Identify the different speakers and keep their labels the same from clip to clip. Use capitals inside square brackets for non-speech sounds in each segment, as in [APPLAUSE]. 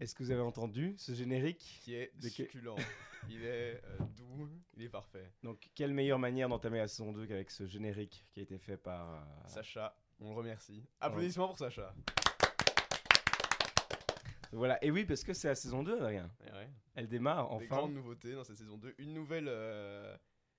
Speaker 1: Est-ce que vous avez entendu ce générique
Speaker 2: Qui est
Speaker 1: De que-
Speaker 2: succulent. il est euh, doux, il est parfait.
Speaker 1: Donc, quelle meilleure manière d'entamer la saison 2 qu'avec ce générique qui a été fait par. euh,
Speaker 2: Sacha, on le remercie. Applaudissements pour Sacha.
Speaker 1: Voilà, et oui, parce que c'est la saison 2, Adrien.
Speaker 2: Eh ouais.
Speaker 1: Elle démarre
Speaker 2: Des
Speaker 1: enfin.
Speaker 2: grandes nouveautés dans cette saison 2. Une nouvelle euh,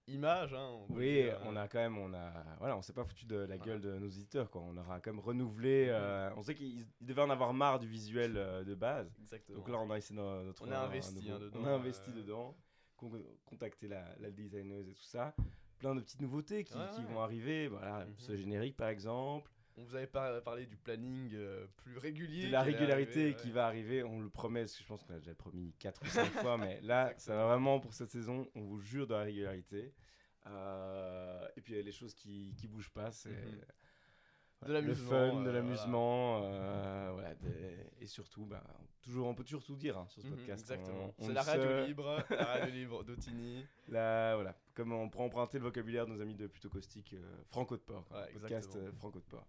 Speaker 2: image. Hein, on peut
Speaker 1: Oui,
Speaker 2: dire,
Speaker 1: on
Speaker 2: hein.
Speaker 1: a quand même, on a, voilà, on s'est pas foutu de la
Speaker 2: Voilà.
Speaker 1: gueule de nos éditeurs, quoi. On aura quand même renouvelé.
Speaker 2: Mm-hmm.
Speaker 1: euh, on sait qu'ils ils devaient en avoir marre du visuel euh, de base.
Speaker 2: Exactement.
Speaker 1: Donc là, on a essayé de, de trouver
Speaker 2: a
Speaker 1: un- un
Speaker 2: investi,
Speaker 1: nouveau-
Speaker 2: hein, dedans,
Speaker 1: On a investi
Speaker 2: euh.
Speaker 1: dedans, con- contacté la, la designeuse et tout ça. Plein de petites nouveautés qui,
Speaker 2: Ouais,
Speaker 1: qui
Speaker 2: ouais.
Speaker 1: vont arriver. Voilà,
Speaker 2: Mhm.
Speaker 1: ce générique par exemple,
Speaker 2: On vous avait pas parlé du planning euh, plus régulier.
Speaker 1: de la
Speaker 2: qui allait
Speaker 1: régularité
Speaker 2: arriver,
Speaker 1: qui
Speaker 2: ouais.
Speaker 1: va arriver. On le promet, parce que je pense qu'on l'a déjà promis 4 ou 5 fois, mais
Speaker 2: [LAUGHS]
Speaker 1: là, ça va vraiment pour cette saison. On vous jure de la régularité. Euh, et puis il y a les choses qui, qui bougent pas, c'est
Speaker 2: Mhm.
Speaker 1: Voilà,
Speaker 2: De
Speaker 1: le
Speaker 2: l'amusement,
Speaker 1: fun, de
Speaker 2: euh,
Speaker 1: l'amusement, euh, voilà, des- et surtout, bah, on- toujours, on peut toujours tout dire hein, sur ce
Speaker 2: Mhm,
Speaker 1: podcast. on-
Speaker 2: exactement.
Speaker 1: on
Speaker 2: C'est
Speaker 1: le
Speaker 2: la radio
Speaker 1: sait. [LAUGHS]
Speaker 2: libre, la radio libre d'Otini.
Speaker 1: Là, voilà, comme on prend emprunter le vocabulaire de nos amis de Plutôt Caustique, euh, Franco de Port, quoi,
Speaker 2: Ouais,
Speaker 1: podcast
Speaker 2: exactement.
Speaker 1: euh, Franco de Port.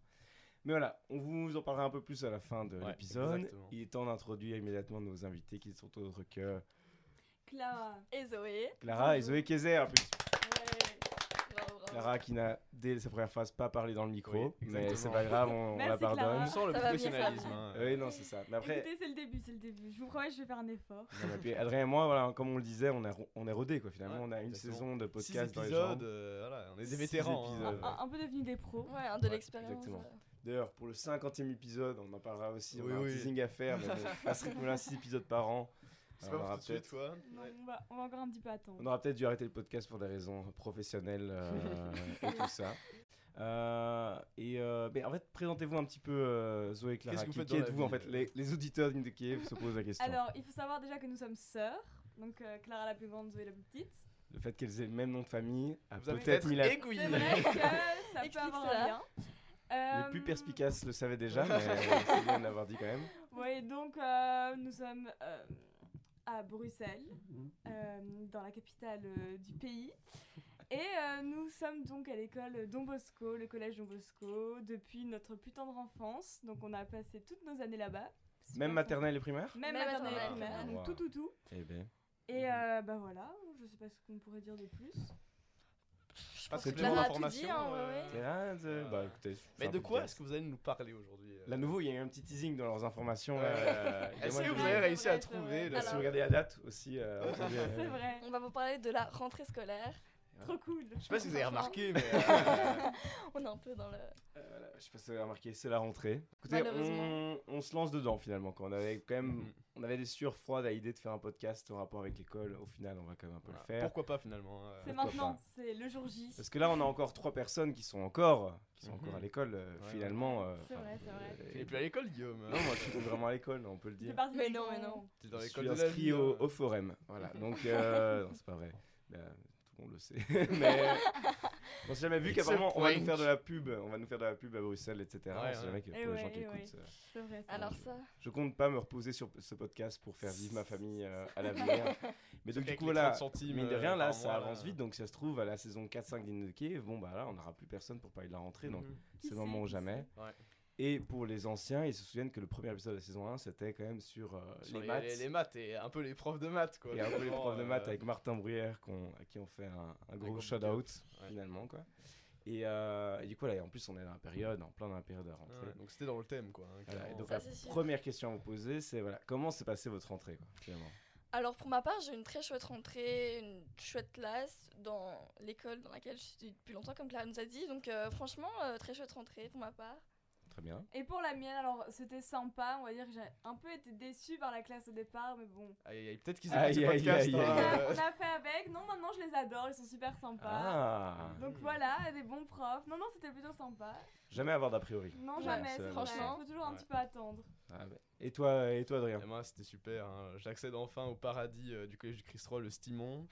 Speaker 1: Mais voilà, on vous en parlera un peu plus à la fin de
Speaker 2: Ouais,
Speaker 1: l'épisode.
Speaker 2: exactement.
Speaker 1: Il est temps d'introduire immédiatement nos invités qui sont autres que
Speaker 3: Clara.
Speaker 4: Et Zoé.
Speaker 1: Clara et Zoé Kaiser. en plus.
Speaker 4: Ouais. Bravo, bravo.
Speaker 1: Clara qui n'a, dès sa première phase, pas parlé dans le micro,
Speaker 2: Oui,
Speaker 1: mais c'est
Speaker 2: exactement.
Speaker 1: pas grave, on, on la
Speaker 3: Merci, Clara.
Speaker 1: pardonne.
Speaker 2: On sent le
Speaker 4: Ça va bien, ça va
Speaker 2: professionnalisme.
Speaker 4: bien.
Speaker 2: hein.
Speaker 1: Oui, non, c'est ça. Mais après,
Speaker 3: Écoutez, c'est le début, c'est le début. Je vous promets, je vais faire un effort.
Speaker 1: Non, et puis Adrien et moi, voilà, comme on le disait, on, a, ro- on est rodés, quoi, finalement.
Speaker 2: Ouais,
Speaker 1: on a une
Speaker 2: exactement.
Speaker 1: saison de
Speaker 2: Six
Speaker 1: podcast dans les
Speaker 2: épisodes,
Speaker 1: jambes.
Speaker 2: euh, voilà, on est
Speaker 1: Six
Speaker 2: des vétérans. hein. [LAUGHS]
Speaker 1: épisodes.
Speaker 3: Un, un peu devenu des pros.
Speaker 4: Ouais, hein, de
Speaker 1: Ouais,
Speaker 4: l'expérience.
Speaker 1: exactement.
Speaker 4: euh.
Speaker 1: D'ailleurs, pour le 50e épisode, on en parlera aussi,
Speaker 2: Oui,
Speaker 1: on a un
Speaker 2: oui.
Speaker 1: teasing à faire, mais bon, à ce rythme-là, 6 épisodes par an,
Speaker 2: C'est
Speaker 1: Alors,
Speaker 2: pas
Speaker 1: on aura
Speaker 2: pour tout de suite,
Speaker 1: peut-être-
Speaker 2: quoi.
Speaker 3: Non,
Speaker 2: Ouais.
Speaker 3: on, va, on va encore un petit peu
Speaker 1: on
Speaker 3: attendre.
Speaker 1: aura peut-être dû arrêter le podcast pour des raisons professionnelles [LAUGHS] euh, et tout ça. Euh, et euh, mais en fait, présentez-vous un petit peu, euh, Zoé et Clara.
Speaker 2: Qu'est-ce que vous
Speaker 1: Qui-
Speaker 2: faites
Speaker 1: qui
Speaker 2: dans la
Speaker 1: êtes-vous,
Speaker 2: vie euh
Speaker 1: en fait les, les auditeurs de Kiev se posent la question.
Speaker 3: Alors, il faut savoir déjà que nous sommes sœurs. Donc, euh, Clara la plus grande, Zoé la plus
Speaker 1: [LAUGHS]
Speaker 3: petite.
Speaker 1: Le fait qu'elles aient le même nom de famille a
Speaker 2: Vous avez
Speaker 1: Ah, peut-être mis la...
Speaker 2: aiguillé.
Speaker 3: C'est vrai que ça peut
Speaker 4: Explique
Speaker 3: avoir
Speaker 4: cela.
Speaker 3: un lien. Euh,
Speaker 1: Les plus perspicaces le savaient déjà,
Speaker 2: [LAUGHS]
Speaker 1: mais euh, c'est bien de l'avoir dit quand même.
Speaker 3: Oui, donc euh, nous sommes euh, à Bruxelles,
Speaker 1: Mhm.
Speaker 3: euh, dans la capitale euh, du pays. Et euh, nous sommes donc à l'école Don Bosco, le collège Don Bosco, depuis notre plus tendre enfance. Donc on a passé toutes nos années là-bas. Super
Speaker 1: Même maternelle et primaire
Speaker 3: sympa. Même,
Speaker 4: Même
Speaker 3: maternelle et
Speaker 4: maternelle.
Speaker 3: primaire, donc
Speaker 1: Wow.
Speaker 3: tout, tout, tout.
Speaker 1: Eh bien.
Speaker 3: Et euh, bah voilà, je sais pas ce qu'on pourrait dire de plus.
Speaker 1: Euh,
Speaker 4: Je
Speaker 2: Parce
Speaker 4: pense
Speaker 2: que
Speaker 4: que
Speaker 1: tout le monde
Speaker 4: Clara
Speaker 2: a
Speaker 4: a
Speaker 2: tout
Speaker 4: tout dit. Hein,
Speaker 2: information,
Speaker 4: ouais,
Speaker 2: euh,
Speaker 4: ouais.
Speaker 2: Euh,
Speaker 1: bah écoutez, c'est
Speaker 2: Mais
Speaker 1: un
Speaker 2: de quoi est-ce
Speaker 1: podcast.
Speaker 2: que vous allez nous parler aujourd'hui euh
Speaker 1: Là, nouveau, il y a eu un petit teasing dans leurs informations.
Speaker 2: Ouais. Ah,
Speaker 1: là, euh, il y a
Speaker 2: Est-ce
Speaker 1: moyen
Speaker 2: que
Speaker 1: de-
Speaker 2: vous
Speaker 3: Ouais,
Speaker 2: avez
Speaker 3: c'est
Speaker 2: réussi à
Speaker 3: vrai, c'est
Speaker 2: trouver
Speaker 3: vrai.
Speaker 2: la
Speaker 4: Alors-
Speaker 1: Si vous regardez la date aussi, euh, entendez, euh,
Speaker 3: C'est vrai,
Speaker 4: On va vous parler de la rentrée scolaire.
Speaker 3: trop cool.
Speaker 2: Je sais pas si vous avez remarqué, mais. euh,
Speaker 4: On est un peu dans le.
Speaker 1: euh, voilà, je sais pas si vous avez remarqué, c'est la rentrée. Écoutez,
Speaker 4: Malheureusement.
Speaker 1: on, on se lance dedans finalement. Quand on avait quand même,
Speaker 2: Mhm.
Speaker 1: on avait des sueurs froides à l'idée de faire un podcast en rapport avec l'école. Au final, on va quand même un peu
Speaker 2: voilà.
Speaker 1: le faire.
Speaker 2: Pourquoi pas finalement euh,
Speaker 3: C'est
Speaker 1: pourquoi
Speaker 3: maintenant,
Speaker 1: pas.
Speaker 3: c'est le jour J.
Speaker 1: Parce que là, on a encore trois personnes qui sont encore, qui sont encore
Speaker 2: Mhm.
Speaker 1: à l'école. euh,
Speaker 2: Ouais,
Speaker 1: finalement, euh,
Speaker 3: C'est
Speaker 1: enfin,
Speaker 3: vrai, c'est vrai.
Speaker 1: euh,
Speaker 2: Tu n'es plus à l'école, Guillaume
Speaker 1: Non, moi, je suis vraiment à l'école, on peut le
Speaker 3: Tu
Speaker 1: dire.
Speaker 3: fais partie
Speaker 4: Mais
Speaker 3: des
Speaker 4: non, mais
Speaker 3: grands-
Speaker 4: non.
Speaker 2: T'es dans
Speaker 1: Je
Speaker 2: l'école
Speaker 1: suis
Speaker 2: de la
Speaker 1: inscrit
Speaker 2: vie,
Speaker 1: au,
Speaker 2: hein.
Speaker 1: au forum.
Speaker 2: [LAUGHS]
Speaker 1: Voilà. Donc, euh, non, c'est pas vrai. Là, tout le monde le sait. [LAUGHS] Mais on s'est jamais vu
Speaker 2: It's a
Speaker 1: qu'apparemment, on va nous faire
Speaker 2: prank.
Speaker 1: de la pub. On va nous faire de la pub à Bruxelles, etc. on
Speaker 2: Ouais,
Speaker 1: sait
Speaker 2: ouais.
Speaker 1: jamais que
Speaker 3: Eh
Speaker 1: pour les gens
Speaker 3: ouais,
Speaker 1: qui
Speaker 3: eh ouais.
Speaker 1: écoutent. euh,
Speaker 3: C'est vrai. c'est
Speaker 4: Alors
Speaker 3: vrai.
Speaker 4: ça.
Speaker 1: je compte pas me reposer sur ce podcast pour faire vivre ma famille euh, à
Speaker 2: [LAUGHS]
Speaker 1: l'avenir. Mais donc, du coup, voilà. Mine
Speaker 2: euh,
Speaker 1: de rien, là, ça avance vite. Donc, si ça se trouve, à la saison 4-5 d'Indoké, bon, bah là, on n'aura plus personne pour parler de la rentrée. Donc,
Speaker 3: Qui
Speaker 1: c'est le
Speaker 3: Mhm. sait,
Speaker 1: moment ou
Speaker 3: qui
Speaker 1: jamais.
Speaker 2: sait. Ouais.
Speaker 1: Et pour les anciens, ils se souviennent que le premier épisode de la saison 1, c'était quand même sur, euh, les
Speaker 2: Sur les,
Speaker 1: maths.
Speaker 2: les- les maths et un peu les profs de maths quoi.
Speaker 1: Il y a un
Speaker 2: [LAUGHS]
Speaker 1: peu les
Speaker 2: Vraiment,
Speaker 1: profs de maths
Speaker 2: euh,
Speaker 1: avec Martin Bruyère qu'on- à qui on fait un, un gros
Speaker 2: gros
Speaker 1: shout-out,
Speaker 2: Ouais.
Speaker 1: finalement, quoi. Et, euh, et du coup, là, et en plus, on est dans la période, en plein dans la période de la rentrée.
Speaker 2: ouais, donc c'était dans le thème quoi. hein,
Speaker 1: Voilà, et
Speaker 2: clairement.
Speaker 1: donc,
Speaker 4: Ça,
Speaker 1: la
Speaker 4: c'est sûr.
Speaker 1: première question à vous poser, c'est voilà, comment s'est passée votre rentrée, quoi, finalement
Speaker 4: Alors pour ma part, j'ai une très chouette rentrée, une chouette classe dans l'école dans laquelle je suis depuis longtemps, comme Clara nous a dit. Donc euh, franchement, euh, très chouette rentrée pour ma part.
Speaker 1: Très bien.
Speaker 3: Et pour la mienne, alors c'était sympa, on va dire que j'ai un peu été déçue par la classe au départ, mais bon.
Speaker 2: Aïe, aïe, aïe, peut-être qu'ils
Speaker 1: Aïe,
Speaker 2: écoutent ce
Speaker 1: aïe,
Speaker 2: podcast.
Speaker 1: aïe,
Speaker 3: On
Speaker 1: aïe,
Speaker 2: hein,
Speaker 3: a,
Speaker 1: aïe.
Speaker 2: euh,
Speaker 3: on a fait avec. Non, maintenant je les adore, ils sont super sympas.
Speaker 1: Ah
Speaker 3: Donc voilà, des bons profs. Non, non, c'était plutôt sympa.
Speaker 1: Jamais avoir d'a priori.
Speaker 3: Non,
Speaker 4: Ouais,
Speaker 3: jamais,
Speaker 1: c'est
Speaker 3: c'est
Speaker 4: vrai.
Speaker 3: franchement. Faut toujours un
Speaker 2: Ouais.
Speaker 3: petit peu attendre.
Speaker 1: Ah, bah. Et toi, et toi Adrien
Speaker 2: Et moi c'était super, hein. j'accède enfin au paradis euh, du collège du Christrol, le Stimon.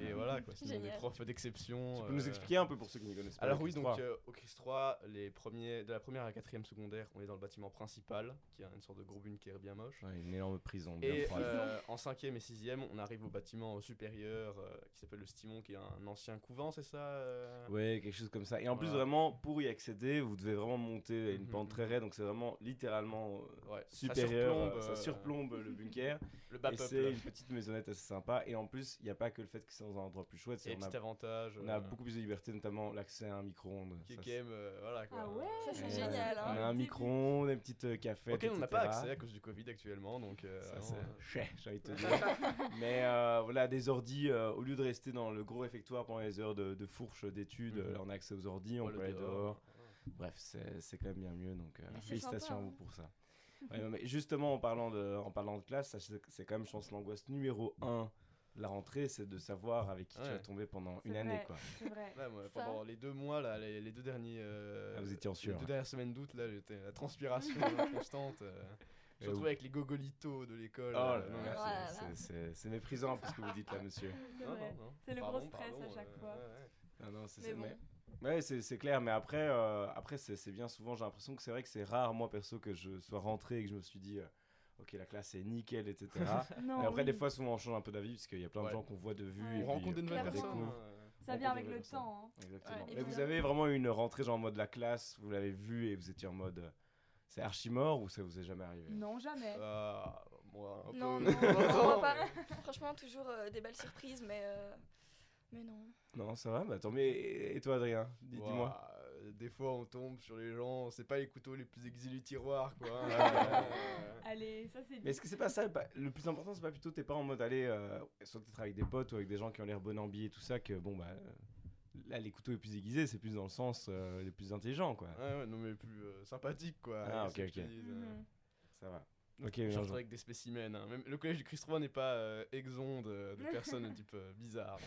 Speaker 2: Et
Speaker 1: Euh,
Speaker 2: voilà quoi, c'est des
Speaker 4: Génial.
Speaker 2: profs d'exception.
Speaker 1: Tu peux
Speaker 2: euh,
Speaker 1: nous expliquer un peu pour ceux qui ne connaissent pas
Speaker 2: Alors
Speaker 1: le
Speaker 2: oui,
Speaker 1: Christ
Speaker 2: donc
Speaker 1: trois
Speaker 2: euh, au Christ 3, les premiers, de la première à la quatrième secondaire, on est dans le bâtiment principal, qui a une sorte de gros bunker bien moche.
Speaker 1: Ouais, une énorme prison. bien
Speaker 2: euh, Et
Speaker 1: froide.
Speaker 2: euh, en cinquième et sixième, on arrive au bâtiment supérieur euh, qui s'appelle le Stimon, qui est un ancien couvent, c'est ça euh
Speaker 1: Ouais, quelque chose comme ça. Et en plus,
Speaker 2: Voilà.
Speaker 1: vraiment, pour y accéder, vous devez vraiment monter une
Speaker 2: Mhm,
Speaker 1: pente très
Speaker 2: mhm.
Speaker 1: raide. Donc, c'est vraiment littéralement euh,
Speaker 2: Ouais,
Speaker 1: Super extérieur,
Speaker 2: surplombe,
Speaker 1: euh, ça
Speaker 2: euh,
Speaker 1: surplombe le
Speaker 2: [LAUGHS]
Speaker 1: bunker.
Speaker 2: Le bas
Speaker 1: et c'est
Speaker 2: peuple.
Speaker 1: une petite maisonnette assez sympa. Et en plus, il n'y a pas que le fait que c'est dans un endroit plus chouette.
Speaker 2: Et
Speaker 1: c'est on,
Speaker 2: petit
Speaker 1: a,
Speaker 2: avantage.
Speaker 1: on a
Speaker 2: euh,
Speaker 1: beaucoup plus de liberté, notamment l'accès à un micro-ondes.
Speaker 2: Qui est
Speaker 1: Ça,
Speaker 2: quand même. euh, voilà quoi.
Speaker 3: Ah ouais
Speaker 4: Ça, c'est
Speaker 1: Euh,
Speaker 4: génial,
Speaker 1: On a
Speaker 4: hein.
Speaker 1: un micro-ondes, une petite euh, café.
Speaker 2: Auquel on n'a pas accès à cause du Covid actuellement. Donc. euh,
Speaker 1: Ça,
Speaker 2: vraiment,
Speaker 1: c'est
Speaker 2: euh,
Speaker 1: chais, j'ai envie de
Speaker 2: [LAUGHS]
Speaker 1: te dire. Mais euh, voilà, des ordis, euh, au lieu de rester dans le gros réfectoire pendant les heures de, de fourche d'études,
Speaker 2: Mhm.
Speaker 1: euh, là, on a accès aux ordis, on
Speaker 2: voilà,
Speaker 1: peut aller
Speaker 2: dehors.
Speaker 1: dehors. Bref, c'est c'est quand même bien mieux, donc euh,
Speaker 4: Mais c'est
Speaker 1: félicitations
Speaker 4: sympa,
Speaker 1: à
Speaker 4: hein.
Speaker 1: vous pour ça. Ouais, non, mais justement, en parlant de, en parlant de classe, ça, c'est c'est quand même, je pense, l'angoisse numéro 1 de la rentrée, c'est de savoir avec qui tu
Speaker 2: Ouais.
Speaker 1: vas tomber pendant
Speaker 3: C'est
Speaker 1: une année.
Speaker 3: vrai.
Speaker 1: Quoi.
Speaker 3: C'est vrai.
Speaker 2: Ouais, moi,
Speaker 4: Ça.
Speaker 2: pendant les deux mois, là, les, les deux derniers. euh,
Speaker 1: Ah, vous étiez en sueur.
Speaker 2: Les deux dernières semaines d'août, là, j'étais à la
Speaker 3: [LAUGHS]
Speaker 2: transpiration euh, constante. euh, je
Speaker 1: Et
Speaker 2: me
Speaker 1: vous-
Speaker 2: retrouvais avec les gogolitos de l'école.
Speaker 1: Oh là
Speaker 2: euh,
Speaker 1: là,
Speaker 2: non,
Speaker 1: c'est-
Speaker 2: merci.
Speaker 4: là
Speaker 1: c'est- c'est- c'est méprisant parce que vous dites là,
Speaker 4: [LAUGHS]
Speaker 1: monsieur.
Speaker 3: C'est
Speaker 2: Non,
Speaker 3: vrai.
Speaker 2: non, non.
Speaker 3: C'est le
Speaker 2: Pardon,
Speaker 3: gros stress
Speaker 2: pardon,
Speaker 3: à chaque
Speaker 2: euh,
Speaker 3: fois.
Speaker 2: ouais, ouais.
Speaker 1: Non, non, c'est
Speaker 4: Mais
Speaker 1: c'est-
Speaker 4: bon.
Speaker 1: mais- Ouais, c'est c'est clair, mais après, euh, après c'est c'est bien souvent. J'ai l'impression que c'est vrai que c'est rare, moi perso, que je sois rentré et que je me suis dit, euh, ok, la classe est nickel, etc.
Speaker 4: [LAUGHS]
Speaker 3: Non,
Speaker 1: mais après,
Speaker 3: oui.
Speaker 1: des fois, souvent, on change un peu d'avis, parce qu'il y a plein de
Speaker 2: Ouais.
Speaker 1: gens qu'on voit de vue.
Speaker 3: On
Speaker 1: et puis,
Speaker 2: On rencontre des
Speaker 1: euh,
Speaker 2: nouvelles
Speaker 1: on
Speaker 2: personnes.
Speaker 1: découvre.
Speaker 2: euh,
Speaker 3: ça
Speaker 1: on
Speaker 3: vient
Speaker 1: rencontre
Speaker 3: avec
Speaker 1: des
Speaker 3: le
Speaker 1: personnes.
Speaker 3: temps. hein.
Speaker 1: Exactement.
Speaker 4: Ouais,
Speaker 1: mais vous
Speaker 4: évidemment.
Speaker 1: avez vraiment eu une rentrée, genre en mode la classe, vous l'avez vu et vous étiez en mode, euh, c'est archi mort ou ça vous est jamais arrivé
Speaker 3: Non, jamais.
Speaker 2: Ah, moi, un [LAUGHS]
Speaker 4: Non,
Speaker 2: peu.
Speaker 4: non, non, moi,
Speaker 2: mais-
Speaker 4: pas. [LAUGHS] Franchement, toujours euh, des belles surprises, mais, euh, mais non.
Speaker 1: Non, ça va, mais attends, mais et toi, Adrien Dis-
Speaker 2: Ouah,
Speaker 1: Dis-moi.
Speaker 2: euh, Des fois, on tombe sur les gens, c'est pas les couteaux les plus aiguisés du tiroir,
Speaker 1: [LAUGHS]
Speaker 2: quoi. hein,
Speaker 1: Ouais.
Speaker 2: euh,
Speaker 3: Allez, ça c'est
Speaker 1: Mais
Speaker 3: dit.
Speaker 1: est-ce que c'est pas ça bah, Le plus important, c'est pas plutôt t'es pas en mode aller euh, soit peut-être avec des potes ou avec des gens qui ont l'air bon en billet, tout ça, que bon, bah euh, là, les couteaux les plus aiguisés, c'est plus dans le sens euh, les plus intelligents, quoi.
Speaker 2: ouais, ouais, non, mais plus euh, sympathique, quoi.
Speaker 1: Ah, ok,
Speaker 2: qu'est-ce que je
Speaker 1: ok.
Speaker 2: te dise, euh.
Speaker 3: Mhm.
Speaker 1: Ça va. Ok,
Speaker 2: Je
Speaker 1: bien
Speaker 2: suis
Speaker 1: joué.
Speaker 2: retrouvé avec des spécimens. hein. Même le collège du Christ roi n'est pas euh, exempt de, de personnes un type euh, bizarre.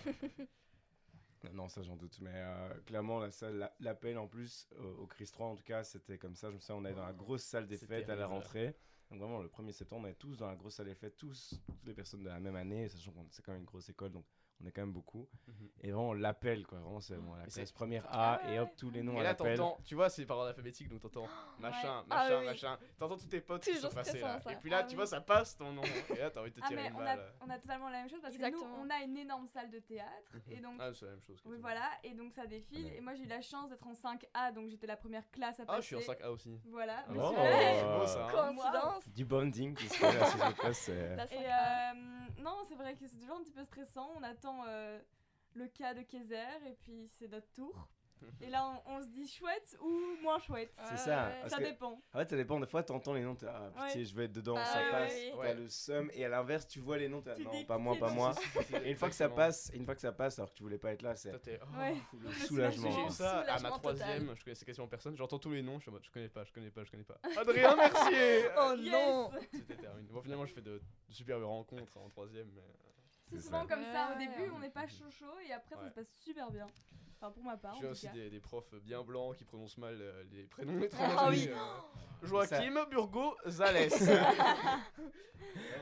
Speaker 1: Non, Non, ça j'en doute, mais euh, clairement, la salle, la- l'appel en plus euh, au Christ 3, en tout cas, c'était comme ça. Je me souviens, on allait dans la grosse salle des
Speaker 2: C'est
Speaker 1: fêtes à la
Speaker 2: terrible.
Speaker 1: rentrée. Donc, vraiment, le 1er septembre, on est tous dans la grosse salle des fêtes, tous, toutes les personnes de la même année, sachant qu'on c'est quand même une grosse école, donc on est quand même beaucoup.
Speaker 2: Mhm.
Speaker 1: Et vraiment, l'appel, quoi. Vraiment, c'est bon, la
Speaker 2: Mais
Speaker 1: classe
Speaker 2: c'est-
Speaker 1: première A,
Speaker 4: Ah
Speaker 1: et hop,
Speaker 4: ouais.
Speaker 1: tous les noms
Speaker 2: Et
Speaker 1: à
Speaker 2: là,
Speaker 1: l'appel.
Speaker 2: t'entends, tu vois, c'est par ordre alphabétique, donc t'entends machin,
Speaker 4: Ah
Speaker 2: machin,
Speaker 4: oui.
Speaker 2: machin. T'entends tous tes potes qui sont
Speaker 4: Toujours
Speaker 2: passés
Speaker 4: stressant,
Speaker 2: là.
Speaker 4: ça.
Speaker 2: Et puis là,
Speaker 4: Ah
Speaker 2: tu
Speaker 4: oui.
Speaker 2: vois, ça passe ton nom. Et là, t'as envie de te
Speaker 3: Ah,
Speaker 2: tirer
Speaker 3: mais
Speaker 2: une
Speaker 3: on a,
Speaker 2: balle.
Speaker 3: on a totalement la même chose parce que
Speaker 4: Exactement.
Speaker 3: nous, on a une énorme salle de théâtre. Et donc,
Speaker 2: Ah, c'est la même chose. que
Speaker 3: oui,
Speaker 2: tout.
Speaker 3: voilà. Et donc, ça défile.
Speaker 1: Ouais.
Speaker 3: Et moi, j'ai eu la chance d'être en 5A, donc j'étais la première classe à passer.
Speaker 2: Ah, je suis en 5A aussi.
Speaker 3: Voilà.
Speaker 2: Ah,
Speaker 3: mais
Speaker 1: bon.
Speaker 3: c'est
Speaker 2: C'est
Speaker 3: vrai.
Speaker 2: beau ça. hein.
Speaker 4: Coïncidence,
Speaker 1: Du bonding, qui se fait à ce podcast,
Speaker 3: [LAUGHS]
Speaker 1: c'est.
Speaker 4: la
Speaker 3: Et
Speaker 4: 5A.
Speaker 3: euh, non, c'est vrai que c'est toujours un petit peu stressant. On attend euh, le cas de Kaiser et puis c'est notre
Speaker 1: [LAUGHS]
Speaker 3: tour. Et là, on, on se dit chouette ou moins chouette. Euh,
Speaker 1: C'est ça.
Speaker 4: ouais.
Speaker 1: Parce
Speaker 3: Ça
Speaker 1: que-
Speaker 3: dépend.
Speaker 1: En fait, ça dépend. Des fois, t'entends les noms, t'es, ah pitié, je vais être dedans,
Speaker 4: Ah
Speaker 1: ça
Speaker 4: ouais,
Speaker 1: passe.
Speaker 4: ouais.
Speaker 1: T'as
Speaker 2: Ouais.
Speaker 1: le seum, et à l'inverse, tu vois les noms, t'as
Speaker 3: Tu
Speaker 1: non,
Speaker 3: dis,
Speaker 1: pas moi,
Speaker 3: pitié,
Speaker 1: pas
Speaker 3: non.
Speaker 1: moi.
Speaker 2: Si, si, si, si,
Speaker 1: Et une fois que ça
Speaker 2: exactement.
Speaker 1: passe, et une fois que ça passe, alors que tu voulais pas être là, c'est
Speaker 2: Toi, t'es- oh,
Speaker 3: Ouais.
Speaker 1: Ouh, le
Speaker 3: Le
Speaker 1: soulagement. hein.
Speaker 2: J'ai
Speaker 4: Bon,
Speaker 2: eu ça à ma
Speaker 4: soulagement
Speaker 2: troisième, je connaissais quasiment personne, j'entends tous les noms, je suis en mode je connais pas, je connais pas, je connais pas. Adrien Mercier
Speaker 4: Oh
Speaker 3: Yes.
Speaker 4: non
Speaker 2: C'était terminé. Bon, finalement, je fais de, de superbes rencontres en troisième. Mais...
Speaker 3: C'est
Speaker 1: C'est
Speaker 3: souvent
Speaker 1: ça.
Speaker 3: comme ça. Au
Speaker 4: Ouais.
Speaker 3: début, on n'est pas chaud chaud et après,
Speaker 2: Ouais.
Speaker 3: ça se passe super bien. Enfin, pour
Speaker 4: Bah,
Speaker 3: ma part.
Speaker 2: J'ai
Speaker 3: en tout
Speaker 2: aussi
Speaker 3: cas.
Speaker 2: des, des profs bien blancs qui prononcent mal euh, les prénoms étrangers.
Speaker 4: Ah oui. Oh.
Speaker 2: euh, Joachim Burgo Zales.
Speaker 1: [LAUGHS]
Speaker 2: Vraiment,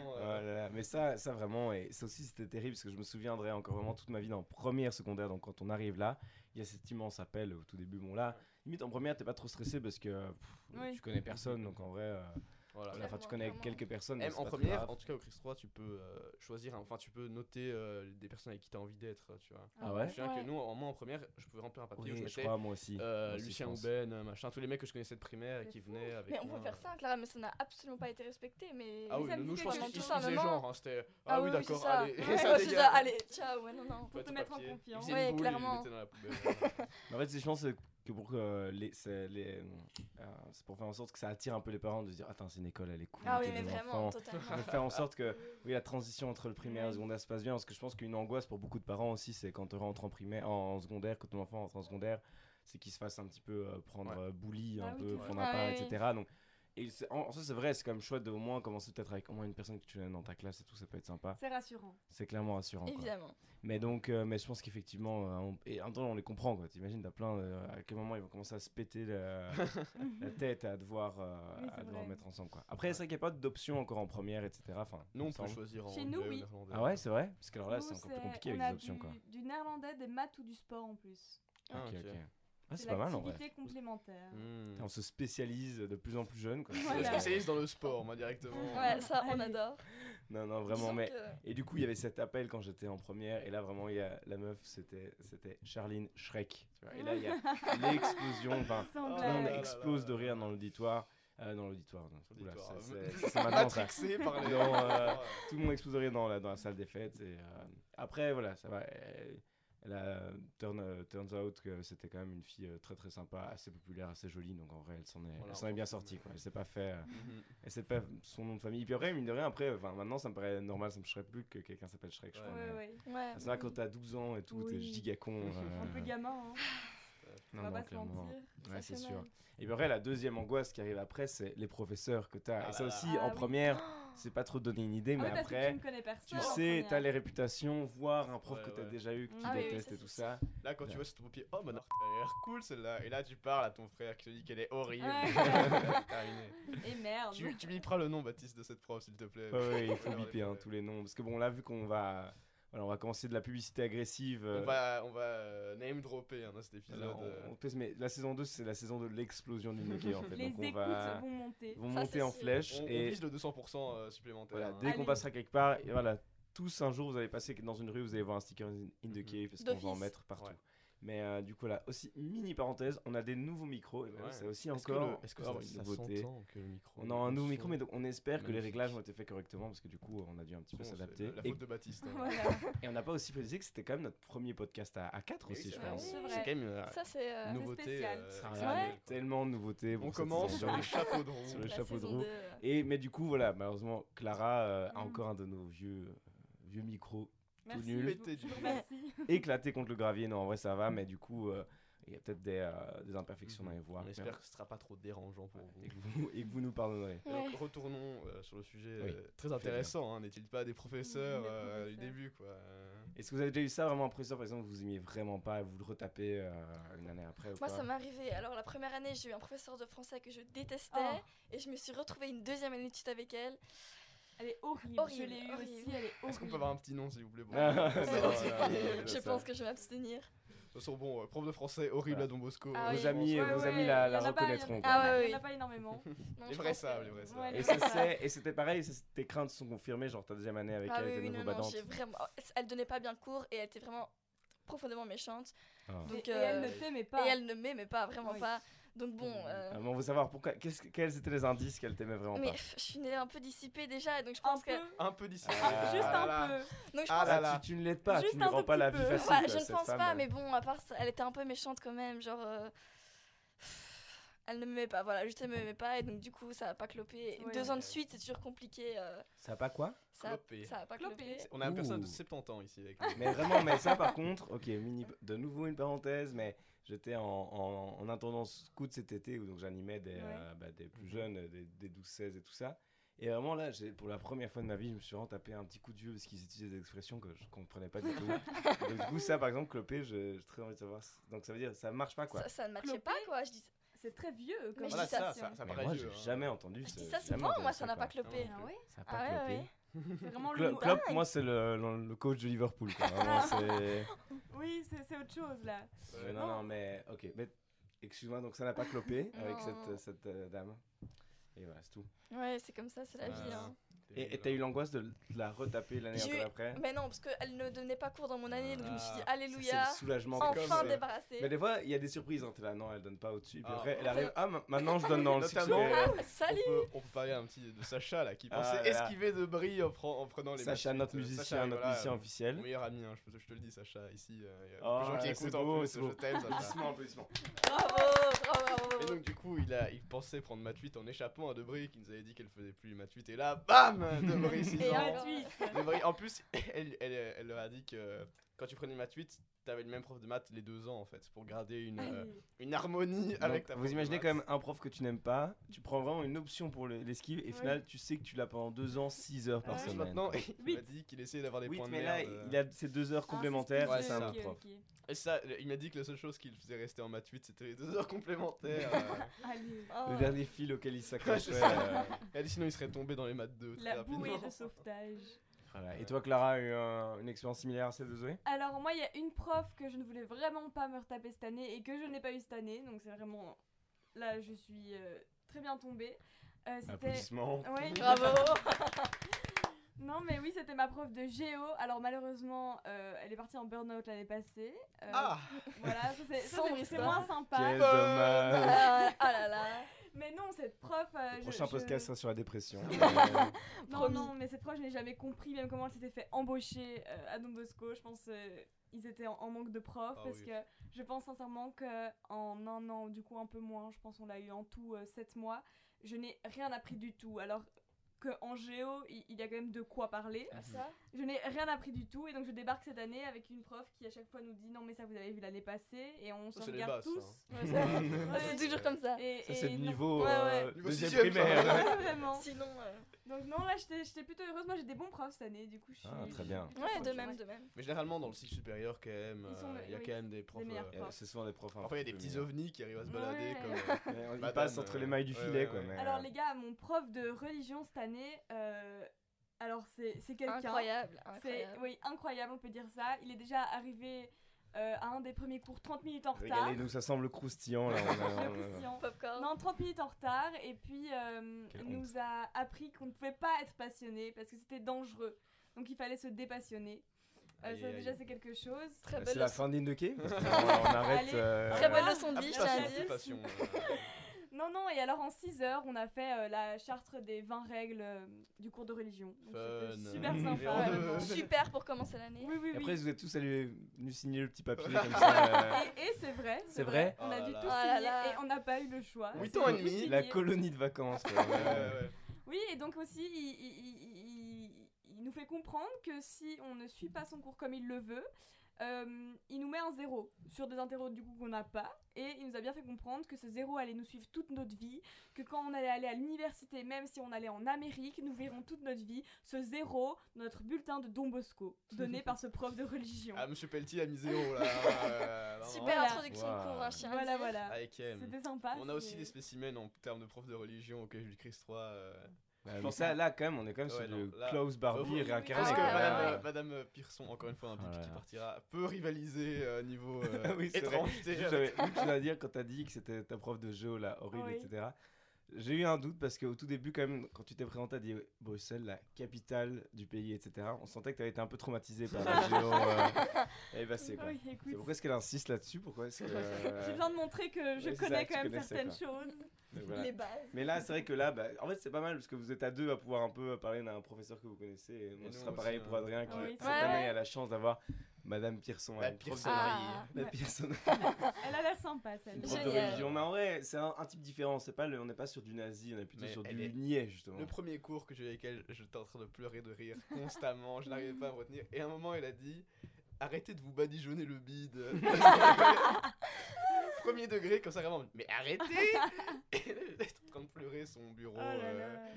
Speaker 1: Oh
Speaker 2: euh,
Speaker 1: là là, Mais ça, ça vraiment, et ça aussi c'était terrible parce que je me souviendrai encore vraiment toute ma vie dans première secondaire. Donc quand on arrive là, il y a cet immense appel au tout début. Bon là, limite en première t'es pas trop stressé parce que pff,
Speaker 3: Oui.
Speaker 1: tu connais personne, donc en vrai, euh,
Speaker 2: voilà.
Speaker 1: voilà, enfin tu
Speaker 4: Clairement,
Speaker 1: connais
Speaker 4: clairement.
Speaker 1: quelques personnes.
Speaker 2: Même
Speaker 1: donc c'est
Speaker 2: en
Speaker 1: pas trop
Speaker 2: première,
Speaker 1: grave.
Speaker 2: en tout cas au Christ 3, tu peux euh, choisir, un- enfin tu peux noter euh, des personnes avec qui t'as envie d'être, tu vois.
Speaker 1: Ah ouais.
Speaker 2: Je me souviens
Speaker 4: Ouais.
Speaker 2: que nous, en, moi en première, je pouvais remplir un papier où je
Speaker 1: Oui, je
Speaker 2: mettais
Speaker 1: crois moi aussi.
Speaker 2: euh,
Speaker 1: Moi aussi, je
Speaker 2: Lucien
Speaker 1: pense.
Speaker 2: Aubaine, machin, tous les mecs que je connaissais de primaire et qui venaient avec.
Speaker 4: Mais on
Speaker 2: moi,
Speaker 4: peut faire
Speaker 2: euh,
Speaker 4: ça, Clara, mais ça n'a absolument pas été respecté. Mais
Speaker 2: Ah
Speaker 3: Mais
Speaker 2: oui,
Speaker 3: ça
Speaker 2: nous,
Speaker 3: me
Speaker 2: nous, je
Speaker 3: dit
Speaker 2: pense
Speaker 3: quelque
Speaker 2: qu'ils ils
Speaker 3: chose.
Speaker 4: Pendant
Speaker 2: faisaient
Speaker 4: tout un
Speaker 2: genre,
Speaker 4: moment.
Speaker 2: hein, c'était ah,
Speaker 4: Ah
Speaker 2: oui,
Speaker 4: c'est
Speaker 2: d'accord,
Speaker 4: ça.
Speaker 2: allez, [LAUGHS]
Speaker 4: Ouais,
Speaker 2: ça
Speaker 4: c'est
Speaker 2: dégage.
Speaker 4: ça, allez, ciao, ouais, non, non.
Speaker 2: Faut
Speaker 3: te mettre en confiance.
Speaker 4: Ouais,
Speaker 2: clairement.
Speaker 4: clairement.
Speaker 2: Dans
Speaker 1: [LAUGHS]
Speaker 2: la poubelle, voilà.
Speaker 1: En fait, c'est- je pense que que pour que les, c'est les, euh, c'est pour faire en sorte que ça attire un peu les parents de se dire attends c'est une école elle est cool.
Speaker 4: Ah
Speaker 1: il
Speaker 4: oui,
Speaker 1: y a
Speaker 4: mais
Speaker 1: des
Speaker 4: vraiment,
Speaker 1: enfants.
Speaker 2: [LAUGHS]
Speaker 4: totalement.
Speaker 1: de faire en sorte que oui, la transition entre le primaire et le secondaire se passe bien. Parce que je pense qu'une angoisse pour beaucoup de parents aussi, c'est quand on rentre en primaire, en, en secondaire, quand ton enfant rentre en secondaire, c'est qu'il se fasse un petit peu euh, prendre
Speaker 2: Ouais.
Speaker 1: euh, bully,
Speaker 3: Ah
Speaker 1: un
Speaker 3: oui,
Speaker 1: peu,
Speaker 3: toujours.
Speaker 1: prendre
Speaker 4: Ah
Speaker 1: à part,
Speaker 4: oui, oui.
Speaker 1: etc. Donc, et c'est- en, en ça, c'est vrai, c'est quand même chouette de au moins commencer peut-être avec au moins une personne que tu aimes dans ta classe et tout, ça peut être sympa.
Speaker 3: C'est rassurant.
Speaker 1: C'est clairement rassurant. quoi.
Speaker 4: Évidemment.
Speaker 1: Mais donc, euh, mais je pense qu'effectivement, euh, on- et en même temps, on les comprend quoi. T'imagines, t'as plein, euh, à quel moment ils vont commencer à se péter
Speaker 2: [LAUGHS]
Speaker 1: la, la tête à devoir, euh,
Speaker 3: Oui, c'est
Speaker 1: à devoir
Speaker 3: vrai.
Speaker 1: mettre ensemble quoi. Après, c'est vrai qu'il n'y a pas d'option encore en première, etc. Enfin, il
Speaker 2: Nous, on
Speaker 1: me
Speaker 2: peut
Speaker 1: semble.
Speaker 2: choisir en
Speaker 3: Chez nous,
Speaker 2: anglais ou
Speaker 3: oui.
Speaker 2: néerlandais.
Speaker 1: Ah ouais, c'est vrai Parce que alors là,
Speaker 3: Nous,
Speaker 1: c'est encore plus
Speaker 3: c'est-
Speaker 1: compliqué
Speaker 3: on
Speaker 1: avec
Speaker 3: a
Speaker 1: les options,
Speaker 3: du,
Speaker 1: quoi.
Speaker 3: Du néerlandais, des maths ou du sport en plus.
Speaker 2: Ah,
Speaker 1: Ok,
Speaker 2: ok.
Speaker 1: ok. Ah, c'est pas mal, en vrai.
Speaker 3: l'activité complémentaire.
Speaker 2: Hmm.
Speaker 1: On se spécialise de plus en plus jeune, quoi.
Speaker 2: Je
Speaker 3: Voilà.
Speaker 2: suis spécialiste dans le sport, moi, directement.
Speaker 4: [LAUGHS] Ouais, ça, on
Speaker 3: Allez.
Speaker 4: adore.
Speaker 1: Non, non, vraiment,
Speaker 4: Disons
Speaker 1: mais...
Speaker 4: que-
Speaker 1: Et du coup, il y avait cet appel quand j'étais en première, et là, vraiment, il y a la meuf, c'était c'était Charline
Speaker 3: [LAUGHS]
Speaker 1: Shrek. tu vois. Et là, il y a l'explosion, enfin,
Speaker 3: Sans
Speaker 2: Oh
Speaker 1: tout le monde
Speaker 2: là là
Speaker 3: blague.
Speaker 1: explose de
Speaker 2: là là.
Speaker 1: rire dans l'auditoire. Euh, dans l'auditoire. non. Oula, ça, [LAUGHS]
Speaker 2: Auditoire. [LAUGHS]
Speaker 1: c'est- c'est maintenant, ça.
Speaker 2: Matrixé par les.
Speaker 1: Non, euh, tout le monde exploserait dans la, dans la salle des fêtes. Et, euh, après, voilà, ça va. Elle, elle a- turn, euh, turns out que c'était quand même une fille euh, très très sympa, assez populaire, assez jolie. Donc en vrai, elle s'en est,
Speaker 2: Voilà,
Speaker 1: elle s'en est bien
Speaker 2: enfin,
Speaker 1: sortie. Quoi. Elle s'est pas fait. euh,
Speaker 2: Mhm.
Speaker 1: elle s'est pas son nom de famille. Et puis après, mine de rien, après, enfin, maintenant, ça me paraît normal, ça me choquerait plus que quelqu'un s'appelle Shrek. je
Speaker 2: Ouais.
Speaker 1: crois,
Speaker 3: Ouais,
Speaker 1: mais-
Speaker 3: ouais.
Speaker 4: Ouais.
Speaker 1: Ah, C'est vrai, quand t'as 12 ans et tout, t'es
Speaker 3: Oui.
Speaker 1: giga
Speaker 3: [LAUGHS]
Speaker 1: con.
Speaker 3: Un peu
Speaker 1: euh,
Speaker 3: gamin, hein.
Speaker 1: non,
Speaker 3: on va
Speaker 1: non,
Speaker 3: pas se
Speaker 1: clairement.
Speaker 3: mentir.
Speaker 1: Ouais,
Speaker 4: Ça
Speaker 1: c'est
Speaker 4: fait
Speaker 1: sûr.
Speaker 4: mal.
Speaker 1: Et puis après, la deuxième angoisse qui arrive après, c'est les professeurs que t'as.
Speaker 2: Ah
Speaker 1: et ça
Speaker 2: là
Speaker 1: aussi,
Speaker 3: là.
Speaker 1: en
Speaker 3: Ah oui.
Speaker 1: première, c'est pas trop donné une idée,
Speaker 3: Ah
Speaker 1: mais
Speaker 3: ouais, parce que tu
Speaker 1: après,
Speaker 3: ne connais
Speaker 1: tu
Speaker 3: personne. en
Speaker 1: sais, t'as
Speaker 3: première.
Speaker 1: les réputations, voir un prof
Speaker 2: Ouais,
Speaker 1: que t'as
Speaker 2: ouais.
Speaker 1: déjà eu, que tu
Speaker 4: Ah oui, oui,
Speaker 1: détestes
Speaker 4: ça,
Speaker 1: et tout
Speaker 4: c'est
Speaker 1: ça.
Speaker 2: [LAUGHS] Là, quand tu
Speaker 1: Ouais.
Speaker 2: vois sur ton papier, oh mon arc, elle a l'air cool celle-là. Et là, tu parles à ton frère qui te dit qu'elle est horrible.
Speaker 3: Ouais.
Speaker 2: [LAUGHS] Terminé.
Speaker 3: Et merde.
Speaker 2: Tu, tu biperas le nom, Baptiste, de cette prof, s'il te plaît.
Speaker 1: Ouais, ouais, il
Speaker 2: [LAUGHS] Ouais,
Speaker 1: faut
Speaker 2: ouais,
Speaker 1: biper hein,
Speaker 2: ouais.
Speaker 1: tous les noms. Parce que bon, là, vu qu'on va. Voilà, on va commencer de la publicité agressive.
Speaker 2: On
Speaker 1: euh,
Speaker 2: va, on va euh, name dropper hein, dans cet épisode.
Speaker 1: alors,
Speaker 2: euh,
Speaker 1: on- on pèse- mais la saison 2, c'est la saison de
Speaker 3: [LAUGHS]
Speaker 1: l'explosion du Mickey, en fait.
Speaker 3: Les
Speaker 1: Donc, on
Speaker 3: écoutes
Speaker 1: va
Speaker 3: vont monter.
Speaker 1: vont
Speaker 4: Ça,
Speaker 1: monter
Speaker 4: c'est
Speaker 1: en
Speaker 4: sûr.
Speaker 1: flèche.
Speaker 2: on, on
Speaker 1: et
Speaker 2: vise le 200% euh, supplémentaire.
Speaker 1: Voilà,
Speaker 2: hein.
Speaker 1: dès qu'on
Speaker 3: Allez.
Speaker 1: passera quelque part, et voilà, tous un jour vous allez passer dans une rue, vous allez voir un sticker in in the
Speaker 2: Mhm.
Speaker 1: cave parce qu'on va en
Speaker 4: D'office.
Speaker 1: mettre partout.
Speaker 2: Ouais.
Speaker 1: Mais euh, du coup là, aussi mini parenthèse, on a des nouveaux micros et ben oui,
Speaker 2: Ouais.
Speaker 1: c'est aussi
Speaker 2: Est-ce que le-
Speaker 1: encore,
Speaker 2: est-ce que
Speaker 1: encore
Speaker 2: ça-
Speaker 1: une
Speaker 2: ça
Speaker 1: nouveauté.
Speaker 2: s'entend que le micro
Speaker 1: On a un
Speaker 2: le
Speaker 1: nouveau
Speaker 2: son-
Speaker 1: micro, mais donc on espère que les
Speaker 2: magnifique.
Speaker 1: réglages ont été faits correctement parce que du coup on a dû un petit peu
Speaker 2: Bon, c'est
Speaker 1: s'adapter.
Speaker 2: La, la
Speaker 1: Et,
Speaker 2: faute de Baptiste. hein.
Speaker 3: Voilà.
Speaker 1: et on n'a pas aussi précisé que c'était quand même notre premier podcast à, 4
Speaker 2: Mais oui,
Speaker 1: aussi, je
Speaker 2: c'est
Speaker 1: pense.
Speaker 2: vrai.
Speaker 4: C'est
Speaker 2: C'est
Speaker 4: vrai.
Speaker 2: quand même euh,
Speaker 1: Ah,
Speaker 4: Ça, c'est. euh,
Speaker 2: une nouveauté.
Speaker 3: spécial.
Speaker 2: euh,
Speaker 1: Ça
Speaker 4: Ouais.
Speaker 1: ramène
Speaker 2: exceptionnelle, quoi.
Speaker 1: Tellement de nouveautés. pour
Speaker 2: On
Speaker 1: cette
Speaker 2: commence
Speaker 1: saison.
Speaker 2: sur les chapeaux de roue.
Speaker 1: Sur le
Speaker 4: la
Speaker 1: chapeau de
Speaker 4: saison
Speaker 1: roue.
Speaker 4: deux, euh,
Speaker 1: Et mais du coup voilà, malheureusement Clara euh, a
Speaker 3: Mm.
Speaker 1: encore un de nos vieux euh, vieux micros
Speaker 3: Merci.
Speaker 1: nul.
Speaker 3: je vous- je vous remercie.
Speaker 1: éclaté contre le gravier. Non, en vrai, ça va, mais du coup, euh, il y a peut-être des, euh, des imperfections
Speaker 2: Mhm.
Speaker 1: dans les voix.
Speaker 2: On
Speaker 1: mais
Speaker 2: espère que ce sera pas trop dérangeant pour
Speaker 1: on-
Speaker 2: vous.
Speaker 1: Et que vous, et que vous nous pardonnerez.
Speaker 2: Donc,
Speaker 4: ouais.
Speaker 2: retournons euh, sur le sujet
Speaker 1: Oui,
Speaker 2: euh, très intéressant, hein, n'est-il pas, des professeurs
Speaker 3: Des
Speaker 2: euh, du
Speaker 3: professeurs.
Speaker 2: début, quoi. euh.
Speaker 1: Est-ce que vous avez déjà eu ça vraiment un professeur, par exemple, que vous aimiez vraiment pas et vous le retapez euh, une année après ou
Speaker 4: Moi,
Speaker 1: quoi
Speaker 4: ça m'est arrivé. Alors, la première année, j'ai eu un professeur de français que je détestais
Speaker 3: Oh.
Speaker 4: et je me suis retrouvée une deuxième année d'études avec
Speaker 1: [LAUGHS]
Speaker 4: elle.
Speaker 3: Elle est horrible. je
Speaker 4: Horrible,
Speaker 3: l'ai eu
Speaker 4: horrible.
Speaker 3: aussi. Elle est horrible.
Speaker 2: Est-ce qu'on peut avoir un petit nom, s'il vous
Speaker 1: [LAUGHS]
Speaker 2: plaît bon,
Speaker 1: Ah,
Speaker 2: euh,
Speaker 1: non,
Speaker 2: ça,
Speaker 1: non,
Speaker 2: euh,
Speaker 1: non, non, non,
Speaker 4: je
Speaker 1: ça.
Speaker 4: pense que je vais m'abstenir.
Speaker 2: De toute façon, bon, euh, prof de français horrible
Speaker 1: Voilà.
Speaker 2: à Don Bosco.
Speaker 4: Ah
Speaker 1: Vos
Speaker 4: oui, je
Speaker 1: amis,
Speaker 3: Ouais,
Speaker 1: vos
Speaker 3: ouais,
Speaker 1: amis la,
Speaker 3: il
Speaker 1: la
Speaker 3: y en a pas,
Speaker 1: reconnaîtront.
Speaker 3: il y en a
Speaker 1: quoi.
Speaker 4: Ah ouais,
Speaker 3: Il n'y en a
Speaker 4: oui.
Speaker 3: pas énormément.
Speaker 4: Non,
Speaker 2: Les
Speaker 4: je
Speaker 2: vrais
Speaker 4: pense
Speaker 2: sables,
Speaker 4: que-
Speaker 2: les vrais
Speaker 4: Ouais,
Speaker 2: sables.
Speaker 4: les
Speaker 1: Et
Speaker 4: vrais
Speaker 1: ça,
Speaker 4: sables.
Speaker 1: c'est- et c'était pareil, ça, tes craintes se sont confirmées, genre ta deuxième année avec euh,
Speaker 4: Ah
Speaker 1: elle
Speaker 4: oui,
Speaker 1: était
Speaker 4: oui,
Speaker 1: nouveau
Speaker 4: non, non,
Speaker 1: badante.
Speaker 4: j'ai vraiment... oh, Elle donnait pas bien cours et elle était vraiment profondément méchante.
Speaker 1: Ah.
Speaker 4: Donc,
Speaker 3: et, et elle
Speaker 4: euh,
Speaker 3: ne t'aimait pas.
Speaker 4: Et elle ne m'aimait pas, vraiment
Speaker 3: Oui.
Speaker 4: pas. Donc bon... euh,
Speaker 1: Ah, mais on veut savoir pourquoi, qu'est-ce que- quels étaient les indices qu'elle t'aimait vraiment
Speaker 4: Mais
Speaker 1: pas.
Speaker 4: pff, je suis née un peu dissipée déjà, donc je
Speaker 3: Un
Speaker 4: pense que...
Speaker 3: peu.
Speaker 2: Un peu d'ici.
Speaker 1: Ah,
Speaker 3: Juste
Speaker 1: Ah
Speaker 3: un peu.
Speaker 4: Donc je
Speaker 2: Ah
Speaker 4: pense...
Speaker 2: là
Speaker 1: Ah,
Speaker 2: là.
Speaker 1: tu, tu ne l'aides pas,
Speaker 3: Juste
Speaker 1: tu ne
Speaker 3: un
Speaker 1: lui rends
Speaker 3: tout
Speaker 1: pas la vie
Speaker 3: petit peu.
Speaker 1: facile.
Speaker 4: Bah,
Speaker 1: quoi,
Speaker 4: je ne
Speaker 1: cette
Speaker 4: pense
Speaker 1: femme,
Speaker 4: pas,
Speaker 1: euh.
Speaker 4: mais bon, à part ça, elle était un peu méchante quand même, genre... euh, Elle ne m'aimait pas, voilà, juste elle ne m'aimait pas, et donc du coup, ça a pas clopé.
Speaker 3: Ouais.
Speaker 4: Deux ans de suite, c'est toujours compliqué. euh,
Speaker 1: Ça a pas quoi
Speaker 4: ça,
Speaker 2: Clopé.
Speaker 4: ça a pas clopé.
Speaker 3: Clopé.
Speaker 2: On a une personne de
Speaker 1: Ouh.
Speaker 2: 70 ans ici. Avec nous.
Speaker 1: Mais vraiment, mais ça par contre, ok, mini, de nouveau une parenthèse, mais j'étais en, en, en intendant scout cet été, où donc j'animais des,
Speaker 3: Ouais.
Speaker 1: euh, bah, des plus jeunes, euh, des, des 12-16 et tout ça. Et vraiment là, j'ai- pour la première fois de ma vie, je me suis vraiment tapé un petit coup de vieux parce qu'ils utilisaient des expressions que je comprenais pas du
Speaker 4: [LAUGHS]
Speaker 1: tout. Et donc, du coup, ça par exemple, clopé, je- j'ai très envie de savoir. c- Donc ça veut dire, ça marche pas quoi.
Speaker 4: Ça, ça ne matchait
Speaker 3: Clopé.
Speaker 4: pas, quoi. Je dis,
Speaker 3: C'est très vieux. Comme
Speaker 4: Mais
Speaker 2: Voilà,
Speaker 4: je dis
Speaker 2: ça,
Speaker 4: ça,
Speaker 2: ça, ça
Speaker 1: Mais
Speaker 2: paraît
Speaker 1: moi,
Speaker 2: vieux,
Speaker 1: j'ai
Speaker 2: hein.
Speaker 1: jamais entendu
Speaker 4: je
Speaker 1: ça.
Speaker 4: dis Ah, ça
Speaker 1: j'ai jamais
Speaker 4: souvent, moi,
Speaker 1: entendu
Speaker 4: ça n'a pas clopé.
Speaker 1: hein,
Speaker 2: Ah
Speaker 3: Ah ouais
Speaker 1: Ça a
Speaker 4: Ah
Speaker 1: pas
Speaker 4: ouais,
Speaker 1: clopé.
Speaker 4: ouais. Ah
Speaker 3: C'est vraiment le
Speaker 1: Clo-
Speaker 3: mot.
Speaker 1: Klopp, moi, c'est le, le- le coach de Liverpool.
Speaker 4: [LAUGHS]
Speaker 1: Quoi. Vraiment, c'est-
Speaker 3: Oui, c'est c'est autre chose là.
Speaker 1: Mais
Speaker 2: Ouais.
Speaker 1: Euh, non, non, mais ok. Mais excuse-moi, donc ça n'a pas clopé avec
Speaker 4: Non.
Speaker 1: cette, cette, euh, dame. Et voilà, c'est tout.
Speaker 4: Ouais, c'est comme ça, c'est la
Speaker 2: Ouais,
Speaker 4: vie.
Speaker 2: ouais.
Speaker 4: hein.
Speaker 1: Et et t'as eu l'angoisse de l- de la retaper l'année
Speaker 4: J'ai eu-
Speaker 1: encore après
Speaker 4: Mais non, parce qu'elle ne donnait pas cours dans mon année, donc je me suis dit,
Speaker 2: Ah,
Speaker 1: Ça,
Speaker 4: alléluia,
Speaker 1: C'est le soulagement.
Speaker 2: c'est comme,
Speaker 4: enfin
Speaker 2: euh,
Speaker 1: Mais
Speaker 4: débarrassée.
Speaker 1: des fois, il y a des surprises. Hein. T'es là, non, elle donne pas au-dessus. Puis
Speaker 2: Ah.
Speaker 1: après, elle arrive. Ah, ma- maintenant, je donne dans le site.
Speaker 2: Notamment-
Speaker 1: Et-
Speaker 4: Ah, salut
Speaker 2: On peut, on peut parler un petit de Sacha là qui
Speaker 1: Ah là
Speaker 2: pensait
Speaker 1: là.
Speaker 2: esquiver de bris en, pren- en prenant les
Speaker 1: Sacha,
Speaker 2: matchs
Speaker 1: notre
Speaker 2: suite.
Speaker 1: musicien,
Speaker 2: Sacha,
Speaker 1: notre
Speaker 2: voilà,
Speaker 1: musicien
Speaker 2: euh,
Speaker 1: officiel.
Speaker 2: Mon meilleur ami, hein, je, peux- je te le dis, Sacha, ici. euh, y a
Speaker 1: Oh,
Speaker 2: beaucoup de gens qui
Speaker 1: c'est
Speaker 2: écoutent
Speaker 1: beau,
Speaker 2: en
Speaker 1: [LAUGHS]
Speaker 2: plus,
Speaker 1: c'est beau.
Speaker 2: je t'aime, Sacha.
Speaker 1: Applaudissements, applaudissements.
Speaker 4: Bravo,
Speaker 1: euh,
Speaker 4: bravo,
Speaker 2: Et
Speaker 4: bravo.
Speaker 2: donc, du coup, il, a, il pensait prendre Matt 8 en échappement à Debris qui nous avait dit qu'elle faisait plus Matt 8. Et là, bam Debris, 6
Speaker 4: Et
Speaker 2: ans.
Speaker 4: alors
Speaker 3: Gratuit.
Speaker 2: Debris- En plus, elle, elle, elle leur a dit que quand tu prenais Matt 8, t'avais le même prof de maths les deux ans en fait pour garder une, euh,
Speaker 3: Allez.
Speaker 2: une harmonie avec
Speaker 1: Donc,
Speaker 2: ta prof
Speaker 1: vous
Speaker 2: de
Speaker 1: imaginez
Speaker 2: maths.
Speaker 1: quand même un prof que tu n'aimes pas, tu prends vraiment une option pour le- l'esquive et au
Speaker 3: Ouais.
Speaker 1: final tu sais que tu l'as pendant deux ans, 6 heures par
Speaker 3: Ouais.
Speaker 2: En plus,
Speaker 1: semaine.
Speaker 2: maintenant, il m'a
Speaker 3: Huit.
Speaker 2: dit qu'il essayait d'avoir des
Speaker 1: Oui,
Speaker 2: points de
Speaker 1: mais là,
Speaker 2: merde. euh.
Speaker 1: il a ses deux heures complémentaires,
Speaker 2: Ouais,
Speaker 1: c'est
Speaker 2: ça.
Speaker 1: un
Speaker 3: Ok,
Speaker 1: autre prof.
Speaker 3: ok.
Speaker 2: Et ça, le- il m'a dit que la seule chose qui le faisait rester en maths 8, c'était les deux heures complémentaires.
Speaker 1: [LAUGHS]
Speaker 2: euh.
Speaker 3: Allez.
Speaker 4: Oh.
Speaker 1: Le dernier fil auquel il [LAUGHS]
Speaker 2: Ouais, c'est
Speaker 1: s'accrochait.
Speaker 2: ça.
Speaker 1: euh,
Speaker 2: Il a dit sinon il serait tombé dans les maths 2 très
Speaker 3: La bouée
Speaker 1: [LAUGHS]
Speaker 2: rapidement. [LAUGHS]
Speaker 3: de sauvetage.
Speaker 1: voilà. Et toi, Clara, a eu un- une expérience similaire à celle de Zoé
Speaker 3: Alors moi, il y a une prof que je ne voulais vraiment pas me retaper cette année et que je n'ai pas eu cette année, donc c'est vraiment... Là, je suis euh, très bien tombée. Euh, c'était...
Speaker 1: Applaudissements.
Speaker 3: Ouais.
Speaker 4: Bravo
Speaker 3: Non, mais oui, c'était ma prof de géo. Alors malheureusement, euh, elle est partie en burn-out l'année passée. Euh,
Speaker 2: Ah
Speaker 3: Voilà, ça, c'est- ça,
Speaker 4: Sombre
Speaker 3: c'est c'est
Speaker 4: histoire.
Speaker 1: Euh,
Speaker 3: moins sympa.
Speaker 1: Quel dommage.
Speaker 4: [LAUGHS]
Speaker 1: [LAUGHS]
Speaker 4: Ah ah là là
Speaker 3: Mais non, cette prof. euh, je-
Speaker 1: Prochain
Speaker 3: je-
Speaker 1: podcast sera sur la
Speaker 3: [LAUGHS]
Speaker 1: dépression.
Speaker 3: Non,
Speaker 4: Promis.
Speaker 3: non, mais cette prof, je n'ai jamais compris même comment elle s'était fait embaucher euh, à Don Bosco. Je pense qu'ils étaient en, en manque de profs
Speaker 2: Ah
Speaker 3: parce
Speaker 2: oui.
Speaker 3: que je pense sincèrement qu'en un an, du coup un peu moins, je pense qu'on l'a eu en tout 7 mois, je n'ai rien appris du tout. Alors qu'en géo, il, il y a quand même de quoi parler.
Speaker 4: Ah, ça
Speaker 3: Je n'ai rien appris du tout et donc je débarque cette année avec une prof qui à chaque fois nous dit non mais ça vous avez vu l'année passée et on se
Speaker 2: c'est les
Speaker 3: regarde
Speaker 2: basses,
Speaker 3: tous.
Speaker 2: hein. [LAUGHS]
Speaker 4: Ouais, ça-
Speaker 3: Ouais.
Speaker 4: Ah, C'est toujours comme ça.
Speaker 3: Et,
Speaker 1: Ça,
Speaker 3: et
Speaker 1: c'est le
Speaker 3: non.
Speaker 1: niveau
Speaker 3: Ouais, ouais.
Speaker 1: euh,
Speaker 2: Niveau
Speaker 1: deuxième
Speaker 2: sixième, ça.
Speaker 1: primaire.
Speaker 3: Ouais, [LAUGHS] vraiment.
Speaker 4: Sinon, euh,
Speaker 3: Donc non, là j'étais j'étais plutôt heureuse. Moi j'ai des bons profs cette année, du coup je suis.
Speaker 1: Ah, très bien.
Speaker 3: je suis
Speaker 4: ouais,
Speaker 3: contente,
Speaker 4: de même, de même.
Speaker 2: Mais généralement, dans le cycle supérieur, quand même,
Speaker 3: Ils sont
Speaker 2: euh, il y a
Speaker 3: me- oui,
Speaker 2: quand même des profs.
Speaker 3: meilleurs.
Speaker 2: euh,
Speaker 1: Et, euh, C'est souvent des profs. un
Speaker 2: Parfois, il y a
Speaker 1: peu
Speaker 2: des petits
Speaker 1: meilleurs.
Speaker 2: ovnis qui arrivent à se
Speaker 3: Ouais.
Speaker 2: balader. Comme, euh,
Speaker 3: [LAUGHS]
Speaker 1: Ouais, on- Ils
Speaker 2: Madame,
Speaker 1: passent entre
Speaker 2: euh,
Speaker 1: les mailles du
Speaker 2: ouais,
Speaker 1: filet,
Speaker 2: ouais,
Speaker 1: quoi.
Speaker 2: ouais.
Speaker 1: mais,
Speaker 3: Alors
Speaker 1: euh,
Speaker 3: les gars, mon prof de religion cette année, euh, alors c'est c'est quelqu'un.
Speaker 4: Incroyable,
Speaker 3: C'est
Speaker 4: incroyable.
Speaker 3: oui incroyable, on peut dire ça. Il est déjà arrivé euh, à un des premiers cours 30 minutes en retard.
Speaker 1: Régalez-nous, ça semble croustillant. Là,
Speaker 3: [LAUGHS]
Speaker 1: on a-
Speaker 3: Le
Speaker 1: on a-
Speaker 3: Christian.
Speaker 4: Popcorn.
Speaker 3: Non, 30 minutes en retard et puis euh,
Speaker 1: Quelle
Speaker 3: nous a appris qu'on ne pouvait pas être passionné parce que c'était dangereux. Donc il fallait se dépassionner. Euh,
Speaker 2: aïe,
Speaker 3: ça
Speaker 2: aïe,
Speaker 3: déjà
Speaker 2: aïe.
Speaker 3: c'est quelque chose.
Speaker 1: Bah,
Speaker 4: Très belle
Speaker 1: C'est la
Speaker 4: leçon.
Speaker 1: fin d'Indoké
Speaker 3: [LAUGHS]
Speaker 1: parce qu'on- On arrête.
Speaker 3: Allez.
Speaker 1: euh,
Speaker 4: Très bonne
Speaker 3: Ah,
Speaker 4: leçon de vie, je
Speaker 2: Application,
Speaker 4: tiens à
Speaker 3: putain,
Speaker 2: application,
Speaker 4: dire.
Speaker 2: euh,
Speaker 3: Non, non, et alors en 6 heures, on a fait euh, la chartre des 20 règles euh, du cours de religion. Donc
Speaker 2: Fun.
Speaker 3: c'était super
Speaker 1: Et
Speaker 3: sympa.
Speaker 1: [LAUGHS]
Speaker 2: on-
Speaker 3: vraiment.
Speaker 4: Super pour commencer l'année.
Speaker 3: [LAUGHS] Oui, oui,
Speaker 1: Mmh, Et
Speaker 3: oui.
Speaker 1: après, vous êtes tous allés nous signer le petit papier
Speaker 3: [LAUGHS]
Speaker 1: comme ça. euh,
Speaker 3: Et, et c'est vrai.
Speaker 1: C'est vrai
Speaker 3: On a
Speaker 2: Oh
Speaker 3: dû
Speaker 2: là
Speaker 3: tout
Speaker 4: là. Oh là
Speaker 3: signer
Speaker 4: là.
Speaker 3: et on n'a pas eu le choix.
Speaker 2: Huit
Speaker 3: C'est
Speaker 2: ans et
Speaker 3: tout
Speaker 2: demi.
Speaker 3: signé.
Speaker 1: La colonie de vacances. quoi.
Speaker 2: ouais, ouais, ouais.
Speaker 3: Oui, et donc aussi, il, il- il- il- il nous fait comprendre que si on ne suit pas son cours comme il le veut, euh, il nous met un zéro sur des interros du coup qu'on n'a pas. Et il nous a bien fait comprendre que ce zéro allait nous suivre toute notre vie, que quand on allait aller à l'université, même si on allait en Amérique, nous verrons toute notre vie ce zéro, notre bulletin de Don Bosco, donné par ce prof de religion.
Speaker 2: Ah, monsieur Pelletier a mis zéro là.
Speaker 3: [LAUGHS]
Speaker 2: euh, vraiment.
Speaker 4: Super
Speaker 3: Voilà.
Speaker 4: introduction de cours,
Speaker 1: Voilà,
Speaker 4: hein, je tiens à
Speaker 3: voilà,
Speaker 4: dire.
Speaker 3: voilà.
Speaker 2: Ah, et quand même.
Speaker 3: C'était sympa.
Speaker 2: On a aussi
Speaker 3: c'est-
Speaker 2: des spécimens en termes de profs de religion au Collège du Christ 3. euh,
Speaker 1: Ouais, mais ça, là, quand même, on est quand même sur
Speaker 2: Ouais, non,
Speaker 1: le
Speaker 2: là-
Speaker 1: Klaus
Speaker 2: Faut-
Speaker 1: Barbie
Speaker 2: faut-
Speaker 1: réincarné.
Speaker 2: Parce
Speaker 4: Ah
Speaker 2: que
Speaker 1: quoi.
Speaker 4: ouais,
Speaker 2: Madame,
Speaker 4: ouais.
Speaker 2: euh, Madame, euh, Pearson, encore une fois, un bip
Speaker 1: Ah là
Speaker 2: qui
Speaker 1: là.
Speaker 2: partira, peut rivaliser euh, niveau
Speaker 4: [LAUGHS] Ah
Speaker 2: euh,
Speaker 1: Oui, c'est vrai.
Speaker 2: étrangeté.
Speaker 1: Juste, J'avais
Speaker 2: [LAUGHS]
Speaker 1: une chose à dire quand t'as dit que c'était ta prof de géo, là, horrible,
Speaker 3: Oui.
Speaker 1: etc. J'ai eu un doute parce qu'au tout début, quand même, quand tu t'es présenté, t'as dit Bruxelles, la capitale du pays, etc. On sentait que t'avais été un peu traumatisé par la géo.
Speaker 3: [LAUGHS]
Speaker 1: euh, Elle est passée, quoi.
Speaker 3: Oui, écoute.
Speaker 1: C'est pourquoi est-ce qu'elle insiste là-dessus Pourquoi est-ce que.
Speaker 3: [LAUGHS] J'ai
Speaker 1: euh,
Speaker 3: besoin de montrer que je
Speaker 1: Ouais, c'est ça,
Speaker 3: connais
Speaker 1: que tu
Speaker 3: quand même
Speaker 1: connaissais,
Speaker 3: certaines
Speaker 1: quoi.
Speaker 3: choses.
Speaker 1: donc voilà.
Speaker 4: Les bases.
Speaker 1: Mais là, c'est vrai que là, bah, en fait, c'est pas mal parce que vous êtes à deux à pouvoir un peu parler d'un professeur que vous connaissez. Et
Speaker 2: nous
Speaker 1: ce sera
Speaker 2: aussi,
Speaker 1: pareil
Speaker 2: hein.
Speaker 1: pour Adrien qui,
Speaker 3: Ah oui,
Speaker 1: cette
Speaker 4: c'est vrai.
Speaker 1: année,
Speaker 4: Ouais.
Speaker 1: a la chance d'avoir Madame Pearson.
Speaker 2: La
Speaker 1: elle, prof de-
Speaker 2: Pearson.
Speaker 4: Ah.
Speaker 1: La
Speaker 3: Ouais.
Speaker 1: Pearson,
Speaker 3: Elle a l'air sympa celle-là.
Speaker 1: une prof de
Speaker 4: Génial.
Speaker 1: religion. Mais en vrai, c'est un, un type différent. C'est pas le- on n'est pas sur du nazi, on est plutôt
Speaker 2: Mais
Speaker 1: sur
Speaker 2: elle
Speaker 1: du
Speaker 2: est-
Speaker 1: niais, justement.
Speaker 2: Le premier cours que j'ai eu avec elle, j'étais en train de pleurer de rire constamment, je n'arrivais pas à me retenir. Et à un moment, elle a dit Arrêtez de vous badigeonner le bide. [LAUGHS] Premier degré, comme ça, vraiment, mais arrêtez Et Elle est en train de pleurer son bureau.
Speaker 3: Oh là
Speaker 2: euh,
Speaker 3: là.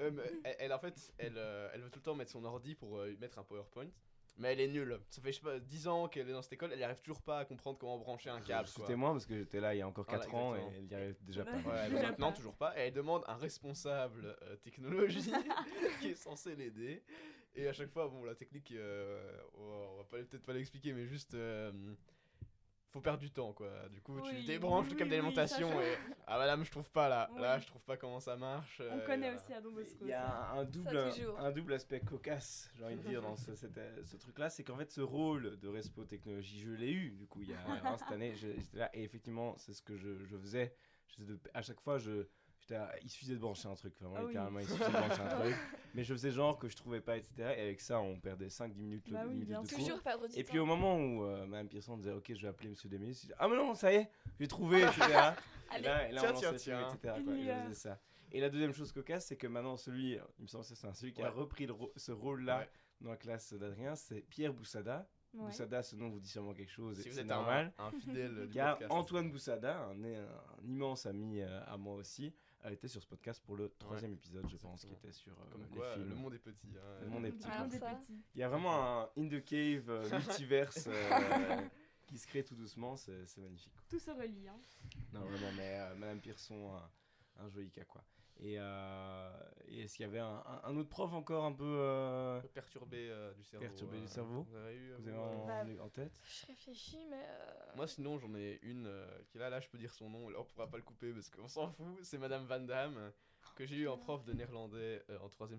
Speaker 2: Euh, mais elle, elle, en fait, elle, euh, elle veut tout le temps mettre son ordi pour euh, mettre un PowerPoint. Mais elle est nulle. Ça fait, je sais pas, 10 ans qu'elle est dans cette école, elle n'arrive toujours pas à comprendre comment brancher un câble. quoi.
Speaker 1: C'était moi parce que j'étais là il y a encore
Speaker 2: Voilà,
Speaker 1: 4 ans et
Speaker 2: exactement.
Speaker 1: elle y arrive déjà pas.
Speaker 2: Ouais,
Speaker 3: [LAUGHS] Déjà
Speaker 2: maintenant,
Speaker 3: pas.
Speaker 2: toujours pas. Et elle demande un responsable euh,
Speaker 3: [LAUGHS]
Speaker 2: technologie qui est censé l'aider. Et à chaque fois, bon, la technique, euh, on va pas- peut-être pas l'expliquer, mais juste. euh, faut perdre du temps, quoi. Du coup, tu
Speaker 3: Oui,
Speaker 2: débranches
Speaker 3: oui,
Speaker 2: le câble
Speaker 3: oui, oui, ça, je-
Speaker 2: d'alimentation et. Ah, madame, je trouve pas là. Là,
Speaker 3: Oui.
Speaker 2: je trouve pas comment ça marche.
Speaker 3: On
Speaker 2: euh,
Speaker 3: connaît
Speaker 2: et
Speaker 3: aussi à Don
Speaker 1: Mais
Speaker 3: Bosco.
Speaker 1: Il y
Speaker 3: ça.
Speaker 1: a un double,
Speaker 4: toujours.
Speaker 1: un double aspect cocasse, j'ai envie de dire, dans ce, cet, euh, ce truc-là. C'est qu'en fait, ce rôle de Respo Technologie, je l'ai eu, du coup, il y a hein, cette année. je- J'étais là, et effectivement, c'est ce que je, je faisais. J'essayais de- à chaque fois, je, j'étais là, il suffisait de brancher un truc, vraiment,
Speaker 3: Ah oui.
Speaker 1: littéralement, il suffisait de brancher
Speaker 3: [LAUGHS]
Speaker 1: un truc. Mais je faisais genre que je trouvais pas, etc. Et avec ça, on perdait 5-10 minutes, le-
Speaker 3: Bah oui,
Speaker 1: minutes
Speaker 3: bien
Speaker 1: de
Speaker 3: sûr.
Speaker 1: cours.
Speaker 4: Toujours perdre du
Speaker 1: Et
Speaker 4: temps.
Speaker 1: puis au moment où euh, Madame Pearson disait Ok, je vais appeler Monsieur Demis, je dis, Ah, mais non, ça y est, j'ai trouvé, etc. et
Speaker 4: Allez.
Speaker 1: là, et là,
Speaker 2: Tiens,
Speaker 1: on
Speaker 2: tiens,
Speaker 1: lançait le film,
Speaker 2: tiens.
Speaker 1: etc.
Speaker 3: Il
Speaker 1: quoi, et
Speaker 3: y
Speaker 1: je
Speaker 3: a-
Speaker 1: faisais ça. Et la deuxième chose cocasse, c'est que maintenant, celui, il me semble que c'est celui qui a
Speaker 2: Ouais.
Speaker 1: repris le rô- ce rôle-là
Speaker 2: Ouais.
Speaker 1: dans la classe d'Adrien, c'est Pierre Boussada.
Speaker 3: Ouais.
Speaker 1: Boussada, ce nom vous dit sûrement quelque chose, et
Speaker 2: Si vous
Speaker 1: c'est
Speaker 2: êtes
Speaker 1: normal.
Speaker 2: un, un fidèle du
Speaker 1: Car
Speaker 2: podcast.
Speaker 1: Antoine Boussada, un, un immense ami euh, à moi aussi, a été sur ce podcast pour le troisième épisode, je pense, qui
Speaker 2: Exactement.
Speaker 1: était sur euh,
Speaker 2: Comme
Speaker 1: les
Speaker 2: quoi,
Speaker 1: films.
Speaker 2: le monde est petit. hein.
Speaker 1: Le monde est petit,
Speaker 4: Alors
Speaker 1: quoi.
Speaker 4: Ah, ça.
Speaker 1: Il y a vraiment un In the Cave euh, [LAUGHS] multiverse [LAUGHS] euh, qui se crée tout doucement, c'est c'est magnifique.
Speaker 3: Tout se relie. hein.
Speaker 1: Non, vraiment, mais euh, Madame Pearson, un, un joli cas, quoi. Et, euh, et est-ce qu'il y avait un, un- un autre prof encore un peu euh,
Speaker 2: Un peu perturbé euh, du cerveau.
Speaker 1: Perturbé du
Speaker 2: euh,
Speaker 1: cerveau.
Speaker 2: Vous avez eu, euh,
Speaker 1: que vous avez
Speaker 2: vous, euh,
Speaker 1: en,
Speaker 3: Bah,
Speaker 1: en tête
Speaker 4: Je réfléchis, mais. euh,
Speaker 2: Moi, sinon, j'en ai une euh, qui, là, là, je peux dire son nom, alors on pourra pas le couper parce qu'on s'en fout. C'est Madame Van Damme, que j'ai eu en prof de néerlandais euh, en 3 dire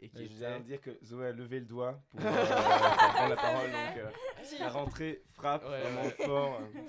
Speaker 2: et qui
Speaker 1: Je
Speaker 2: était.
Speaker 1: viens de dire que Zoé a levé le doigt [LAUGHS] pour euh, faire prendre la
Speaker 3: C'est
Speaker 1: parole,
Speaker 3: vrai.
Speaker 4: [LAUGHS]
Speaker 1: donc euh,
Speaker 4: j'ai-
Speaker 1: la rentrée frappe
Speaker 2: Ouais,
Speaker 1: vraiment [LAUGHS]
Speaker 2: ouais.
Speaker 1: fort. euh,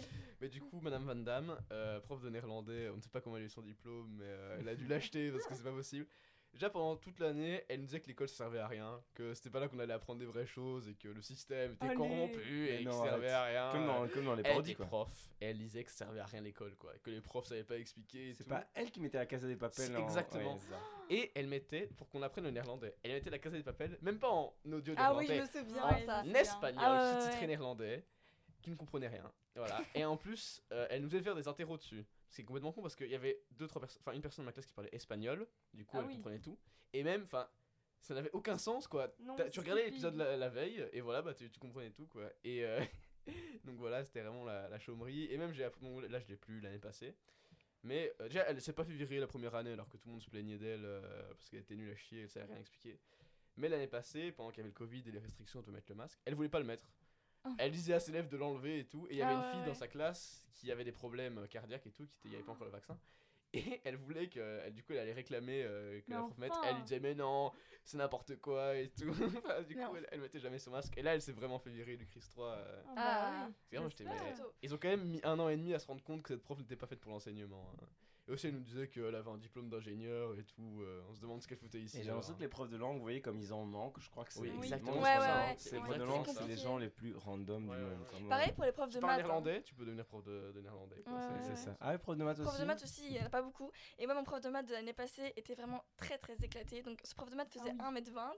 Speaker 2: Mais du coup, Madame Van Damme, euh, prof de néerlandais, on ne sait pas comment elle a eu son diplôme, mais euh, elle a dû l'acheter parce que c'est pas possible. Déjà pendant toute l'année, elle nous disait que l'école ça servait à rien, que c'était pas là qu'on allait apprendre des vraies choses et que le système était
Speaker 3: Allez.
Speaker 2: corrompu
Speaker 1: Mais
Speaker 2: et que
Speaker 1: non,
Speaker 2: ça servait à rien.
Speaker 1: Comme dans, comme dans les
Speaker 2: elle
Speaker 1: parodies,
Speaker 2: était
Speaker 1: quoi.
Speaker 2: prof et elle disait que ça servait à rien l'école quoi, que les profs savaient pas expliquer et
Speaker 1: C'est
Speaker 2: tout.
Speaker 1: pas elle qui mettait la casa des papels.
Speaker 2: C'est
Speaker 1: en-
Speaker 2: exactement.
Speaker 1: ouais, c'est ça.
Speaker 2: Et elle mettait pour qu'on apprenne le néerlandais. Elle mettait la Casa des Papel, même pas en audio
Speaker 5: Ah
Speaker 2: néerlandais,
Speaker 5: oui, je me souviens. ça.
Speaker 4: Ouais, ça.
Speaker 2: en
Speaker 4: bien.
Speaker 2: espagnol,
Speaker 3: Ah ouais,
Speaker 2: sous-titré
Speaker 3: ouais.
Speaker 2: néerlandais, qui ne comprenait rien. Voilà. et en plus, euh, elle nous faisait faire des interros dessus. C'est complètement con parce qu'il y avait deux, trois personnes, enfin une personne de ma classe qui parlait espagnol, du coup
Speaker 3: Ah
Speaker 2: elle
Speaker 3: oui.
Speaker 2: comprenait tout. Et même, enfin, ça n'avait aucun sens quoi.
Speaker 3: Non,
Speaker 2: T'as-
Speaker 3: c'est
Speaker 2: tu regardais
Speaker 3: stupide.
Speaker 2: l'épisode la, la veille et voilà, bah tu, tu comprenais tout quoi. Et euh, [LAUGHS] donc voilà, c'était vraiment la, la chaumerie. Et même, j'ai appris- bon, là je l'ai plus l'année passée. Mais euh, déjà, elle s'est pas fait virer la première année alors que tout le monde se plaignait d'elle euh, parce qu'elle était nulle à chier, elle savait rien expliquer. Mais l'année passée, pendant qu'il y avait le Covid et les restrictions de mettre le masque, elle voulait pas le mettre.
Speaker 4: Oh.
Speaker 2: Elle disait à ses élèves de l'enlever et tout. Et il y avait
Speaker 4: Ah
Speaker 2: une
Speaker 4: ouais,
Speaker 2: fille
Speaker 4: ouais.
Speaker 2: dans sa classe qui avait des problèmes cardiaques et tout, qui était- il n'y avait pas encore le vaccin. Et elle voulait que, elle, du coup, elle allait réclamer euh, que
Speaker 3: Mais
Speaker 2: la prof mette. Elle
Speaker 3: enfin.
Speaker 2: lui disait, mais non, c'est n'importe quoi et tout. [LAUGHS] Enfin, du coup,
Speaker 4: Mais enfin.
Speaker 2: elle, elle mettait jamais son masque. Et là, elle s'est vraiment fait virer du Chris 3. euh,
Speaker 3: Ah, bah
Speaker 4: Ah.
Speaker 3: oui.
Speaker 2: c'est vraiment, j'étais, mais-
Speaker 4: Très tôt.
Speaker 2: Ils ont quand même mis un an et demi à se rendre compte que cette prof n'était pas faite pour l'enseignement. hein. Et aussi, elle nous disait qu'elle avait un diplôme d'ingénieur et tout. euh, on se demande ce qu'elle foutait ici.
Speaker 1: Et j'ai l'impression
Speaker 2: alors.
Speaker 1: que les profs de langue, vous voyez, comme ils en manquent, je crois que c'est
Speaker 2: Oui,
Speaker 1: ils
Speaker 2: exactement,
Speaker 1: manquent
Speaker 4: Ouais,
Speaker 1: sur
Speaker 4: ouais,
Speaker 1: ça.
Speaker 4: ouais,
Speaker 1: C'est les
Speaker 4: ouais,
Speaker 1: profs de
Speaker 4: c'est
Speaker 1: langue, c'est les
Speaker 4: compliqué.
Speaker 1: gens les plus random
Speaker 2: Ouais,
Speaker 1: du
Speaker 2: ouais,
Speaker 1: monde.
Speaker 2: ouais.
Speaker 1: vraiment.
Speaker 4: Pareil pour les profs de
Speaker 2: Tu parles
Speaker 4: maths. hein.
Speaker 2: néerlandais, tu peux devenir prof de, de néerlandais. quoi,
Speaker 4: Ouais,
Speaker 2: c'est-
Speaker 1: Ouais,
Speaker 2: c'est-
Speaker 1: C'est ça. Ah, les profs de maths aussi.
Speaker 4: Prof de maths aussi, il n'y en a pas beaucoup. Et moi, mon prof de maths de l'année passée était vraiment très très éclaté. Donc, ce prof de maths faisait
Speaker 3: Ah oui.
Speaker 4: 1m20.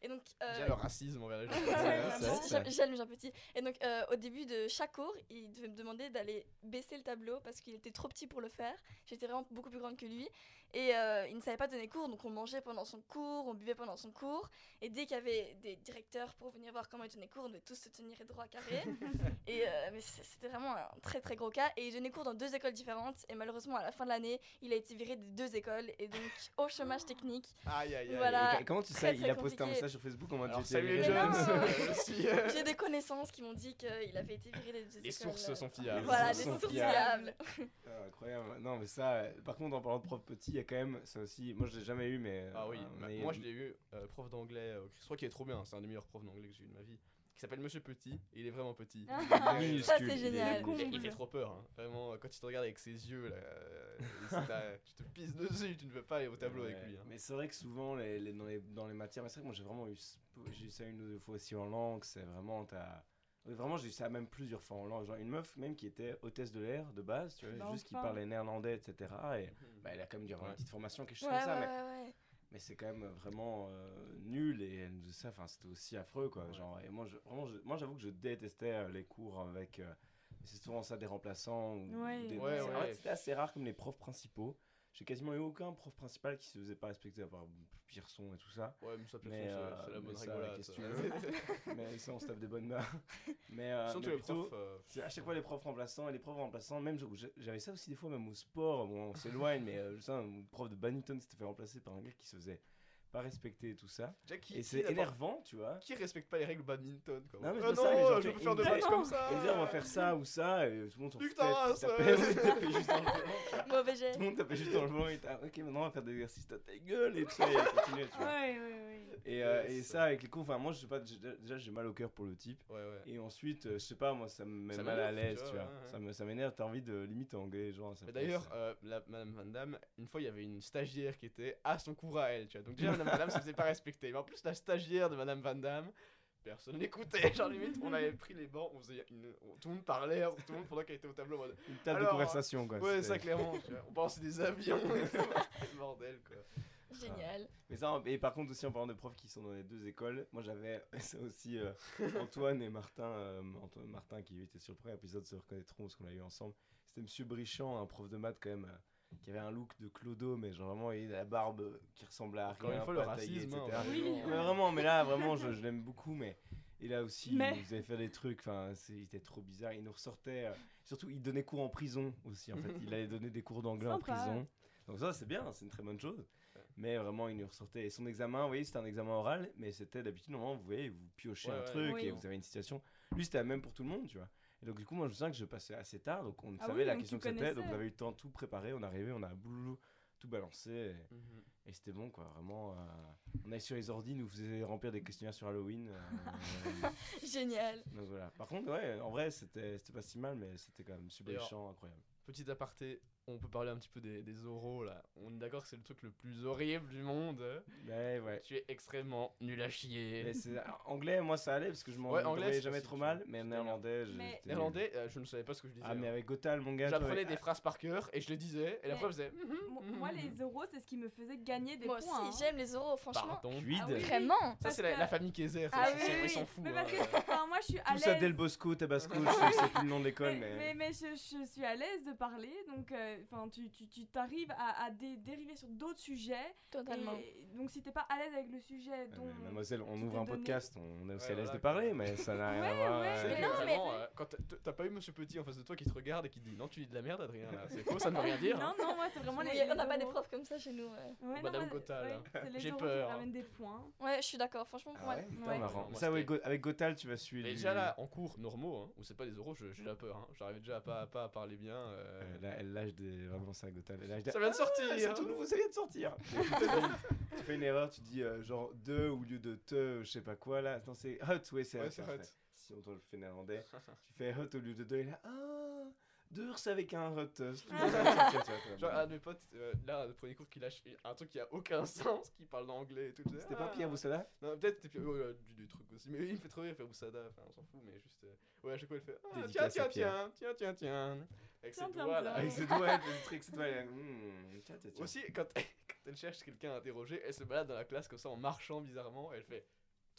Speaker 4: Et donc. euh,
Speaker 2: Déjà le racisme envers les gens.
Speaker 4: Ouais,
Speaker 1: Ouais,
Speaker 4: j'aime-
Speaker 1: c'est vrai,
Speaker 4: j'aime-
Speaker 1: ça.
Speaker 4: J'aime Jean Petit. Et donc, euh, au début de chaque cours, il devait me demander d'aller baisser le tableau parce qu'il était trop petit pour le faire. J'étais vraiment beaucoup plus grande que lui. Et euh, il ne savait pas donner cours, donc on mangeait pendant son cours, on buvait pendant son cours. Et dès qu'il y avait des directeurs pour venir voir comment il donnait cours, on devait tous se tenir droit [LAUGHS] carré. et euh, mais c- c'était vraiment un très très gros cas. Et il donnait cours dans deux écoles différentes. Et malheureusement, à la fin de l'année, il a été viré des deux écoles. Et donc, au chômage technique.
Speaker 2: Aïe, aïe, aïe.
Speaker 4: Voilà.
Speaker 1: Et Comment tu
Speaker 4: Très,
Speaker 1: sais
Speaker 4: très
Speaker 1: Il a posté un
Speaker 4: compliqué.
Speaker 1: message sur Facebook en mode
Speaker 2: Alors,
Speaker 1: j'étais
Speaker 2: salut les
Speaker 1: viré.
Speaker 4: Mais
Speaker 2: jeunes. [LAUGHS]
Speaker 4: non.
Speaker 2: euh, si, euh,
Speaker 4: J'ai des connaissances qui m'ont dit qu'il avait été viré des deux écoles. euh,
Speaker 2: Les sources sont fiables.
Speaker 4: Voilà,
Speaker 1: Les
Speaker 4: des
Speaker 1: sources sont
Speaker 4: sources
Speaker 1: fiables.
Speaker 4: fiables.
Speaker 1: Ah, [LAUGHS] Incroyable. Non, mais ça, euh, par contre, en parlant de prof petit, il y a quand même ça aussi. Moi, je l'ai jamais eu, mais.
Speaker 2: Ah oui,
Speaker 1: euh,
Speaker 2: bah,
Speaker 1: mais-
Speaker 2: moi je l'ai eu, euh, prof d'anglais au Chris 3 qui est trop bien, c'est un des meilleurs profs d'anglais que j'ai eu de ma vie, qui s'appelle Monsieur Petit, et il est vraiment petit.
Speaker 3: Ah,
Speaker 2: Il est-
Speaker 4: [LAUGHS]
Speaker 1: minuscule,
Speaker 4: [LAUGHS] Ça, c'est
Speaker 1: il est-
Speaker 4: génial.
Speaker 3: Le
Speaker 2: Il, fait-
Speaker 3: comble.
Speaker 2: il fait trop peur, hein. vraiment, quand il te regarde avec ses yeux, là, euh, c'est ta- tu te pisses dessus, tu ne veux pas aller au tableau avec
Speaker 1: Ouais.
Speaker 2: lui. hein.
Speaker 1: Mais c'est vrai que souvent, les, les- dans, les, dans les matières, mais c'est vrai que moi j'ai vraiment eu, s- j'ai eu ça une ou deux fois aussi en langue. C'est vraiment, t'as. ouais, Vraiment, j'ai eu ça même plusieurs fois en langue. Genre une meuf, même qui était hôtesse de l'air de base, tu vois,
Speaker 3: Bah,
Speaker 1: juste qui
Speaker 3: enfin.
Speaker 1: parlait néerlandais, etc.
Speaker 2: [LAUGHS]
Speaker 1: Et bah, elle a quand même dû avoir
Speaker 2: Ouais.
Speaker 1: une petite formation, quelque
Speaker 4: Ouais,
Speaker 1: chose
Speaker 4: ouais,
Speaker 1: comme ça.
Speaker 4: ouais,
Speaker 1: Mais,
Speaker 4: ouais.
Speaker 1: mais c'est quand même vraiment euh, nul. Et elle nous disait ça, enfin, c'était aussi affreux, quoi.
Speaker 2: Ouais.
Speaker 1: Genre, et moi, je- vraiment, je- moi, j'avoue que je détestais euh, les cours avec. euh, c'est souvent ça, des remplaçants. Ou, ou
Speaker 3: Ouais.
Speaker 1: des-
Speaker 2: Ouais,
Speaker 1: c'est- en
Speaker 2: ouais.
Speaker 1: fait, c'était assez rare comme les profs principaux. J'ai quasiment eu aucun prof principal qui se faisait pas respecter, à part Pearson et tout
Speaker 2: [LAUGHS]
Speaker 1: ça.
Speaker 2: Ouais, mais ça, de toute
Speaker 1: Mais,
Speaker 2: façon,
Speaker 1: euh,
Speaker 2: c'est c'est la
Speaker 1: mais
Speaker 2: bonne
Speaker 1: ça,
Speaker 2: rigolade.
Speaker 1: qu'est-ce
Speaker 2: [LAUGHS] ça.
Speaker 1: que mais ça, on se tape des bonnes mains. [LAUGHS] Mais, euh,
Speaker 2: Surtout
Speaker 1: mais
Speaker 2: les
Speaker 1: plutôt,
Speaker 2: profs. euh,
Speaker 1: c'est à chaque fois les profs remplaçants et les profs remplaçants, même je- j'avais ça aussi des fois, même au sport, bon, on s'éloigne, mais euh, je sais, un prof de badminton s'était fait remplacer par un gars qui se faisait pas respecter et tout ça.
Speaker 2: déjà, qui-
Speaker 1: Et
Speaker 2: qui
Speaker 1: c'est
Speaker 2: d'abord-
Speaker 1: énervant, tu vois.
Speaker 2: Qui respecte pas les règles badminton quoi.
Speaker 1: Non, mais c'est
Speaker 2: Ah
Speaker 1: pas ça, mais genre,
Speaker 2: je
Speaker 1: tu-
Speaker 2: veux faire de
Speaker 1: il-
Speaker 2: matchs
Speaker 1: il-
Speaker 2: comme ça.
Speaker 1: Et dire on Ah, va faire ça ou ça, et tout le monde s'en
Speaker 2: Nique
Speaker 1: foutait.
Speaker 2: ta race,
Speaker 1: tu tapais-
Speaker 2: ouais.
Speaker 1: tu tapais juste dans le volant, tu vois.
Speaker 4: Mauvais
Speaker 1: Tout
Speaker 4: geste.
Speaker 1: le monde tapait juste dans le vent et t'as, ok, maintenant on va faire des exercices, t'as ta gueule et tout ça, et on continuait, tu vois.
Speaker 3: Ouais, ouais, ouais.
Speaker 1: Et, euh,
Speaker 2: Ouais,
Speaker 1: et
Speaker 2: ça.
Speaker 1: ça, avec les cours, enfin, moi, je sais pas, j'ai- déjà, j'ai mal au cœur pour le type.
Speaker 2: Ouais, ouais.
Speaker 1: Et ensuite, euh, je sais pas, moi, ça me met
Speaker 2: Ça
Speaker 1: mal à
Speaker 2: m'énerve,
Speaker 1: l'aise, tu vois.
Speaker 2: ouais, ouais.
Speaker 1: Ça me- Ça m'énerve, t'as envie de limite engueuler, genre. ça
Speaker 2: Mais
Speaker 1: me
Speaker 2: d'ailleurs,
Speaker 1: passe.
Speaker 2: euh, la- Madame Van Damme, une fois, il y avait une stagiaire qui était à son cours à elle, tu vois. Donc déjà, Madame Van Damme se faisait pas respecter. Mais en plus, la stagiaire de Madame Van Damme, personne n'écoutait. Genre, limite, on avait pris les bancs, on faisait une- on- tout le monde parlait, tout le monde pendant qu'elle était au tableau. en mode,
Speaker 1: une table
Speaker 2: alors,
Speaker 1: de conversation, quoi.
Speaker 2: ouais,
Speaker 1: c'était-
Speaker 2: ça, clairement. tu vois. On pensait des
Speaker 1: [LAUGHS]
Speaker 2: avions. [LAUGHS] et tout. C'était le bordel, quoi.
Speaker 4: Génial.
Speaker 1: Mais ça, et par contre, aussi, en parlant de profs qui sont dans les deux écoles, moi, j'avais [LAUGHS] ça aussi, euh, Antoine et Martin, euh, Antoine- Martin, qui était sur le premier épisode, se reconnaîtront parce qu'on l'a eu ensemble. C'était Monsieur Brichant, un prof de maths, quand même. euh, qui avait un look de Clodo, mais genre vraiment, il a la barbe euh, qui ressemble à
Speaker 2: Encore
Speaker 1: rien,
Speaker 2: une fois, le
Speaker 1: pas taillée,
Speaker 2: racisme. hein,
Speaker 1: etc.
Speaker 3: Oui.
Speaker 2: vraiment.
Speaker 1: Ouais, vraiment, mais là, vraiment, je, je l'aime beaucoup, mais. Et là aussi,
Speaker 3: Mais-
Speaker 1: il nous avait fait des trucs, enfin, c'est- il était trop bizarre, il nous ressortait. euh, surtout, il donnait cours en prison aussi, en
Speaker 3: [LAUGHS]
Speaker 1: fait. Il allait donner des cours d'anglais en
Speaker 3: Sympa.
Speaker 1: prison. Donc, ça, c'est bien, c'est une très bonne chose. Mais vraiment, il nous ressortait. Et son examen, vous voyez, c'était un examen oral, mais c'était d'habitude, normalement, vous voyez, vous piochez
Speaker 2: Ouais,
Speaker 1: un
Speaker 2: ouais.
Speaker 1: truc
Speaker 3: Oui.
Speaker 1: et vous avez une situation. Lui, c'était la même pour tout le monde, tu vois. Et donc, du coup, moi, je me souviens que je passais assez tard, donc on
Speaker 3: Ah
Speaker 1: savait
Speaker 3: oui,
Speaker 1: la
Speaker 3: donc
Speaker 1: question que
Speaker 3: tu
Speaker 1: c'était, donc
Speaker 3: connaissais.
Speaker 1: on avait eu le temps de tout préparer, on arrivait, on a boulou, tout balancer. Et...
Speaker 2: Mhm.
Speaker 1: Et c'était bon, quoi. Vraiment, euh, on allait sur les ordi, nous faisait remplir des questionnaires sur Halloween.
Speaker 2: [LAUGHS]
Speaker 1: euh,
Speaker 4: Génial.
Speaker 1: donc voilà. Par contre, ouais, en vrai, c'était c'était pas si mal, mais c'était quand même subléchant, incroyable.
Speaker 2: Petit aparté, on peut parler un petit peu des, des oraux là. On est d'accord que c'est le truc le plus horrible du monde.
Speaker 1: Mais ouais.
Speaker 2: Tu es extrêmement nul à
Speaker 1: Mais
Speaker 2: chier.
Speaker 1: c'est- anglais, moi ça allait parce que je m'en
Speaker 2: Ouais, anglais,
Speaker 1: débrouillais
Speaker 2: c'est
Speaker 1: jamais
Speaker 2: facile,
Speaker 1: trop
Speaker 2: tu
Speaker 1: mal,
Speaker 2: vois.
Speaker 1: mais
Speaker 2: C'était
Speaker 1: néerlandais,
Speaker 3: bien. Mais-
Speaker 1: j'étais-
Speaker 2: Néerlandais, euh, je ne savais pas ce que je disais.
Speaker 1: Ah, mais
Speaker 2: hein.
Speaker 1: avec Gotal, mon gars.
Speaker 2: J'apprenais
Speaker 1: toi,
Speaker 2: des phrases par cœur et je les disais. Et la
Speaker 3: Mais-
Speaker 2: preuve, c'est.
Speaker 4: [LAUGHS]
Speaker 3: Mo- [LAUGHS] Moi, les euros, c'est ce qui me faisait gagner des
Speaker 4: Moi aussi,
Speaker 3: points. hein.
Speaker 4: j'aime les oraux, franchement.
Speaker 2: Pardon.
Speaker 1: Cuide.
Speaker 3: Ah oui.
Speaker 4: Vraiment
Speaker 2: Ça,
Speaker 3: Parce
Speaker 2: c'est la,
Speaker 3: que-
Speaker 2: la famille Kaiser.
Speaker 4: Ah
Speaker 2: ça,
Speaker 4: oui,
Speaker 2: c'est-
Speaker 4: oui,
Speaker 2: Ils s'en
Speaker 4: oui.
Speaker 2: foutent.
Speaker 3: Mais
Speaker 2: hein.
Speaker 3: parce que, enfin, moi, je suis à
Speaker 1: Tout ça Del
Speaker 3: l'aise.
Speaker 1: Bosco, Tabasco, je sais que c'est plus le nom de
Speaker 2: [LAUGHS]
Speaker 1: l'école,
Speaker 3: mais,
Speaker 1: mais.
Speaker 3: mais- mais je, je suis à l'aise de parler, donc euh, enfin tu, tu, tu t'arrives à, à dé- dériver sur d'autres sujets.
Speaker 4: Totalement.
Speaker 3: Et donc si t'es pas à l'aise avec le sujet
Speaker 1: Ah,
Speaker 3: dont...
Speaker 1: mais mademoiselle, on
Speaker 3: qui
Speaker 1: ouvre
Speaker 3: t'est
Speaker 1: un
Speaker 3: donné.
Speaker 1: podcast, on est aussi
Speaker 2: Ouais,
Speaker 1: à l'aise
Speaker 2: voilà.
Speaker 1: de parler, mais ça n'a rien à
Speaker 3: Ouais,
Speaker 1: voir.
Speaker 3: ouais,
Speaker 1: euh,
Speaker 3: [LAUGHS]
Speaker 2: C'est
Speaker 4: Mais
Speaker 2: que
Speaker 4: non, mais-
Speaker 2: vraiment, euh, quand t'as- t'as pas eu Monsieur Petit en face de toi qui te regarde et qui te dit non, tu dis de la merde, Adrien, là, c'est faux, ça ne veut rien dire. hein.
Speaker 3: Non, non, moi c'est vraiment
Speaker 4: Oui,
Speaker 3: les...
Speaker 4: on n'a pas
Speaker 3: les
Speaker 4: des
Speaker 3: euros.
Speaker 4: profs comme ça chez nous. ouais.
Speaker 3: Ouais, non,
Speaker 2: Madame
Speaker 3: moi,
Speaker 2: Gothal,
Speaker 3: ouais,
Speaker 2: hein.
Speaker 3: c'est les
Speaker 2: J'ai
Speaker 3: euros
Speaker 2: peur.
Speaker 3: qui ramènent des points.
Speaker 4: Ouais, je suis d'accord. Franchement, pour
Speaker 1: Ah
Speaker 4: moi,
Speaker 1: ouais, putain,
Speaker 3: Ouais.
Speaker 1: marrant.
Speaker 2: Moi,
Speaker 1: Ça, ouais,
Speaker 2: c'était-
Speaker 1: Go- avec Gotal, tu vas suivre.
Speaker 2: Mais déjà là, en cours normaux, hein, où c'est pas des euros, je- j'ai la peur. hein. J'arrivais déjà à pas, à pas à parler bien. euh.
Speaker 1: Euh, là, elle lâche des. Vraiment, c'est un Gotal. Elle lâche des.
Speaker 2: Ça vient de sortir hein.
Speaker 1: Ah, c'est tout nouveau, ça vient de [LAUGHS] sortir. tu fais une erreur, tu dis euh, genre de au lieu de te, je sais pas quoi là. Non, c'est hut, ouais, c'est
Speaker 2: Ouais,
Speaker 1: hut,
Speaker 2: c'est
Speaker 1: parfait.
Speaker 2: hut.
Speaker 1: Si on te le fait néerlandais, tu fais hut au lieu de de et là, ah, durs avec un hut. euh, [LAUGHS] c'est tout nouveau, ça vient de sortir, tu vois,
Speaker 2: Genre,
Speaker 1: vraiment.
Speaker 2: un de mes potes, euh, là, le premier cours, qui lâche un truc qui a aucun [LAUGHS] sens, qui parle d'anglais et tout. je disais,
Speaker 1: C'était pas
Speaker 2: ah.
Speaker 1: Pierre Boussala
Speaker 2: Non, peut-être c'était Pierre- ouais, ouais, du- des trucs aussi. Mais il me fait trop rire, Pierre Boussada, enfin, on s'en fout, mais juste. euh, Ouais, à chaque fois, elle fait ah, tiens,
Speaker 1: Dédicace à
Speaker 2: tiens,
Speaker 1: Pierre.
Speaker 2: tiens, tiens, tiens, tiens. Avec ses
Speaker 3: Tiens, tiens,
Speaker 2: doigts là.
Speaker 3: tiens.
Speaker 1: Avec ses doigts, elle fait le truc, ses doigts, elle est là, hmm, tiens, tiens, tiens.
Speaker 2: Aussi, quand, quand elle cherche quelqu'un à interroger, elle se balade dans la classe comme ça en marchant bizarrement. Elle fait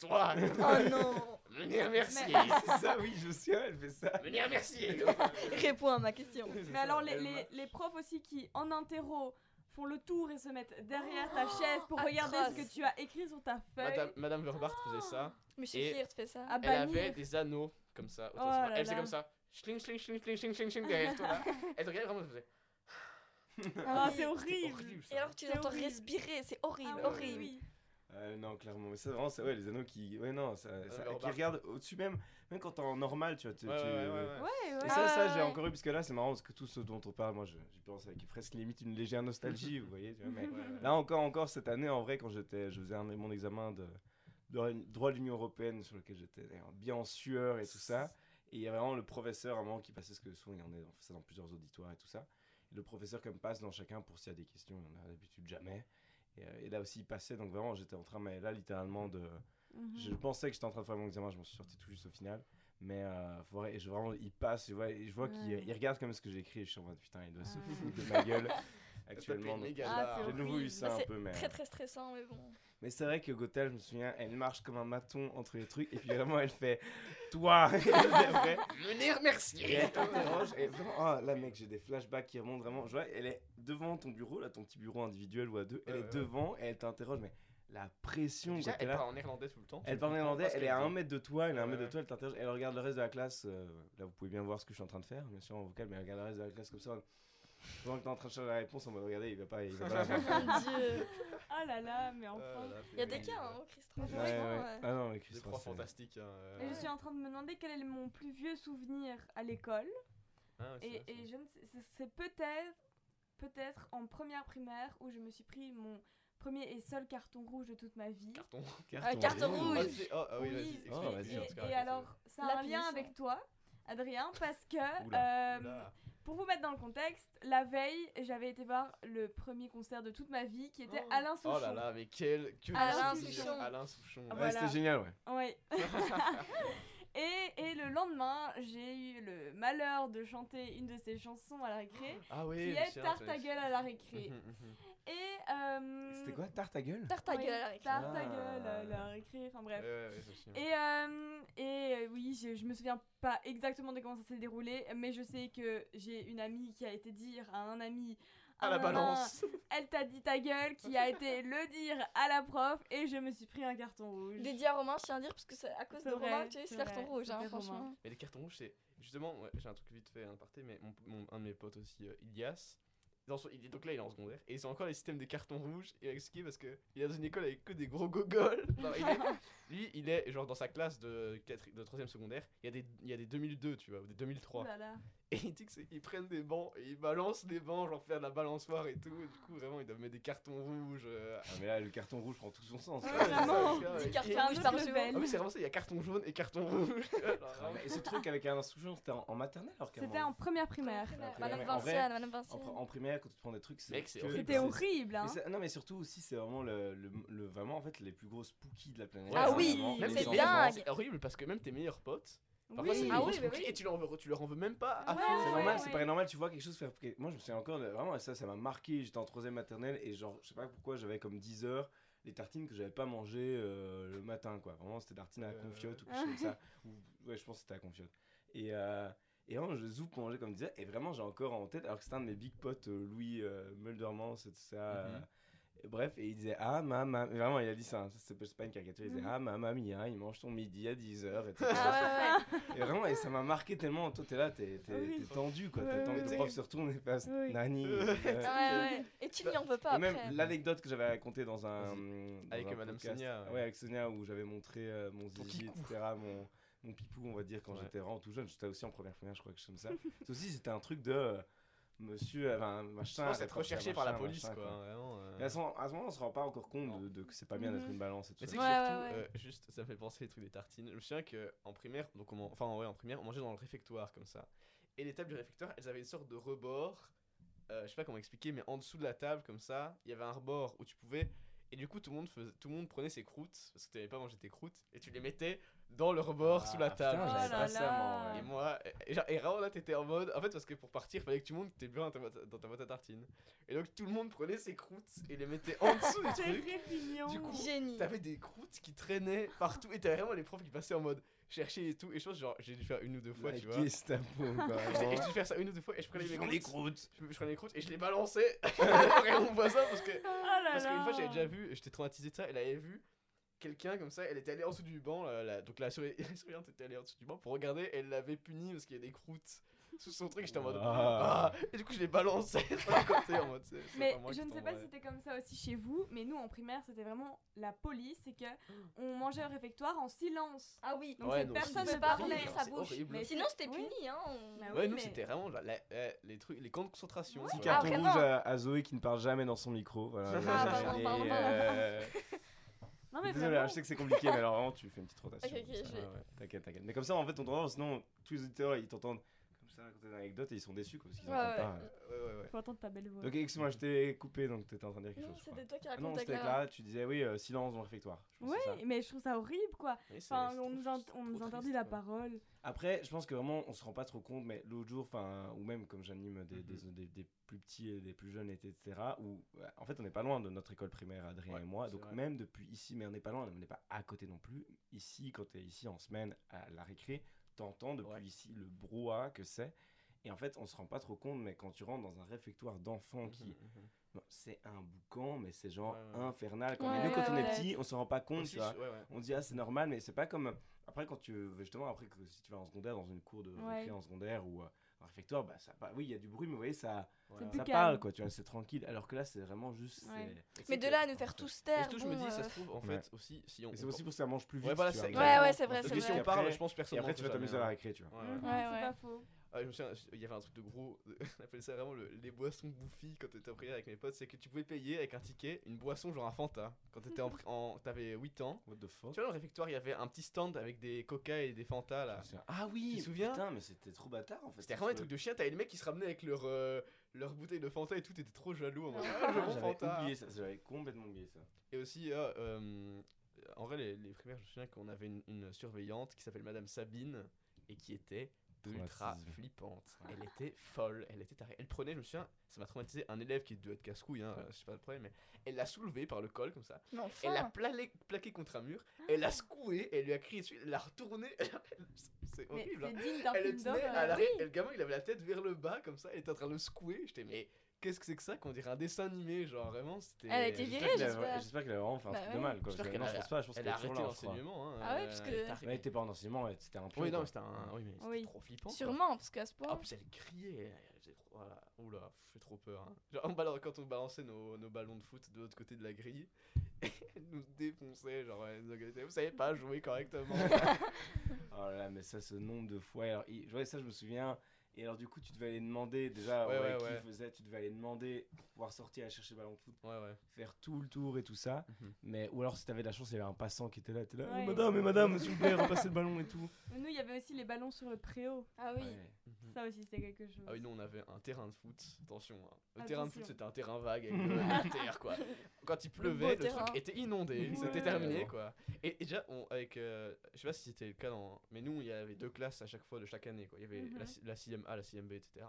Speaker 2: [LAUGHS] Toi
Speaker 4: Oh non [LAUGHS]
Speaker 2: Venir merci
Speaker 1: [LAUGHS] C'est ça, oui, je me souviens, elle fait ça.
Speaker 2: Venir merci
Speaker 3: [LAUGHS] Bah
Speaker 4: Réponds à ma question.
Speaker 3: Mais alors les, les, les profs aussi qui, en interro, font le tour et se mettent derrière ta
Speaker 4: Oh,
Speaker 3: chaise pour regarder ce
Speaker 4: atroce.
Speaker 3: que tu as écrit sur ta feuille.
Speaker 2: Madame, Madame Verbart faisait ça.
Speaker 4: Monsieur
Speaker 2: Et-
Speaker 4: Kier te fait ça.
Speaker 3: Ah,
Speaker 2: Elle
Speaker 3: bannir.
Speaker 2: avait des anneaux comme ça. autour de
Speaker 3: Ah, Oh
Speaker 2: son bras.
Speaker 3: là
Speaker 2: elle faisait
Speaker 3: là.
Speaker 2: comme ça. Schling, schling, schling, schling, schling, schling, schling, derrière toi
Speaker 3: [LAUGHS]
Speaker 2: là. Elle te regardait vraiment, elle faisait
Speaker 3: Ah, c'est
Speaker 4: oui.
Speaker 2: C'était
Speaker 3: horrible.
Speaker 2: horrible
Speaker 4: Et
Speaker 2: ça.
Speaker 4: alors, tu
Speaker 3: C'est
Speaker 4: l'entends
Speaker 3: horrible.
Speaker 4: respirer, c'est horrible,
Speaker 3: Ah oui,
Speaker 4: horrible.
Speaker 3: oui.
Speaker 1: Euh, non, clairement, mais ça, vraiment, ça, ouais, les anneaux qui. Ouais, non, ça, ça-
Speaker 2: le
Speaker 1: qui
Speaker 2: remarque.
Speaker 1: regardent au-dessus même, même quand t'es en normal, tu vois. tu-
Speaker 2: Euh, Ouais, ouais,
Speaker 1: tu-
Speaker 2: ouais, ouais, ouais.
Speaker 3: Ouais, ouais.
Speaker 1: Et ça, ça,
Speaker 4: Ah,
Speaker 1: j'ai
Speaker 4: ouais.
Speaker 1: encore eu, parce que là, c'est marrant, parce que tout ce dont on parle, moi, je- j'y pense avec presque limite une légère nostalgie, vous voyez. Tu vois, mais
Speaker 2: Ouais, ouais.
Speaker 1: là, encore, encore, cette année, en vrai, quand j'étais, je faisais un- mon examen de, de droit de l'Union Européenne, sur lequel j'étais d'ailleurs bien en sueur et tout ça. Et il y a vraiment le professeur, à un moment, qui passait, ce que souvent, il y en a, on fait ça dans plusieurs auditoires et tout ça. Et le professeur, comme, passe dans chacun pour s'il y a des questions, il y en a d'habitude jamais. Et, euh, et là aussi, il passait, donc vraiment, j'étais en train, mais là, littéralement, de.
Speaker 3: Mhm.
Speaker 1: Je pensais que j'étais en train de faire mon examen, je m'en suis sorti tout juste au final. Mais euh, faut voir, et je, vraiment, il passe, et, ouais, et je vois qu'il
Speaker 3: Ouais.
Speaker 1: il regarde quand même ce que j'ai écrit, et je suis en mode putain, il doit se
Speaker 3: Ouais.
Speaker 1: foutre de ma
Speaker 3: [LAUGHS]
Speaker 1: gueule
Speaker 2: Actuellement,
Speaker 1: actuellement. donc-
Speaker 2: méga
Speaker 3: Ah,
Speaker 2: barre.
Speaker 1: J'ai de nouveau eu
Speaker 3: horrible.
Speaker 1: ça un
Speaker 4: C'est
Speaker 1: peu, mais.
Speaker 4: Très très stressant, mais bon.
Speaker 1: Mais c'est vrai que Gothel, je me souviens, elle marche comme un maton entre les trucs, et puis vraiment, elle fait Toi [LAUGHS] Et après,
Speaker 2: Venir merci
Speaker 1: et elle
Speaker 2: [LAUGHS]
Speaker 1: t'interroge, et vraiment, ah là, mec, j'ai des flashbacks qui remontent vraiment. Je vois, elle est devant ton bureau, là, ton petit bureau individuel ou à deux, elle
Speaker 2: Ouais,
Speaker 1: est
Speaker 2: ouais, ouais.
Speaker 1: devant, et elle t'interroge, mais la pression,
Speaker 2: Déjà,
Speaker 1: quoi, t'es
Speaker 2: elle
Speaker 1: là.
Speaker 2: parle en néerlandais tout le temps.
Speaker 1: Elle parle néerlandais, elle est à un mètre de toi, elle est à un
Speaker 2: Ouais,
Speaker 1: mètre de
Speaker 2: ouais.
Speaker 1: toi, elle t'interroge, elle regarde le reste de la classe. euh, là, vous pouvez bien voir ce que je suis en train de faire, bien sûr, en vocal, mais elle regarde le reste de la classe comme ça. Pendant que t'es en train de chercher la réponse, on va regarder, il va pas. Il va pas la voir.
Speaker 4: Mon dieu.
Speaker 3: Ah là là, mais
Speaker 2: Euh,
Speaker 3: enfin.
Speaker 4: Il y a des cas, hein, au Christ.
Speaker 3: Ouais,
Speaker 1: Ouais,
Speaker 4: franchement,
Speaker 1: ouais.
Speaker 4: euh,
Speaker 1: Ah non, mais Chris
Speaker 2: Des
Speaker 1: Ross,
Speaker 2: profs
Speaker 1: c'est-
Speaker 2: fantastiques. hein,
Speaker 3: Et
Speaker 2: euh.
Speaker 3: je suis en train de me demander quel est mon plus vieux souvenir à l'école.
Speaker 2: Ah, c'est
Speaker 3: Et,
Speaker 2: vrai,
Speaker 3: et je ne sais, c'est- c'est peut-être, peut-être en première primaire où je me suis pris mon premier et seul carton rouge de toute ma vie.
Speaker 2: ça. Carton.
Speaker 4: carton
Speaker 2: Ah,
Speaker 4: rouge. Oui.
Speaker 2: c'est- oh, ah oui,
Speaker 3: Oui.
Speaker 2: vas-y,
Speaker 3: Oui.
Speaker 2: explique,
Speaker 1: Oh, vas-y,
Speaker 2: explique,
Speaker 3: Et,
Speaker 1: en
Speaker 2: en
Speaker 1: tout
Speaker 2: tout
Speaker 3: et
Speaker 2: cas,
Speaker 3: alors, ça a
Speaker 4: La
Speaker 3: un lien
Speaker 4: punition.
Speaker 3: avec toi, Adrien, parce que
Speaker 1: Oula.
Speaker 3: euh, pour vous mettre dans le contexte, la veille, j'avais été voir le premier concert de toute ma vie qui était
Speaker 2: Oh.
Speaker 3: Alain Souchon.
Speaker 2: Oh là là, mais quel que de
Speaker 4: Alain
Speaker 2: souvenirs.
Speaker 4: Souchon.
Speaker 2: Alain Souchon.
Speaker 3: Ah
Speaker 1: Ouais,
Speaker 2: ouais.
Speaker 3: voilà.
Speaker 1: C'était génial,
Speaker 2: Mmh.
Speaker 1: ouais.
Speaker 2: [LAUGHS]
Speaker 3: Ouais. [LAUGHS] et, et le lendemain, j'ai eu le malheur de chanter une de ses chansons à la récré,
Speaker 2: Ah oui,
Speaker 3: qui
Speaker 2: mais
Speaker 3: est
Speaker 2: c'est vrai,
Speaker 3: Tarte
Speaker 2: c'est
Speaker 3: à
Speaker 2: vrai. [LAUGHS]
Speaker 3: gueule à la récré.
Speaker 2: Mhm, mhm.
Speaker 3: Et euh,
Speaker 1: C'était quoi, tarte à gueule
Speaker 4: Tarte à
Speaker 3: ouais,
Speaker 4: gueule à la récré.
Speaker 3: Tarte
Speaker 1: Ah.
Speaker 3: à gueule à la récré, enfin
Speaker 2: Ouais,
Speaker 3: bref.
Speaker 2: ouais, ouais, c'est sûr.
Speaker 3: Et, euh, et euh, oui, je, je me souviens pas exactement de comment ça s'est déroulé, mais je sais que j'ai une amie qui a été dire à un ami.
Speaker 2: Ah
Speaker 3: Ah,
Speaker 2: la
Speaker 3: nan, nan,
Speaker 2: balance
Speaker 3: Elle t'a dit ta gueule, qui a été le dire à la prof, et je me suis pris un carton rouge.
Speaker 4: Dédié à Romain, je tiens à dire, parce que c'est à cause
Speaker 3: C'est
Speaker 4: de
Speaker 3: vrai,
Speaker 4: Romain que j'ai eu ce
Speaker 3: c'est
Speaker 4: carton
Speaker 3: vrai,
Speaker 4: rouge, hein,
Speaker 3: c'était Romain.
Speaker 4: franchement.
Speaker 2: Mais les cartons rouges, c'est. Justement, ouais, j'ai un truc vite fait, un parté, mais mon, mon- un de mes potes aussi, euh, Ilias. dans son- il est- donc là, il est en secondaire. Et ils ont encore les systèmes des cartons rouges. Et expliqué parce qu'il est dans une école avec que des gros gogoles. Non, il est- lui, il est genre dans sa classe de, 4, de 3 secondaire. Il y a des, il y a des 2002, tu vois, ou des
Speaker 3: Oh
Speaker 2: 2003.
Speaker 3: là là.
Speaker 2: Et il dit que c'est- ils prennent des bancs et ils balancent les bancs, genre faire de la balançoire et tout. Et du coup, vraiment, ils doivent mettre des cartons rouges. euh,
Speaker 1: Ah, mais là, le carton rouge prend tout son sens.
Speaker 3: Ouais,
Speaker 1: quoi.
Speaker 2: [LAUGHS]
Speaker 3: vraiment.
Speaker 2: ça,
Speaker 4: Dix
Speaker 2: et-
Speaker 4: cartons
Speaker 2: et-
Speaker 4: rouges par
Speaker 3: autre
Speaker 4: jour.
Speaker 3: level.
Speaker 2: Ah oui, c'est vraiment ça, il y a carton jaune et carton rouge. [LAUGHS] Alors,
Speaker 1: Ah,
Speaker 2: vraiment,
Speaker 1: mais ce truc avec un instruction, c'était en, en maternelle alors qu'à
Speaker 3: C'était
Speaker 1: mon-
Speaker 3: en première primaire.
Speaker 1: primaire.
Speaker 4: Madame
Speaker 1: Mais en vrai,
Speaker 4: Vinciane, Madame
Speaker 1: en, pr-
Speaker 4: Vinciane.
Speaker 1: en primaire, quand tu te prends des trucs, c'est.
Speaker 2: Mec, c'est
Speaker 1: que-
Speaker 2: horrible.
Speaker 3: C'était horrible, hein.
Speaker 1: Mais ça- non, mais surtout aussi, c'est vraiment le, le, le- vraiment en fait les plus grosses spookies de la planète.
Speaker 2: Ah
Speaker 1: C'est
Speaker 2: oui,
Speaker 1: vraiment
Speaker 4: Même
Speaker 1: les
Speaker 4: c'est
Speaker 1: enfants.
Speaker 4: dingue.
Speaker 2: C'est horrible parce que même tes meilleurs potes, parfois c'est
Speaker 3: Oui.
Speaker 2: des
Speaker 4: Ah oui,
Speaker 2: grosses
Speaker 4: bah
Speaker 2: cookies
Speaker 4: oui.
Speaker 2: et tu leur, en veux, tu leur en veux même pas. à
Speaker 3: Ouais,
Speaker 2: fond.
Speaker 1: C'est
Speaker 3: ouais,
Speaker 1: normal, c'est
Speaker 3: ouais.
Speaker 1: pas normal, tu vois quelque chose faire. Moi, je me souviens encore, le- vraiment, ça, ça m'a marqué. J'étais en troisième maternelle et, genre, je sais pas pourquoi, j'avais comme 10 heures les tartines que j'avais pas mangées euh, le matin, quoi. Vraiment, c'était tartines à la
Speaker 2: Euh.
Speaker 1: confiote ou quelque chose comme ça.
Speaker 3: Euh.
Speaker 1: Ou- ouais, je pense que c'était à la confiote. Et, euh, et vraiment, je zoupe mangeais comme je disais. Et vraiment, j'ai encore en tête, alors que c'était un de mes big potes, euh, Louis euh, Muldermans et tout ça.
Speaker 2: Mhm.
Speaker 1: euh, et bref, et il disait Ah, maman, vraiment, il a dit ça, hein, c'est pas c'est pas une caricature. Il disait
Speaker 3: Mhm.
Speaker 1: Ah, maman, Mia, il mange son midi à 10h. Et tout
Speaker 4: Ah ouais, ouais, ouais.
Speaker 1: et vraiment, et ça m'a marqué tellement. Toi, t'es là, t'es t'es-
Speaker 3: Oui.
Speaker 1: t'es tendu, quoi.
Speaker 3: Ouais,
Speaker 1: T'as envie que
Speaker 3: ouais,
Speaker 2: ouais.
Speaker 1: le prof se retourne et fasse
Speaker 3: Oui.
Speaker 1: Nani.
Speaker 2: Euh,
Speaker 1: euh,
Speaker 4: Ah ouais, ouais. Et tu n'y en veux pas
Speaker 1: et même
Speaker 4: après.
Speaker 1: l'anecdote que j'avais racontée dans un. dans
Speaker 2: Avec,
Speaker 1: un
Speaker 2: euh, Madame
Speaker 1: podcast.
Speaker 2: Sonia, ouais.
Speaker 1: Ouais. avec Sonia, où j'avais montré euh, mon
Speaker 2: Ton
Speaker 1: zizi,
Speaker 2: pipou.
Speaker 1: etc. Mon, mon pipou, on va dire, quand
Speaker 2: Ouais.
Speaker 1: j'étais vraiment tout jeune. J'étais aussi en première première, je crois que je suis comme ça. [LAUGHS] Ça aussi, c'était un truc de. euh, monsieur, euh, enfin,
Speaker 2: Je
Speaker 1: machin.
Speaker 2: pense être
Speaker 1: rétorqué,
Speaker 2: recherché par la
Speaker 1: machin,
Speaker 2: police,
Speaker 1: machin,
Speaker 2: quoi. vraiment, euh.
Speaker 1: Et à, ce moment, à ce moment, on se rend pas encore
Speaker 2: Non.
Speaker 1: compte de, de que c'est pas bien d'être
Speaker 3: Mhm.
Speaker 1: une balance et
Speaker 2: Mais
Speaker 1: tout ça.
Speaker 2: c'est que
Speaker 4: Ouais, ouais,
Speaker 2: surtout,
Speaker 4: ouais.
Speaker 2: euh, juste, ça me fait penser les trucs des tartines. Je me souviens que en primaire, donc on man- enfin ouais, en primaire, on mangeait dans le réfectoire comme ça. Et les tables du réfectoire, elles avaient une sorte de rebord. euh, je sais pas comment expliquer, mais en dessous de la table comme ça, il y avait un rebord où tu pouvais. Et du coup, tout le monde faisait, tout le monde prenait ses croûtes parce que t'avais pas mangé tes croûtes et tu les mettais dans le rebord sous la
Speaker 1: Ah, putain,
Speaker 2: table.
Speaker 1: j'avais
Speaker 3: Oh là
Speaker 1: pas ça, moi,
Speaker 3: là.
Speaker 1: ouais.
Speaker 2: Et moi, et, genre- et Raon là t'étais en mode. En fait, parce que pour partir, fallait que tu montes tes bien dans ta, boîte à- dans ta boîte à tartines. Et donc tout le monde prenait ses croûtes et les mettait
Speaker 1: [LAUGHS]
Speaker 2: en dessous du
Speaker 3: C'est
Speaker 2: truc.
Speaker 3: répugnant.
Speaker 2: Du coup,
Speaker 4: Génie.
Speaker 2: T'avais des croûtes qui traînaient partout et t'avais vraiment les profs qui passaient en mode chercher et tout. Et je pense, genre, j'ai dû faire une ou deux fois,
Speaker 1: La
Speaker 2: tu vois. Et
Speaker 1: Gestapo,
Speaker 2: [LAUGHS]
Speaker 1: quoi,
Speaker 2: J'ai et
Speaker 1: vraiment.
Speaker 2: j'ai dû faire ça une ou deux fois et je prenais mes
Speaker 1: Ils ont
Speaker 2: croûtes.
Speaker 1: des croûtes.
Speaker 2: Je, je prenais les croûtes et je les
Speaker 1: [LAUGHS]
Speaker 2: balançais. [LAUGHS] Après, on voit ça parce que.
Speaker 3: Oh là
Speaker 2: Parce qu'une
Speaker 3: là.
Speaker 2: fois, j'avais déjà vu, j'étais traumatisé de ça, elle avait vu quelqu'un comme ça, elle était allée en dessous du banc, la- la- donc la, survi- [LAUGHS] la surveillante était allée en dessous du banc pour regarder, elle l'avait punie parce qu'il y a des croûtes sous son truc, j'étais en mode. Ah.
Speaker 1: Ah.
Speaker 2: Et du coup, je les balançais [LAUGHS] sur le côté en mode. c'est- c'est
Speaker 3: Mais
Speaker 2: pas moi
Speaker 3: je
Speaker 2: qui
Speaker 3: ne sais
Speaker 2: t'en
Speaker 3: pas
Speaker 2: veux.
Speaker 3: si c'était comme ça aussi chez vous, mais nous en primaire c'était vraiment la police, c'est que
Speaker 2: Oh.
Speaker 3: on mangeait au réfectoire en silence.
Speaker 4: Ah oui.
Speaker 3: Donc
Speaker 2: Ouais,
Speaker 3: cette
Speaker 2: non,
Speaker 3: personne
Speaker 4: c'est
Speaker 3: ne
Speaker 4: pas
Speaker 3: parlait.
Speaker 4: horrible, ça
Speaker 2: c'est
Speaker 4: bouge.
Speaker 2: horrible.
Speaker 4: Mais
Speaker 3: Mais
Speaker 4: sinon, c'était
Speaker 3: oui.
Speaker 4: puni, hein. on-
Speaker 3: Bah
Speaker 2: Ouais,
Speaker 3: oui,
Speaker 2: nous
Speaker 3: mais-
Speaker 2: c'était vraiment genre, la- la- les trucs, les camps de concentration.
Speaker 3: Ouais.
Speaker 2: tu
Speaker 1: Petit
Speaker 2: vois.
Speaker 4: Ah,
Speaker 1: carton
Speaker 4: vraiment
Speaker 1: rouge à, à Zoé qui ne parle jamais dans son micro. Euh, Voilà.
Speaker 2: Ah,
Speaker 4: pardon, pardon,
Speaker 1: Et,
Speaker 4: pardon.
Speaker 1: euh,
Speaker 3: Non mais
Speaker 1: Désolé,
Speaker 3: vraiment.
Speaker 1: je sais que c'est compliqué, mais alors vraiment, tu fais une petite rotation.
Speaker 4: Ok, ok,
Speaker 1: comme ça.
Speaker 4: je vais-
Speaker 1: T'inquiète, t'inquiète. Mais comme ça, en fait, on t'entend, sinon, tous les auditeurs, ils t'entendent comme ça, raconter des anecdotes et ils sont déçus quoi, parce qu'ils
Speaker 4: Ouais,
Speaker 1: n'entendent
Speaker 4: ouais.
Speaker 1: pas. euh.
Speaker 2: Ouais, ouais, ouais.
Speaker 3: Faut entendre ta belle voix.
Speaker 1: Donc, excuse-moi, je t'ai coupé, donc t'étais en train de dire quelque
Speaker 4: Non,
Speaker 1: chose. je crois.
Speaker 4: c'était toi qui
Speaker 1: Ah non,
Speaker 4: racontais
Speaker 1: c'était
Speaker 4: Clara.
Speaker 1: là, tu disais, oui, euh, silence dans le réfectoire. Je pense que
Speaker 3: Ouais,
Speaker 1: c'est ça.
Speaker 3: mais je trouve ça horrible quoi.
Speaker 2: Mais c'est-
Speaker 3: Enfin,
Speaker 2: c'est
Speaker 3: on
Speaker 2: trop
Speaker 3: nous,
Speaker 2: triste,
Speaker 3: int- on nous
Speaker 2: trop
Speaker 3: interdit
Speaker 2: triste,
Speaker 3: la
Speaker 2: ouais.
Speaker 3: parole.
Speaker 1: Après, je pense que vraiment, on se rend pas trop compte, mais l'autre jour, enfin, ou même comme j'anime
Speaker 2: Mhm.
Speaker 1: des, des, des- des plus petits et des plus jeunes, etc., où euh, en fait, on n'est pas loin de notre école primaire, Adrien
Speaker 2: Ouais,
Speaker 1: et moi,
Speaker 2: c'est
Speaker 1: donc
Speaker 2: vrai.
Speaker 1: même depuis ici, mais on n'est pas loin, on n'est pas à côté non plus. Ici, quand tu es ici en semaine à la récré, t'entends depuis
Speaker 2: Ouais.
Speaker 1: ici le brouhaha que c'est. Et en fait, on se rend pas trop compte, mais quand tu rentres dans un réfectoire d'enfants
Speaker 2: Mhm,
Speaker 1: qui. Bon, c'est un boucan, mais c'est genre
Speaker 2: Ouais, ouais.
Speaker 1: infernal. Quand
Speaker 4: Ouais,
Speaker 1: nous, quand
Speaker 4: ouais,
Speaker 1: on est
Speaker 4: ouais.
Speaker 1: petit, on s'en rend pas compte,
Speaker 2: Aussi,
Speaker 1: tu vois.
Speaker 2: je- ouais, ouais.
Speaker 1: On dit ah c'est normal mais c'est pas comme après quand tu justement après que si tu vas en secondaire dans une cour de
Speaker 3: Ouais.
Speaker 1: récré en secondaire ou euh, en réfectoire bah ça bah, oui il y a du bruit mais vous voyez ça
Speaker 2: Voilà.
Speaker 3: plus
Speaker 1: ça
Speaker 3: calme.
Speaker 1: parle quoi tu vois c'est tranquille alors que là c'est vraiment juste
Speaker 3: Ouais.
Speaker 1: c'est-
Speaker 4: Mais de là à nous faire tous
Speaker 2: Et
Speaker 4: taire.
Speaker 2: surtout, je me
Speaker 4: bon,
Speaker 2: dis, ça
Speaker 4: euh,
Speaker 2: se trouve, en
Speaker 1: Ouais.
Speaker 2: fait, aussi, si on.
Speaker 1: et c'est
Speaker 2: on-
Speaker 1: aussi pour ça mange plus vite
Speaker 2: Ouais, voilà,
Speaker 1: tu
Speaker 2: c'est
Speaker 1: vois.
Speaker 4: Ouais, ouais, c'est vrai,
Speaker 2: Parce
Speaker 4: c'est
Speaker 2: que si
Speaker 4: vrai.
Speaker 2: on parle,
Speaker 1: Après-
Speaker 2: je pense
Speaker 1: et
Speaker 2: personne
Speaker 1: après
Speaker 2: n'en
Speaker 1: tu vas
Speaker 2: fait
Speaker 1: t'amuser à
Speaker 2: jamais,
Speaker 1: la
Speaker 2: hein.
Speaker 1: récré tu vois
Speaker 2: Ouais, ouais.
Speaker 3: Mhm,
Speaker 4: Ouais,
Speaker 3: c'est
Speaker 4: ouais.
Speaker 3: pas faux.
Speaker 2: Ah, je me souviens, il y avait un truc de gros, [LAUGHS] on appelait ça vraiment le- les boissons bouffies quand t'étais en prière avec mes potes, c'est que tu pouvais payer avec un ticket une boisson genre un Fanta quand t'étais en, pri- en t'avais 8 ans.
Speaker 1: what the
Speaker 2: Tu
Speaker 1: fuck
Speaker 2: vois dans le réfectoire il y avait un petit stand avec des coca et des Fanta
Speaker 1: Je
Speaker 2: là.
Speaker 1: me souviens. ah oui
Speaker 2: Tu te souviens
Speaker 1: putain mais c'était trop bâtard en fait
Speaker 2: C'était vraiment des
Speaker 1: ce
Speaker 2: trucs de chien, t'avais les mecs qui se ramenaient avec leur, euh, leur bouteille de Fanta et tout, t'étais trop jaloux en mode ah, je
Speaker 1: truc.
Speaker 2: veux mon
Speaker 1: j'avais
Speaker 2: Fanta.
Speaker 1: oublié ça j'avais complètement oublié ça
Speaker 2: Et aussi, euh, euh, en vrai, les, les primaires, je me souviens qu'on avait une, une surveillante qui s'appelle Madame Sabine et qui était ultra
Speaker 1: Traumatisme.
Speaker 2: flippante. Elle était folle, elle était tarée. Elle prenait, je me souviens, ça m'a traumatisé, un élève qui devait être casse-couille, hein, je sais pas le problème, mais elle l'a soulevé par le col comme
Speaker 3: Ah.
Speaker 2: ça.
Speaker 4: Mais
Speaker 2: Elle l'a
Speaker 4: enfin.
Speaker 2: pla- plaqué contre un mur, elle l'a secoué, elle lui a crié dessus, elle l'a retourné. [LAUGHS] C'est
Speaker 3: Mais
Speaker 2: horrible. hein.
Speaker 3: c'est digne d'un
Speaker 2: Elle le
Speaker 3: film
Speaker 2: tenait à
Speaker 3: d'horreur.
Speaker 2: l'arrêt, et le gamin il avait la tête vers le bas comme ça, il était en train de le secouer. J'étais, mais qu'est-ce que c'est que ça qu'on dirait un dessin animé Genre vraiment, c'était.
Speaker 4: Elle a été
Speaker 1: J'espère
Speaker 4: virée,
Speaker 1: qu'il a-
Speaker 4: j'espère.
Speaker 1: j'espère qu'elle a vraiment fait un
Speaker 4: Bah
Speaker 1: truc
Speaker 4: ouais.
Speaker 1: de mal quoi
Speaker 2: J'espère
Speaker 1: parce que
Speaker 2: qu'elle
Speaker 1: non je
Speaker 2: a-
Speaker 1: pense pas je pense
Speaker 2: Elle
Speaker 1: qu'elle
Speaker 2: a
Speaker 1: est toujours
Speaker 2: arrêté
Speaker 1: là je crois
Speaker 2: l'enseignement. hein,
Speaker 4: Ah ouais,
Speaker 2: euh,
Speaker 4: parce
Speaker 2: elle est
Speaker 4: que-
Speaker 2: arrêtée.
Speaker 1: mais elle était pas en enseignement elle- c'était un pion
Speaker 2: Oui, non,
Speaker 1: quoi.
Speaker 2: mais c'était un. Oui, mais c'était
Speaker 3: Oui.
Speaker 2: trop flippant. quoi.
Speaker 4: Sûrement, parce qu'à ce
Speaker 2: Ah, en
Speaker 4: point.
Speaker 2: plus, elle criait. Elle faisait trop. Voilà. Oula, j'ai trop peur. hein. Genre, on balance- quand on balançait nos, nos ballons de foot de l'autre côté de la grille, [LAUGHS] elle nous défonçait. Genre, elle nous regardait, Vous savez pas jouer correctement.
Speaker 1: Oh là, là, mais ça, ce nombre de fois. Alors, il- je voyais ça, je me souviens. Et alors, du coup, tu devais aller demander, déjà,
Speaker 2: Ouais,
Speaker 1: ouais,
Speaker 2: ouais,
Speaker 1: qui
Speaker 2: ouais.
Speaker 1: faisait, tu devais aller demander, pouvoir sortir, aller chercher le ballon de foot,
Speaker 2: Ouais, ouais.
Speaker 1: faire tout le tour et tout ça.
Speaker 2: Mhm.
Speaker 1: mais, ou alors, si t'avais de la chance, il y avait un passant qui était là, t'es là, Eh,
Speaker 3: Ouais.
Speaker 1: madame, et madame, s'il vous plaît, repassez le ballon et tout.
Speaker 3: Mais nous, il y avait aussi les ballons sur le préau.
Speaker 4: Ah oui.
Speaker 1: Ouais.
Speaker 2: Mhm.
Speaker 3: Ça aussi, c'était quelque chose.
Speaker 2: Ah oui, nous on avait un terrain de foot, attention. hein. Le terrain de foot
Speaker 3: Ah, Attention.
Speaker 2: c'était un terrain vague avec
Speaker 3: [LAUGHS]
Speaker 2: de la terre quoi. Quand il pleuvait, le,
Speaker 4: terrain.
Speaker 2: truc était inondé,
Speaker 3: Ouais.
Speaker 2: c'était terminé quoi. Et, et déjà, on, avec, euh, je sais pas si c'était le cas dans. Mais nous, il y avait deux classes à chaque fois de chaque année quoi. Il y avait la
Speaker 3: Mhm.
Speaker 2: si- la 6ème A, la 6ème B, etc.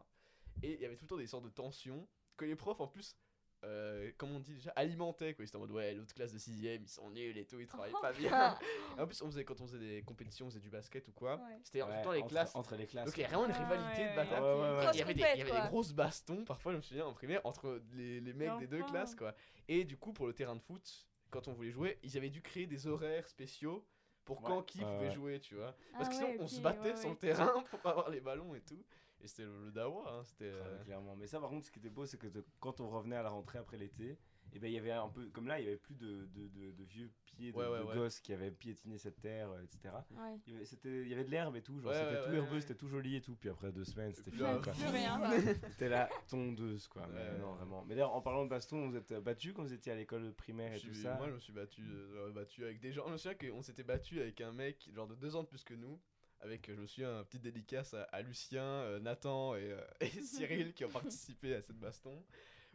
Speaker 2: Et il y avait tout le temps des sortes de tensions que les profs en plus. euh, comme on dit déjà, alimentaient quoi. Ils étaient en mode ouais, l'autre classe de 6ème, ils sont nuls et tout, ils travaillent pas
Speaker 3: [LAUGHS]
Speaker 2: bien. Et en plus, on faisait, quand on faisait des compétitions, on faisait du basket ou quoi.
Speaker 3: Ouais.
Speaker 2: C'était en
Speaker 1: Ouais,
Speaker 2: tout temps les
Speaker 1: entre,
Speaker 2: classes.
Speaker 1: Entre les classes.
Speaker 2: Donc il y a vraiment une
Speaker 3: Ah,
Speaker 2: rivalité de
Speaker 3: ouais,
Speaker 2: bâtard.
Speaker 1: ouais, ouais, ouais.
Speaker 2: Il y avait, des, il y avait
Speaker 4: quoi.
Speaker 2: des grosses bastons, parfois, je me souviens, en primaire, entre les, les mecs
Speaker 3: Mais
Speaker 2: des deux
Speaker 3: enfin.
Speaker 2: classes, quoi. Et du coup, pour le terrain de foot, quand on voulait jouer, ils avaient dû créer des horaires spéciaux pour quand
Speaker 1: Ouais.
Speaker 2: qui
Speaker 1: Ouais,
Speaker 2: pouvait
Speaker 1: ouais.
Speaker 2: jouer, tu vois. Parce
Speaker 3: Ah
Speaker 2: que sinon,
Speaker 3: ouais,
Speaker 2: on se
Speaker 3: ok,
Speaker 2: battait
Speaker 3: ouais,
Speaker 2: sur le
Speaker 3: ouais.
Speaker 2: terrain [LAUGHS] pour avoir les ballons et tout. Et c'était le, le dawa, hein, c'était...
Speaker 1: Ah,
Speaker 2: euh,
Speaker 1: mais clairement. Mais ça, par contre, ce qui était beau, c'est que de- quand on revenait à la rentrée après l'été, et ben il y avait un peu comme là, il y avait plus de, de, de- de vieux pieds de,
Speaker 2: Ouais, ouais,
Speaker 1: de
Speaker 2: ouais.
Speaker 1: gosses qui avaient piétiné cette terre, euh, etc.
Speaker 3: Ouais.
Speaker 1: Il y avait, c'était- il y avait de l'herbe et tout, genre
Speaker 2: Ouais,
Speaker 1: c'était
Speaker 2: ouais,
Speaker 1: tout
Speaker 2: ouais,
Speaker 1: herbeux,
Speaker 2: ouais.
Speaker 1: c'était tout joli et tout. Puis après deux semaines, c'était
Speaker 2: puis
Speaker 1: fini.
Speaker 2: là,
Speaker 1: quoi.
Speaker 2: [LAUGHS]
Speaker 3: Plus rien.
Speaker 1: C'était la tondeuse, quoi. Mais
Speaker 2: Ouais.
Speaker 1: non, vraiment. Mais d'ailleurs, en parlant de baston, vous êtes battu quand vous étiez à l'école primaire
Speaker 2: je
Speaker 1: et
Speaker 2: suis-
Speaker 1: tout ça.
Speaker 2: Moi, je me suis battu, euh, battu avec des gens. Je me souviens qu'on s'était battu avec un mec, genre de deux ans de plus que nous. Avec, euh, je me souviens, un petit dédicace à, à Lucien, euh, Nathan et, euh, [LAUGHS] et Cyril
Speaker 3: [LAUGHS]
Speaker 2: qui ont participé à cette baston.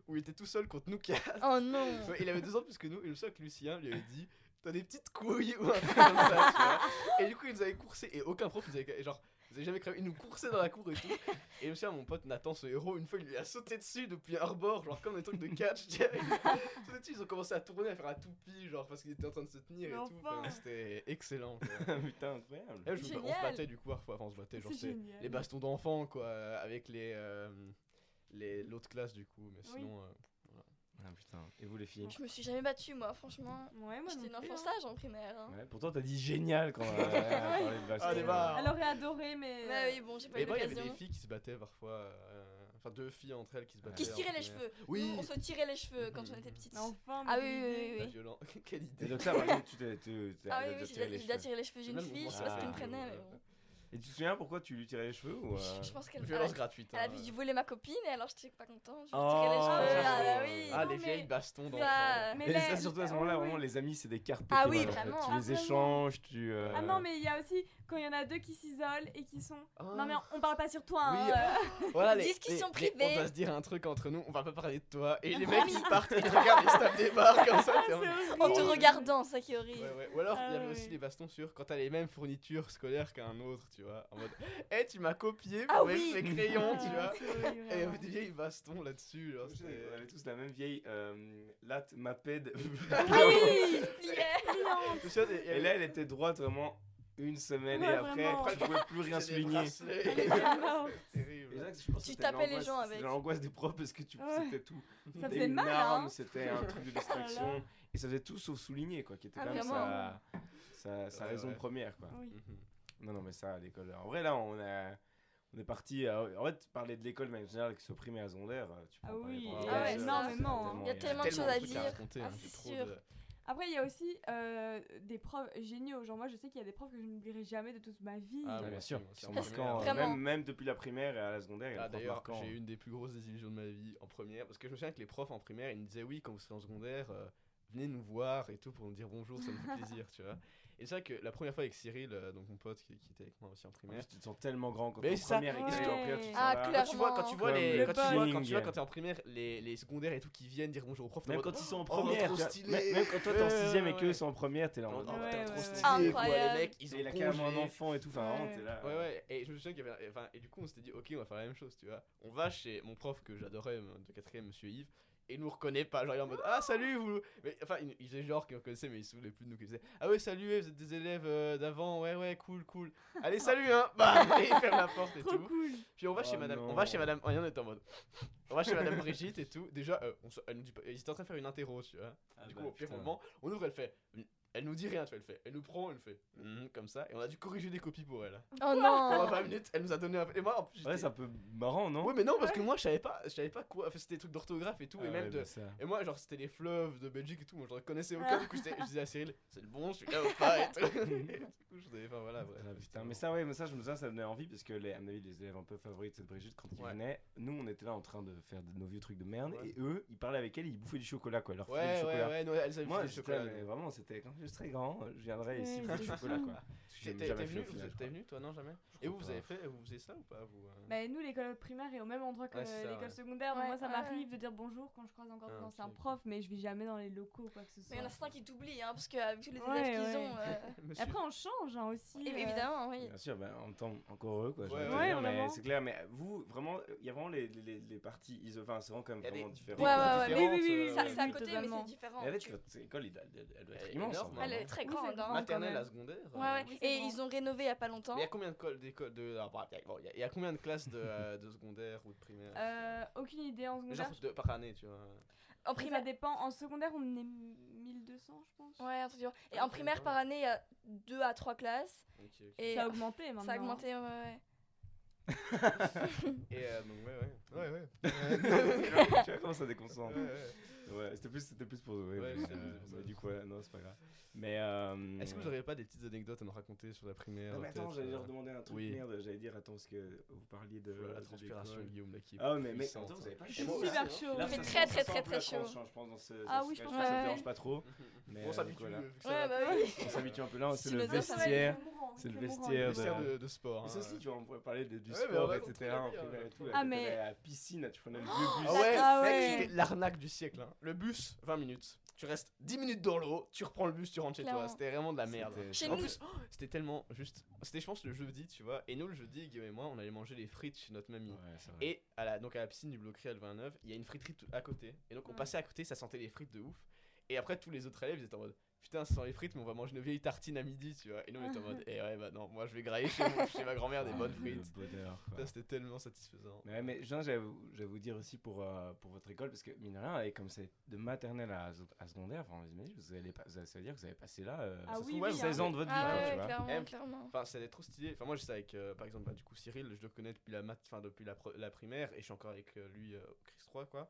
Speaker 2: Où il était tout seul contre nous quatre.
Speaker 4: [LAUGHS] Oh non.
Speaker 2: Ouais, il avait deux ans de plus que nous. Et je me souviens que Lucien lui avait dit T'as des petites couilles ou un truc comme ça. tu vois. Et du coup, il nous avait coursé. Et aucun prof nous avait. Genre, vous avez jamais cramé. Il nous coursait dans la cour et tout. Et je me souviens, mon pote Nathan, ce héros, une fois, il lui a sauté dessus depuis un rebord, genre comme des trucs de catch. tu sais. Il lui a sauté dessus, ils ont commencé à tourner, à faire la toupie, genre parce qu'ils étaient en train de se tenir et
Speaker 3: Mais
Speaker 2: tout.
Speaker 3: enfin.
Speaker 2: Enfin, C'était excellent. quoi.
Speaker 1: [LAUGHS] Putain, incroyable.
Speaker 2: Et Eh, je me- on se
Speaker 4: Génial.
Speaker 2: battait du coup parfois. Enfin, on se battait, genre,
Speaker 3: C'est
Speaker 2: c'est
Speaker 3: génial.
Speaker 2: les bastons d'enfants, quoi, avec les. euh, les- L'autre classe du coup, mais
Speaker 3: Oui.
Speaker 2: sinon. euh,
Speaker 1: Ah, putain. Et vous, les filles
Speaker 4: Je me suis jamais battue, moi, franchement.
Speaker 3: Ouais, moi
Speaker 4: J'étais une
Speaker 3: non plus,
Speaker 4: enfant
Speaker 3: hein.
Speaker 4: sage en primaire. hein.
Speaker 1: ouais, Pourtant, t'as dit génial quand on a
Speaker 4: Ah
Speaker 1: parlé de baston.
Speaker 2: Allez, va.
Speaker 3: Elle aurait adoré, mais.
Speaker 4: Ouais,
Speaker 3: euh,
Speaker 4: oui, bon, j'ai pas
Speaker 2: Mais
Speaker 4: eu
Speaker 2: bon, il y avait des
Speaker 4: l'occasion.
Speaker 2: filles qui se battaient parfois. euh, Enfin, deux filles entre elles qui se battaient.
Speaker 4: Qui se tiraient
Speaker 2: en
Speaker 4: les
Speaker 2: primaire.
Speaker 4: cheveux.
Speaker 2: euh, Oui.
Speaker 4: Nous, on se tirait les cheveux quand
Speaker 2: Mhm.
Speaker 4: on était petites.
Speaker 3: mais Enfin,
Speaker 4: Ah
Speaker 3: mais
Speaker 4: oui,
Speaker 3: l'idée.
Speaker 4: oui, oui,
Speaker 2: Pas
Speaker 4: oui.
Speaker 2: violent. [LAUGHS] Quelle
Speaker 1: Et
Speaker 2: idée.
Speaker 1: donc, ça, par exemple, tu t'es. tu- t'as
Speaker 4: Ah oui,
Speaker 1: déjà tiré
Speaker 4: oui, j'ai
Speaker 1: les
Speaker 4: déjà
Speaker 1: cheveux.
Speaker 4: tiré les cheveux d'une
Speaker 2: Même
Speaker 4: fille,
Speaker 2: moi,
Speaker 4: je sais
Speaker 1: ça
Speaker 4: pas ce qui me
Speaker 1: va.
Speaker 4: prenait,
Speaker 2: Ouais,
Speaker 4: mais
Speaker 2: ouais.
Speaker 4: bon.
Speaker 1: Et tu te souviens pourquoi tu lui tirais les cheveux ou, euh,
Speaker 4: [LAUGHS] Je pense qu'elle elle
Speaker 2: Violence
Speaker 4: a,
Speaker 2: gratuite.
Speaker 4: elle a
Speaker 2: hein.
Speaker 4: vu du voler ma copine et alors j'étais pas contente. Je lui
Speaker 1: Oh.
Speaker 4: tirais les cheveux.
Speaker 1: Ah,
Speaker 4: Ah bah
Speaker 1: oui.
Speaker 4: oui.
Speaker 2: Ah,
Speaker 3: Non,
Speaker 2: les
Speaker 3: mais-
Speaker 2: vieilles bastons d'enfants.
Speaker 4: Ça-
Speaker 3: Mais
Speaker 1: Et
Speaker 3: les-
Speaker 1: ça, surtout à ce moment-là,
Speaker 3: oui, oui.
Speaker 1: vraiment, les amis, c'est des cartes
Speaker 4: euh, Ah
Speaker 1: Pokémon.
Speaker 4: oui,
Speaker 1: en fait.
Speaker 4: vraiment,
Speaker 1: Tu
Speaker 4: ah,
Speaker 1: les
Speaker 4: vraiment.
Speaker 1: échanges, tu. euh,
Speaker 3: Ah non, mais il y a aussi quand il y en a deux qui s'isolent et qui sont.
Speaker 2: Ah.
Speaker 3: Non, mais on parle pas sur toi.
Speaker 2: Oui,
Speaker 3: hein,
Speaker 4: euh,
Speaker 2: [LAUGHS] Voilà, les,
Speaker 4: Discussion
Speaker 2: les- les-
Speaker 4: privée.
Speaker 2: on va se dire un truc entre nous, on va pas parler de toi. Et les
Speaker 4: promis.
Speaker 2: mecs ils partent,
Speaker 4: [LAUGHS]
Speaker 2: ils te regardent, ils se tapent des barres comme ça.
Speaker 4: Ah,
Speaker 3: euh.
Speaker 2: t'es en-
Speaker 3: C'est
Speaker 4: En te
Speaker 3: horrible.
Speaker 4: regardant, ça qui est
Speaker 2: Ouais,
Speaker 4: horrible.
Speaker 2: ouais. Ou alors, il y
Speaker 3: Ah,
Speaker 2: avait
Speaker 3: ouais.
Speaker 2: aussi les bastons sur quand t'as les mêmes fournitures scolaires qu'un autre, tu vois. En mode, hé, tu m'as copié pour
Speaker 4: Ah
Speaker 2: mes-
Speaker 4: oui.
Speaker 2: mes crayons,
Speaker 3: Ah,
Speaker 2: tu vois. Et
Speaker 3: c'est horrible,
Speaker 2: il y
Speaker 3: vraiment.
Speaker 2: avait des vieilles bastons là-dessus. genre,
Speaker 1: je sais,
Speaker 2: c'était-
Speaker 1: On avait tous la même vieille euh, latte Maped. [LAUGHS]
Speaker 4: Ah oui, pliait.
Speaker 2: Je me souviens des- il y
Speaker 1: et
Speaker 2: avait-
Speaker 1: là, elle était droite vraiment une semaine et
Speaker 3: Ouais,
Speaker 1: après,
Speaker 3: vraiment.
Speaker 1: après, je pouvais plus rien
Speaker 2: C'est des
Speaker 1: souligner.
Speaker 2: bracelets.
Speaker 4: [LAUGHS]
Speaker 3: Ah,
Speaker 2: C'est terrible.
Speaker 1: Et là, je pense que
Speaker 4: Tu
Speaker 1: c'était
Speaker 4: tapais les
Speaker 1: l'angoisse-
Speaker 4: gens avec.
Speaker 1: c'était L'angoisse des profs parce que tu
Speaker 3: Ouais.
Speaker 1: c'était tout.
Speaker 3: Ça
Speaker 1: C'était
Speaker 3: faisait
Speaker 1: une
Speaker 3: mal.
Speaker 1: arme,
Speaker 3: Hein.
Speaker 1: c'était un
Speaker 4: [LAUGHS]
Speaker 1: truc de distraction. et ça faisait tout sauf souligner, quoi, qui était
Speaker 4: Oh Ah,
Speaker 1: quand même
Speaker 4: vraiment.
Speaker 1: sa, sa, sa
Speaker 2: Ouais,
Speaker 1: raison
Speaker 2: ouais.
Speaker 1: première, quoi.
Speaker 3: Oui.
Speaker 2: Mhm.
Speaker 1: Non, non, mais ça, à l'école. En vrai, là, on a. On est parti. à- En fait, parler de l'école, de manière générale, que ce soit primaire, et secondaire, euh, tu peux
Speaker 3: Ah
Speaker 1: en parler
Speaker 3: oui.
Speaker 1: pendant
Speaker 4: Ah
Speaker 1: des
Speaker 4: ouais,
Speaker 1: heures,
Speaker 3: énormément,
Speaker 1: c'est
Speaker 3: hein.
Speaker 4: Il y a tellement de
Speaker 2: Tellement
Speaker 4: choses à
Speaker 2: trucs
Speaker 4: dire.
Speaker 2: raconter,
Speaker 4: Ah,
Speaker 2: hein,
Speaker 4: c'est
Speaker 2: c'est trop
Speaker 4: sûr.
Speaker 2: de-
Speaker 3: Après, il y a aussi euh, des profs géniaux. Genre, moi, je sais qu'il y a des profs que je n'oublierai jamais de toute ma vie.
Speaker 2: Ah,
Speaker 1: Ouais,
Speaker 2: oui,
Speaker 1: bien
Speaker 2: aussi,
Speaker 1: sûr,
Speaker 2: moi
Speaker 1: qui
Speaker 2: aussi,
Speaker 1: sont
Speaker 2: en
Speaker 1: marquants.
Speaker 4: primaire.
Speaker 1: Même, même depuis la primaire et à la secondaire, il y a
Speaker 2: Ah,
Speaker 1: des profs
Speaker 2: d'ailleurs,
Speaker 1: marquants.
Speaker 2: j'ai eu une des plus grosses désillusions de ma vie en première, parce que je me souviens que les profs en primaire, ils nous disaient oui, quand vous serez en secondaire, euh, venez nous voir et tout pour nous dire bonjour, ça nous fait plaisir, tu vois. Et c'est vrai que la première fois avec Cyril, euh, donc mon pote qui, qui était avec moi aussi en
Speaker 1: En
Speaker 2: primaire,
Speaker 1: plus, tu te sens tellement grand quand
Speaker 2: Mais
Speaker 1: t'es en
Speaker 2: ça-
Speaker 1: première et que t'es en
Speaker 3: Ouais.
Speaker 1: primaire, tu te sens
Speaker 4: Ah,
Speaker 1: là.
Speaker 2: quand tu vois, quand tu vois
Speaker 1: Clairement.
Speaker 2: les,
Speaker 1: Le
Speaker 2: quand tu vois,
Speaker 1: buzz.
Speaker 2: quand tu vois, quand t'es en primaire, les, les secondaires et tout qui viennent dire bonjour aux profs, t'es en
Speaker 1: Même
Speaker 2: mode,
Speaker 1: quand ils sont en
Speaker 2: Oh,
Speaker 1: première,
Speaker 2: trop
Speaker 1: tu vois,
Speaker 2: stylé.
Speaker 1: même même quand toi t'es en
Speaker 2: Ouais, ouais,
Speaker 1: 6ème et
Speaker 2: ouais.
Speaker 1: qu'eux sont en première, t'es là.
Speaker 2: Oh,
Speaker 1: en-
Speaker 2: oh,
Speaker 1: oh,
Speaker 2: putain,
Speaker 3: ouais,
Speaker 2: trop
Speaker 3: ouais,
Speaker 2: stylé,
Speaker 3: ouais.
Speaker 2: quoi, les
Speaker 4: Incroyable.
Speaker 2: mecs, ils
Speaker 1: Et la
Speaker 2: ont
Speaker 1: cam en
Speaker 2: congelé.
Speaker 1: enfant et tout, enfin
Speaker 3: Ouais.
Speaker 1: vraiment, t'es là.
Speaker 2: Ouais, ouais, et je me souviens qu'il y avait. Enfin, et du coup, on s'était dit, ok, on va faire la même chose, tu vois. On va chez mon prof que j'adorais, euh, de 4 monsieur Yves, et il nous reconnaît pas. Genre, il est en mode, ah, salut, vous. Mais, enfin, il, il faisait genre qu'il nous reconnaissait, mais il se souvenait plus de nous. qu'il faisait, ah, ouais, salut, ouais, vous êtes des élèves euh, d'avant, ouais, ouais, cool, cool. Allez, salut, hein. Bah, [LAUGHS] et il ferme la porte et
Speaker 3: Trop
Speaker 2: tout.
Speaker 3: cool.
Speaker 2: Puis on va chez
Speaker 1: Oh
Speaker 2: madame. On
Speaker 1: non.
Speaker 2: va chez madame. Rien, on est en mode. On va chez madame Brigitte et tout. Déjà, euh, on se- elle nous dit pas- Ils étaient en train de faire une interro, tu vois.
Speaker 1: Ah
Speaker 2: Du
Speaker 1: bah,
Speaker 2: coup, au pire
Speaker 1: putain.
Speaker 2: moment, on ouvre, elle fait Elle nous dit rien, tu vois, elle fait. Elle nous prend, elle fait. hmm, comme ça. Et on a dû corriger des copies pour elle.
Speaker 4: Oh
Speaker 2: Pendant
Speaker 4: non
Speaker 2: 20 minutes, elle nous a donné un. Et moi, en plus,
Speaker 1: Ouais,
Speaker 2: j'étais-
Speaker 1: c'est un peu marrant, non
Speaker 2: Ouais, mais non, parce que moi, je savais pas, je savais pas quoi. Enfin, c'était des trucs d'orthographe et tout,
Speaker 1: Ah
Speaker 2: et
Speaker 1: ouais,
Speaker 2: même de.
Speaker 1: bah, ça.
Speaker 2: Et moi, genre, c'était les fleuves de Belgique et tout, moi, je reconnaissais
Speaker 3: Ah.
Speaker 2: aucun. Du coup, j'étais- je disais à Cyril, c'est le bon, celui-là ou pas
Speaker 1: [LAUGHS]
Speaker 2: et tout. Et du coup, je savais pas, voilà. bref,
Speaker 1: Ah, putain,
Speaker 2: c'était
Speaker 1: mais ça, ouais, mais ça, je me souviens, ça me donnait envie parce que, les, à mon avis, les élèves un peu favoris de cette Brigitte, quand ils
Speaker 2: Ouais.
Speaker 1: venaient, nous, on était là en train de faire de nos vieux trucs de merde
Speaker 2: Ouais.
Speaker 1: et eux, ils parlaient avec elle, ils bouffaient du chocolat, quoi. Ils leur
Speaker 2: marrant.
Speaker 1: filaient du
Speaker 2: Ouais, ouais,
Speaker 1: chocolat.
Speaker 2: ouais, non, elle savait
Speaker 1: Moi,
Speaker 2: faire du
Speaker 1: j'étais là,
Speaker 2: chocolat.
Speaker 1: mais
Speaker 2: nous.
Speaker 1: vraiment, c'était quand je serai grand, euh, je viendrai
Speaker 3: Ouais,
Speaker 1: ici
Speaker 3: mais
Speaker 1: bouffer du
Speaker 3: c'est
Speaker 1: chocolat,
Speaker 3: fou.
Speaker 1: quoi. Parce que j'ai
Speaker 2: T'es t'es-
Speaker 1: jamais
Speaker 2: t'es
Speaker 1: fait
Speaker 2: venu,
Speaker 1: au
Speaker 2: vous
Speaker 1: final,
Speaker 2: êtes- t'es venu, toi, non, jamais
Speaker 1: Je
Speaker 2: Et vous,
Speaker 1: crois
Speaker 2: vous
Speaker 1: pas.
Speaker 2: avez fait, vous faisiez ça ou pas, vous euh
Speaker 3: Bah, nous, l'école primaire est au même endroit que
Speaker 2: Ouais, c'est ça,
Speaker 3: l'école
Speaker 2: ouais.
Speaker 3: secondaire. donc
Speaker 4: Ouais,
Speaker 3: moi, ça
Speaker 4: ouais,
Speaker 3: m'arrive de dire bonjour quand je croise encore
Speaker 2: Ah,
Speaker 3: quand c'est un
Speaker 2: ok.
Speaker 3: prof, mais je vis jamais dans les locaux ou quoi que ce soit.
Speaker 4: Mais il y en a certains qui t'oublient, hein, parce qu'avec tous les
Speaker 3: Ouais,
Speaker 4: élèves
Speaker 3: ouais.
Speaker 4: qu'ils ont.
Speaker 3: [LAUGHS]
Speaker 4: euh,
Speaker 2: [LAUGHS] Monsieur-
Speaker 3: Après, on change hein, aussi.
Speaker 4: é-
Speaker 3: euh,
Speaker 4: Évidemment, oui.
Speaker 1: Bien sûr, bah, en même temps, encore heureux, quoi. j'ai
Speaker 2: Ouais,
Speaker 1: envie de
Speaker 3: ouais,
Speaker 1: dire, mais
Speaker 3: vraiment.
Speaker 1: c'est clair, mais vous, vraiment, il y a vraiment les, les, les- les parties iso... Enfin, c'est vraiment quand même
Speaker 2: Il y a
Speaker 1: vraiment
Speaker 2: des-
Speaker 1: différent.
Speaker 2: des
Speaker 4: Ouais,
Speaker 2: cours
Speaker 4: ouais, ouais, mais
Speaker 2: différentes,
Speaker 3: oui, oui, oui,
Speaker 2: euh,
Speaker 3: ça,
Speaker 4: C'est à côté, mais
Speaker 3: totalement.
Speaker 4: c'est différent.
Speaker 1: Et avec
Speaker 4: tu-
Speaker 1: votre école, il- elle, elle doit être
Speaker 2: Elle est
Speaker 1: immense.
Speaker 2: énorme,
Speaker 1: hein,
Speaker 4: Elle
Speaker 1: non
Speaker 4: est très
Speaker 3: Oui, c'est
Speaker 4: grande. hein.
Speaker 3: grand.
Speaker 2: Maternelle
Speaker 3: même.
Speaker 2: à secondaire
Speaker 4: Ouais, ouais.
Speaker 2: euh,
Speaker 3: Oui, c'est
Speaker 4: Et
Speaker 3: grand.
Speaker 4: ils ont rénové il y a pas longtemps.
Speaker 2: Mais il y a combien de cols- d'écoles de. ah, bah, y a- bon, y a- y a combien de classes de, euh, de secondaire ou de primaire
Speaker 3: euh, aucune idée en secondaire.
Speaker 2: Genre de, par année, tu vois.
Speaker 4: En
Speaker 3: Après,
Speaker 4: primaire.
Speaker 3: ça dépend. En secondaire, on est 1200, je pense.
Speaker 4: Ouais, un truc du genre. Et
Speaker 2: Ouais,
Speaker 4: en
Speaker 2: c'est
Speaker 4: primaire,
Speaker 2: énorme.
Speaker 4: par année, il y a deux à trois classes.
Speaker 2: Ok, ok.
Speaker 4: Et
Speaker 3: Ça a augmenté maintenant. hein.
Speaker 4: ça a augmenté, ouais, ouais.
Speaker 2: Et euh, donc, ouais, ouais. Ouais, ouais.
Speaker 1: [LAUGHS] tu
Speaker 2: [LAUGHS]
Speaker 1: vois comment ça déconcentre Ouais, c'était plus, c'était plus pour. Ouais,
Speaker 2: Ouais,
Speaker 1: mais,
Speaker 2: c'était
Speaker 1: euh,
Speaker 2: plus pour
Speaker 1: mais
Speaker 2: ça.
Speaker 1: du coup, ouais, non, c'est pas grave. Mais. euh,
Speaker 2: Est-ce que vous auriez pas des petites anecdotes à nous raconter sur la primaire
Speaker 1: Non, mais attends,
Speaker 2: peut-être,
Speaker 1: j'allais
Speaker 2: euh,
Speaker 1: leur demander un truc.
Speaker 2: oui.
Speaker 1: Merde, j'allais dire, attends, parce que vous parliez de.
Speaker 2: Oula, la
Speaker 1: de
Speaker 2: transpiration,
Speaker 1: l'école.
Speaker 2: Guillaume, là, qui est
Speaker 1: Ah, ouais, mais mec,
Speaker 2: puissante,
Speaker 1: attends, vous
Speaker 2: hein.
Speaker 1: avez pas
Speaker 3: Je suis
Speaker 1: chaud,
Speaker 3: super
Speaker 1: là
Speaker 3: chaud.
Speaker 1: Là,
Speaker 4: fait
Speaker 1: ça sent- ça
Speaker 4: très, très,
Speaker 1: sent
Speaker 4: très,
Speaker 1: un peu la
Speaker 4: très
Speaker 1: tranche,
Speaker 4: chaud.
Speaker 1: hein, Je pense dans ce.
Speaker 3: Ah
Speaker 1: dans
Speaker 3: oui,
Speaker 1: ce
Speaker 3: je
Speaker 1: cas,
Speaker 3: pense
Speaker 1: Ça
Speaker 4: que-
Speaker 1: me dérange pas [LAUGHS] trop. Mais
Speaker 2: On
Speaker 1: euh,
Speaker 2: s'habitue.
Speaker 1: voilà.
Speaker 2: vu que ça va-
Speaker 4: Ouais, bah oui.
Speaker 1: On
Speaker 2: [LAUGHS]
Speaker 1: s'habitue un peu là, c'est le
Speaker 4: m'étonnes, ça va être
Speaker 1: vestiaire. C'est
Speaker 3: C'est
Speaker 1: le vestiaire
Speaker 2: Le vestiaire
Speaker 1: de-
Speaker 2: de, de sport.
Speaker 1: Mais
Speaker 2: hein.
Speaker 1: Ah, ça aussi, tu vois, on pourrait parler de- du
Speaker 2: Ouais, mais on
Speaker 1: sport,
Speaker 2: va
Speaker 1: etc.
Speaker 2: continuer à
Speaker 1: en
Speaker 2: dire,
Speaker 1: primaire
Speaker 2: euh,
Speaker 1: et tout. là,
Speaker 3: Ah,
Speaker 1: quand
Speaker 3: mais-
Speaker 1: t'allais à la piscine, là, tu prenais le vieux bus.
Speaker 2: Ah ouais,
Speaker 4: Ah
Speaker 2: mec,
Speaker 4: ouais.
Speaker 2: c'était l'arnaque du siècle. hein. Le bus, 20 minutes. Tu restes 10 minutes dans l'eau, tu reprends le bus, tu rentres chez toi.
Speaker 4: Clairement.
Speaker 2: C'était vraiment
Speaker 1: Ah,
Speaker 2: de la merde.
Speaker 1: C'était-
Speaker 4: Chez
Speaker 2: En
Speaker 4: nous,
Speaker 2: plus, oh, c'était tellement juste. C'était, je pense, le jeudi, tu vois. Et nous, le jeudi, Guillaume et moi, on allait manger les frites chez notre mamie.
Speaker 1: Ouais, c'est vrai.
Speaker 2: Et à la, donc à la piscine du bloc réel 29, il y a une friterie tout à côté. Et donc on
Speaker 1: Mm.
Speaker 4: Ouais.
Speaker 2: passait à côté, ça sentait les frites de ouf. Et après tous les autres élèves ils étaient en mode putain ça sent les frites mais on va manger nos vieilles tartines à midi tu vois. Et nous on était en
Speaker 1: [LAUGHS]
Speaker 2: mode eh ouais bah non moi je vais grailler chez, mon- chez ma grand-mère des
Speaker 1: Ah,
Speaker 2: bonnes
Speaker 1: le
Speaker 2: frites.
Speaker 1: bonheur, quoi.
Speaker 2: Ça c'était tellement satisfaisant.
Speaker 1: Mais, ouais, mais Jean, j'allais vous- j'allais vous dire aussi pour, euh, pour votre école, parce que mine de rien, et comme c'est de maternelle à, so- à secondaire, enfin, vous imaginez, vous allez pas, vous allez- ça veut dire que vous avez passé là euh,
Speaker 3: Ah
Speaker 1: ça se
Speaker 3: oui,
Speaker 1: trouve, ouais,
Speaker 3: oui,
Speaker 1: 16
Speaker 3: hein.
Speaker 1: ans de votre vie,
Speaker 4: Ah
Speaker 1: quoi,
Speaker 4: ouais,
Speaker 1: tu vois.
Speaker 4: clairement,
Speaker 2: Eh,
Speaker 4: clairement.
Speaker 2: Enfin c'était trop stylé. Enfin moi j'étais avec euh, par exemple bah, du coup Cyril je le connais depuis la mat enfin depuis la, pro- la primaire et je suis encore avec euh, lui euh, au Chris 3 quoi.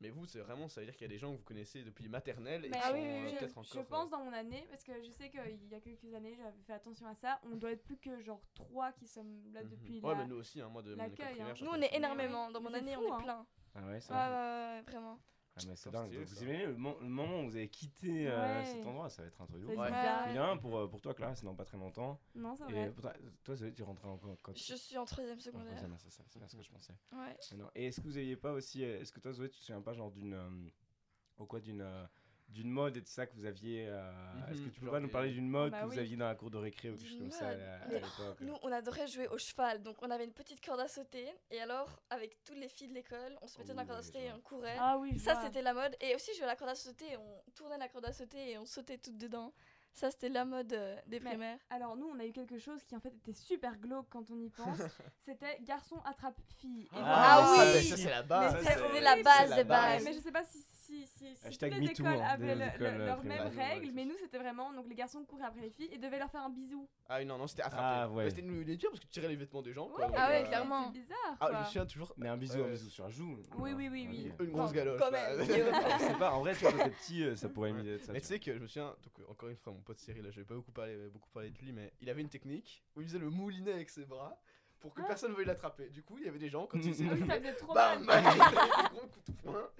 Speaker 2: Mais vous c'est vraiment ça veut dire qu'il y a des gens que vous connaissez depuis maternelle et
Speaker 3: Mais
Speaker 2: qui
Speaker 3: ah
Speaker 2: sont
Speaker 3: oui, oui,
Speaker 2: euh,
Speaker 3: oui, je,
Speaker 2: peut-être
Speaker 3: je
Speaker 2: encore. euh,
Speaker 3: pense dans mon année, parce que je sais qu'il y a quelques années, j'avais fait attention à ça. On doit être plus que genre 3 qui sommes là
Speaker 2: mhm.
Speaker 3: depuis
Speaker 2: Ouais
Speaker 3: la-
Speaker 2: mais nous aussi hein, moi de mon école
Speaker 3: l'accueil, hein.
Speaker 2: primaire. j'en
Speaker 4: Nous, on
Speaker 2: connais-
Speaker 4: est énormément. Dans
Speaker 3: Mais
Speaker 4: mon
Speaker 3: c'est
Speaker 4: année,
Speaker 3: fou,
Speaker 4: on
Speaker 3: hein.
Speaker 4: est plein.
Speaker 1: Ah ouais,
Speaker 4: Ouais,
Speaker 1: c'est
Speaker 4: ouais,
Speaker 1: vrai.
Speaker 4: ouais, vraiment.
Speaker 1: Ah, mais c'est
Speaker 2: Putain,
Speaker 1: dingue.
Speaker 2: stylé,
Speaker 1: Donc, vous
Speaker 2: ça.
Speaker 1: imaginez le, mo- le moment où vous avez quitté euh,
Speaker 3: Ouais.
Speaker 1: cet endroit, ça va être un truc de
Speaker 3: Ça,
Speaker 1: ouf.
Speaker 3: c'est
Speaker 2: Ouais.
Speaker 3: bizarre.
Speaker 1: Mine de rien, pour, euh, pour toi, Clara, c'est dans pas très longtemps.
Speaker 3: Non, c'est
Speaker 1: Et euh,
Speaker 3: vrai.
Speaker 1: pour toi, toi, Zoé, tu rentrais encore quand
Speaker 4: Je suis en troisième
Speaker 1: Ouais,
Speaker 4: secondaire.
Speaker 1: troisième, c'est ça, c'est bien ce que je pensais.
Speaker 4: Ouais.
Speaker 1: Mais non. Et est-ce que vous aviez pas aussi, euh, est-ce que toi Zoé, tu te souviens pas genre d'une, euh, au quoi d'une, euh, d'une mode et de ça que vous aviez, euh, est-ce que
Speaker 2: Mhm,
Speaker 1: tu peux
Speaker 2: genre
Speaker 1: pas nous
Speaker 2: des-
Speaker 1: parler d'une mode
Speaker 3: bah
Speaker 1: que vous
Speaker 3: oui.
Speaker 1: aviez dans la cour de récré ou quelque
Speaker 4: D'une
Speaker 1: chose comme ça à,
Speaker 4: mode.
Speaker 1: à
Speaker 4: Mais-
Speaker 1: l'époque
Speaker 4: Nous, on adorait jouer au cheval, donc on avait une petite corde à sauter. Et alors, avec toutes les filles de l'école, on se mettait dans la corde à
Speaker 1: Ouais,
Speaker 4: sauter et
Speaker 1: genre.
Speaker 4: on courait.
Speaker 3: Ah oui, je
Speaker 4: Ça,
Speaker 3: vois.
Speaker 4: c'était la mode. Et aussi, je jouais à la corde à sauter, on tournait la corde à sauter et on sautait toutes dedans. Ça, c'était la mode euh, des
Speaker 3: Mais-
Speaker 4: primaires.
Speaker 3: Alors nous, on a eu quelque chose qui en fait était super glauque quand on y pense. C'était garçon attrape fille. Et
Speaker 4: Ah
Speaker 3: vraiment,
Speaker 4: oui.
Speaker 2: ça, mais ça, c'est la base.
Speaker 1: Mais
Speaker 4: Mais
Speaker 1: ça,
Speaker 4: ça,
Speaker 1: c'est-
Speaker 4: c'était la base
Speaker 2: c'est
Speaker 4: des
Speaker 2: la base.
Speaker 4: bases.
Speaker 3: Mais je sais pas si, si, si, si
Speaker 1: Hashtag
Speaker 3: toutes les
Speaker 1: MeToo,
Speaker 3: écoles
Speaker 1: hein,
Speaker 3: avaient
Speaker 1: des
Speaker 3: le-
Speaker 1: écoles,
Speaker 3: le-
Speaker 1: euh,
Speaker 3: leurs
Speaker 1: primaires.
Speaker 3: mêmes
Speaker 2: Ouais,
Speaker 3: règles,
Speaker 2: ouais,
Speaker 3: mais
Speaker 2: c'est
Speaker 3: nous c'était vraiment donc les garçons couraient après les filles et devaient leur faire un bisou.
Speaker 2: Ah oui, non, non, c'était attrapé.
Speaker 1: Ah ouais.
Speaker 2: Mais C'était nous les dire parce que tu tirais les vêtements des gens. quoi,
Speaker 3: Ouais,
Speaker 2: donc,
Speaker 4: Ah ouais,
Speaker 2: euh,
Speaker 4: clairement.
Speaker 3: C'est bizarre.
Speaker 2: Ah, je
Speaker 3: quoi.
Speaker 2: me souviens toujours.
Speaker 1: Mais un bisou, un
Speaker 2: Ouais.
Speaker 1: bisou sur la joue.
Speaker 3: Oui,
Speaker 1: non
Speaker 3: oui, oui, oui.
Speaker 1: Ok.
Speaker 2: Euh, Une grosse
Speaker 4: Non,
Speaker 2: galoche.
Speaker 4: quand
Speaker 2: là.
Speaker 4: même,
Speaker 2: [LAUGHS]
Speaker 4: Guillaume.
Speaker 1: Je sais pas, en vrai, tu vois, quand t'es petit, euh, ça pourrait mieux être ça.
Speaker 2: Mais
Speaker 1: tu
Speaker 2: tu sais que je me souviens, donc, euh, encore une fois, mon pote Cyril, là, je vais pas beaucoup parler, beaucoup parler de lui, mais il avait une technique où il faisait le moulinet avec ses bras pour que
Speaker 3: Ah.
Speaker 2: personne ne veuille l'attraper. Du coup, il y avait des gens, quand ils faisaient
Speaker 3: Ah oui,
Speaker 2: le
Speaker 3: ça faisait trop
Speaker 2: bam [LAUGHS]
Speaker 3: mal.
Speaker 2: Des gros coups de poing.
Speaker 1: vois.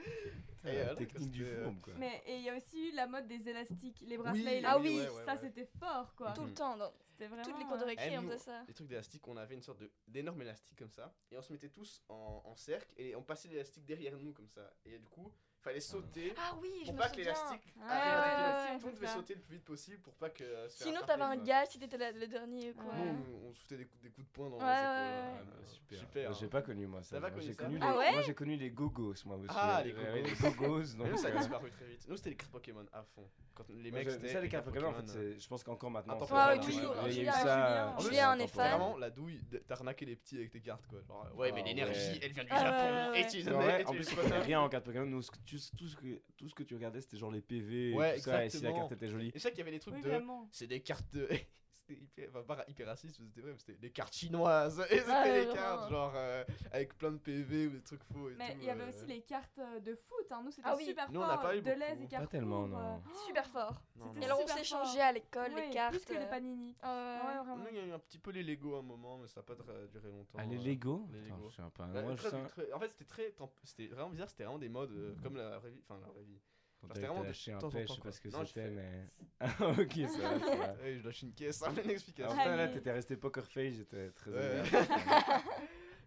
Speaker 2: Et
Speaker 1: La
Speaker 2: alors,
Speaker 1: technique du
Speaker 2: c'était, euh,
Speaker 1: fourbe, quoi.
Speaker 3: Mais et il y a aussi eu la mode des élastiques, les bracelets.
Speaker 2: Oui,
Speaker 3: élastiques.
Speaker 4: ah oui,
Speaker 2: ouais, ouais,
Speaker 3: ça
Speaker 2: ouais.
Speaker 3: c'était fort quoi.
Speaker 4: Tout
Speaker 2: Mhm.
Speaker 4: le temps, dans
Speaker 3: C'était vraiment.
Speaker 4: toutes les cours de
Speaker 2: Eh,
Speaker 4: récré, on
Speaker 2: nous,
Speaker 4: faisait ça.
Speaker 2: Les trucs d'élastique, on avait une sorte de- d'énorme élastique comme ça, et on se mettait tous en, en cercle, et on passait l'élastique derrière nous comme ça. Et du coup, fallait sauter
Speaker 4: Ah oui, je
Speaker 2: pour
Speaker 4: me
Speaker 2: pas que
Speaker 4: souviens.
Speaker 2: l'élastique
Speaker 3: Ouais,
Speaker 2: arrive à
Speaker 4: ouais,
Speaker 2: attaquer
Speaker 4: ouais,
Speaker 2: l'élastique. Tout
Speaker 3: ouais,
Speaker 2: le monde
Speaker 3: c'est
Speaker 2: devait
Speaker 3: ça.
Speaker 2: sauter le plus vite possible pour pas que. euh, se faire
Speaker 4: Sinon,
Speaker 2: attraper,
Speaker 4: t'avais un Mmh.
Speaker 2: quoi.
Speaker 4: gage si t'étais la- le dernier, quoi.
Speaker 3: Ouais.
Speaker 2: Nous, on- on se foutait des coups, des coups de poing dans
Speaker 4: Ouais,
Speaker 2: les
Speaker 4: ouais,
Speaker 2: épaules.
Speaker 4: ouais.
Speaker 1: Ah, bah, super.
Speaker 2: Super.
Speaker 1: Bah, J'ai pas connu moi ça.
Speaker 2: T'as pas
Speaker 1: Moi,
Speaker 2: connu
Speaker 1: j'ai
Speaker 2: ça
Speaker 1: connu
Speaker 4: Ah
Speaker 1: les-
Speaker 4: ouais
Speaker 1: moi j'ai connu les gogos moi aussi.
Speaker 2: Ah, les
Speaker 1: Ouais,
Speaker 2: gogos.
Speaker 1: Les gogos.
Speaker 2: Mais nous,
Speaker 1: donc,
Speaker 2: ça a
Speaker 1: euh,
Speaker 2: disparu très vite. Nous, c'était les cartes Pokémon à fond. Quand les
Speaker 1: Moi,
Speaker 2: mecs,
Speaker 1: j'ai-
Speaker 2: c'était.
Speaker 1: ça les
Speaker 2: les
Speaker 1: cartes Pokémon en fait,
Speaker 2: Pokémon, euh,
Speaker 1: c'est- je pense qu'encore maintenant.
Speaker 2: Attends,
Speaker 1: c'est
Speaker 2: ouais,
Speaker 1: encore-
Speaker 2: toujours.
Speaker 1: Il y a eu
Speaker 4: Julien,
Speaker 1: ça.
Speaker 3: Julien.
Speaker 1: euh,
Speaker 4: Julien,
Speaker 1: c'est
Speaker 4: on est
Speaker 1: intemporel.
Speaker 4: fan.
Speaker 2: Vraiment, la douille, de- t'arnaquais les petits avec tes cartes quoi. Genre, euh,
Speaker 1: Ah,
Speaker 2: ouais, mais l'énergie,
Speaker 1: ouais.
Speaker 2: elle vient du
Speaker 3: Ah,
Speaker 2: Japon.
Speaker 3: ouais, ouais,
Speaker 2: Et tu les
Speaker 1: Mais en
Speaker 2: amenais,
Speaker 1: vrai,
Speaker 2: et
Speaker 1: en
Speaker 2: tu les
Speaker 1: plus, on
Speaker 2: prenais.
Speaker 1: avait rien en cartes Pokémon. Nous, ce que- tu- tout, ce que, tout ce que tu regardais, c'était genre les PV et
Speaker 2: Ouais,
Speaker 1: tout ça, et si la
Speaker 2: exactement.
Speaker 1: carte était jolie.
Speaker 2: Et c'est vrai qu'il y avait des trucs
Speaker 3: Oui,
Speaker 2: de.
Speaker 3: euh, vraiment.
Speaker 2: C'est des cartes. de- [LAUGHS] c'était hyper. Enfin, pas hyper raciste, c'était vrai, mais c'était des cartes chinoises. [LAUGHS] Et c'était
Speaker 4: Ah, ouais,
Speaker 2: des cartes,
Speaker 4: vraiment.
Speaker 2: genre, euh, avec plein de PV ou des trucs faux et
Speaker 3: Mais
Speaker 2: tout.
Speaker 3: il y avait
Speaker 2: euh.
Speaker 3: aussi les cartes euh, de foot. hein. Nous, c'était
Speaker 4: Ah oui.
Speaker 3: super
Speaker 2: Nous, on
Speaker 3: fort.
Speaker 2: n'a pas eu
Speaker 3: Deleuze
Speaker 2: beaucoup.
Speaker 3: et
Speaker 2: Pas
Speaker 3: Carrefour.
Speaker 1: tellement, non.
Speaker 4: Oh. Super fort.
Speaker 2: Non,
Speaker 3: c'était
Speaker 4: Et
Speaker 2: non.
Speaker 4: alors on
Speaker 3: super
Speaker 4: s'échangeait
Speaker 3: fort.
Speaker 4: à l'école
Speaker 3: Ouais,
Speaker 4: les cartes.
Speaker 3: Plus que les
Speaker 4: euh,
Speaker 3: panini. Ouais,
Speaker 4: ah ouais.
Speaker 3: vraiment.
Speaker 2: Nous, il y a eu un petit peu les Lego à un moment, mais ça n'a pas tra- duré longtemps.
Speaker 1: Ah, les
Speaker 2: euh.
Speaker 1: Lego
Speaker 2: les
Speaker 1: Attends,
Speaker 2: Lego.
Speaker 1: je sais pas.
Speaker 2: Ouais,
Speaker 1: Moi, je
Speaker 2: très-
Speaker 1: sais.
Speaker 2: très- En fait, c'était très. temp- C'était vraiment bizarre, c'était vraiment des modes euh, comme la vraie vie. Enfin, la vraie vie.
Speaker 1: Quand
Speaker 2: c'était
Speaker 1: t'as
Speaker 2: vraiment de
Speaker 1: lâché un
Speaker 2: temps en
Speaker 1: pêche,
Speaker 2: temps,
Speaker 1: je sais
Speaker 2: quoi.
Speaker 1: pas ce que
Speaker 2: Non, je
Speaker 1: c'était,
Speaker 2: fais-
Speaker 1: mais. Ah, ok, ça va, ça va.
Speaker 2: Ouais, je lâche une caisse, [LAUGHS] hein, une
Speaker 1: Alors,
Speaker 2: explication.
Speaker 3: Ah,
Speaker 1: putain, là,
Speaker 3: mais-
Speaker 1: t'étais resté poker face, j'étais très
Speaker 2: Ouais.
Speaker 1: énervé.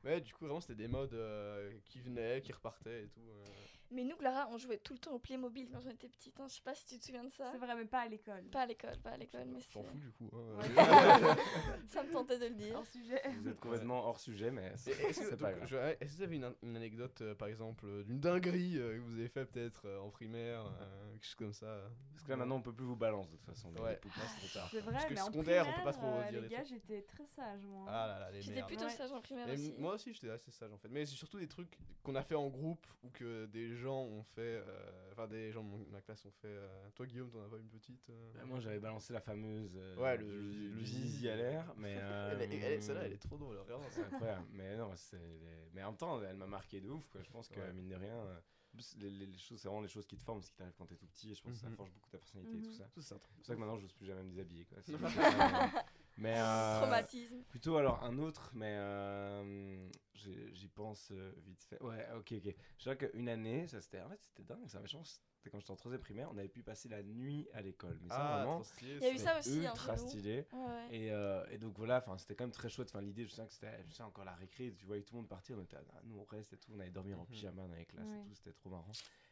Speaker 2: Ouais, du coup, vraiment, c'était des modes euh, qui venaient, qui repartaient et tout. euh.
Speaker 4: Mais nous, Clara, on jouait tout le temps au Playmobil quand on était petite. hein. Je sais pas si tu te souviens de ça.
Speaker 3: C'est vrai, mais pas à l'école.
Speaker 4: Pas à l'école, pas à
Speaker 3: ben,
Speaker 4: l'école, mais
Speaker 2: Je m'en fous, du coup. hein. [LAUGHS]
Speaker 4: c'est- ça me tentait de le dire.
Speaker 3: Hors
Speaker 4: [LAUGHS]
Speaker 3: sujet.
Speaker 1: Vous êtes complètement hors sujet, mais
Speaker 2: Et
Speaker 1: c'est
Speaker 2: Est-ce que,
Speaker 1: c'est
Speaker 2: donc,
Speaker 1: pas grave.
Speaker 2: je- ouais, est-ce que vous avez une, an- une anecdote, euh, par exemple, euh, d'une dinguerie euh, que vous avez fait peut-être euh, en primaire, euh, quelque chose comme ça euh,
Speaker 1: Parce que là, maintenant, on peut plus vous balance de toute façon. les
Speaker 2: Ouais.
Speaker 1: poupées, c'est trop tard.
Speaker 2: [LAUGHS]
Speaker 3: C'est vrai,
Speaker 2: Parce que
Speaker 3: mais en
Speaker 2: secondaire, on peut
Speaker 3: primaire,
Speaker 2: pas trop
Speaker 3: euh,
Speaker 2: dire
Speaker 3: Les
Speaker 2: des
Speaker 3: gars,
Speaker 2: trucs.
Speaker 3: j'étais très sage, moi.
Speaker 2: Ah là là, les
Speaker 4: Oh, J'étais
Speaker 2: merdes.
Speaker 4: plutôt
Speaker 3: Ouais.
Speaker 4: sage en primaire
Speaker 2: Mais m-
Speaker 4: aussi.
Speaker 2: moi aussi, j'étais assez sage en fait. Mais c'est surtout des trucs qu'on a fait en groupe ou que des gens ont fait. euh, Enfin, des gens de mon- ma classe ont fait. euh, Toi, Guillaume, t'en as pas une petite euh,
Speaker 1: Bah, Moi, j'avais balancé la fameuse. euh,
Speaker 2: Ouais, le-
Speaker 1: du-
Speaker 2: le
Speaker 1: du
Speaker 2: zizi.
Speaker 1: zizi à l'air, mais.
Speaker 2: [LAUGHS] Elle est- elle est- Celle-là, elle
Speaker 1: euh,
Speaker 2: est trop drôle, vraiment.
Speaker 1: C'est [LAUGHS] incroyable. Mais non, c'est. les- Mais en même temps, elle m'a marqué de ouf. Quoi. Je pense que,
Speaker 2: Ouais.
Speaker 1: mine de rien, euh, en plus, les, les- les choses, c'est vraiment les choses qui te forment, ce qui t'arrive quand t'es tout petit. Et je pense que ça
Speaker 2: Mhm.
Speaker 1: forge beaucoup ta personnalité et
Speaker 3: Mhm.
Speaker 1: tout ça.
Speaker 2: Tout ça, c'est un truc.
Speaker 1: C'est pour ça que maintenant, j'ose plus jamais me déshabiller. Quoi. C'est-
Speaker 2: Non. [LAUGHS]
Speaker 1: euh, mais. euh,
Speaker 4: Traumatisme.
Speaker 1: Plutôt alors un autre, mais euh, j'ai- j'y pense euh, vite fait. Ouais, ok, ok. Je crois qu'une année, ça c'était en fait c'était dingue, ça. Mais je pense que c'était quand j'étais en troisième primaire, on avait pu passer la nuit à l'école. Mais ça
Speaker 2: Ah,
Speaker 1: vraiment,
Speaker 2: trop stylé,
Speaker 4: Il y a eu
Speaker 1: c'était
Speaker 4: ça aussi, hein,
Speaker 1: ultra
Speaker 4: chez nous.
Speaker 1: stylé.
Speaker 4: Ouais, ouais.
Speaker 1: Et, euh, et donc voilà, enfin c'était quand même très chouette. Enfin l'idée, je sais que c'était, je sais encore la récré, tu voyais tout le monde partir, on était, ah, nous on reste et tout, on allait dormir en
Speaker 2: Mhm.
Speaker 1: pyjama dans les classes
Speaker 3: Ouais.
Speaker 1: et tout, c'était trop marrant.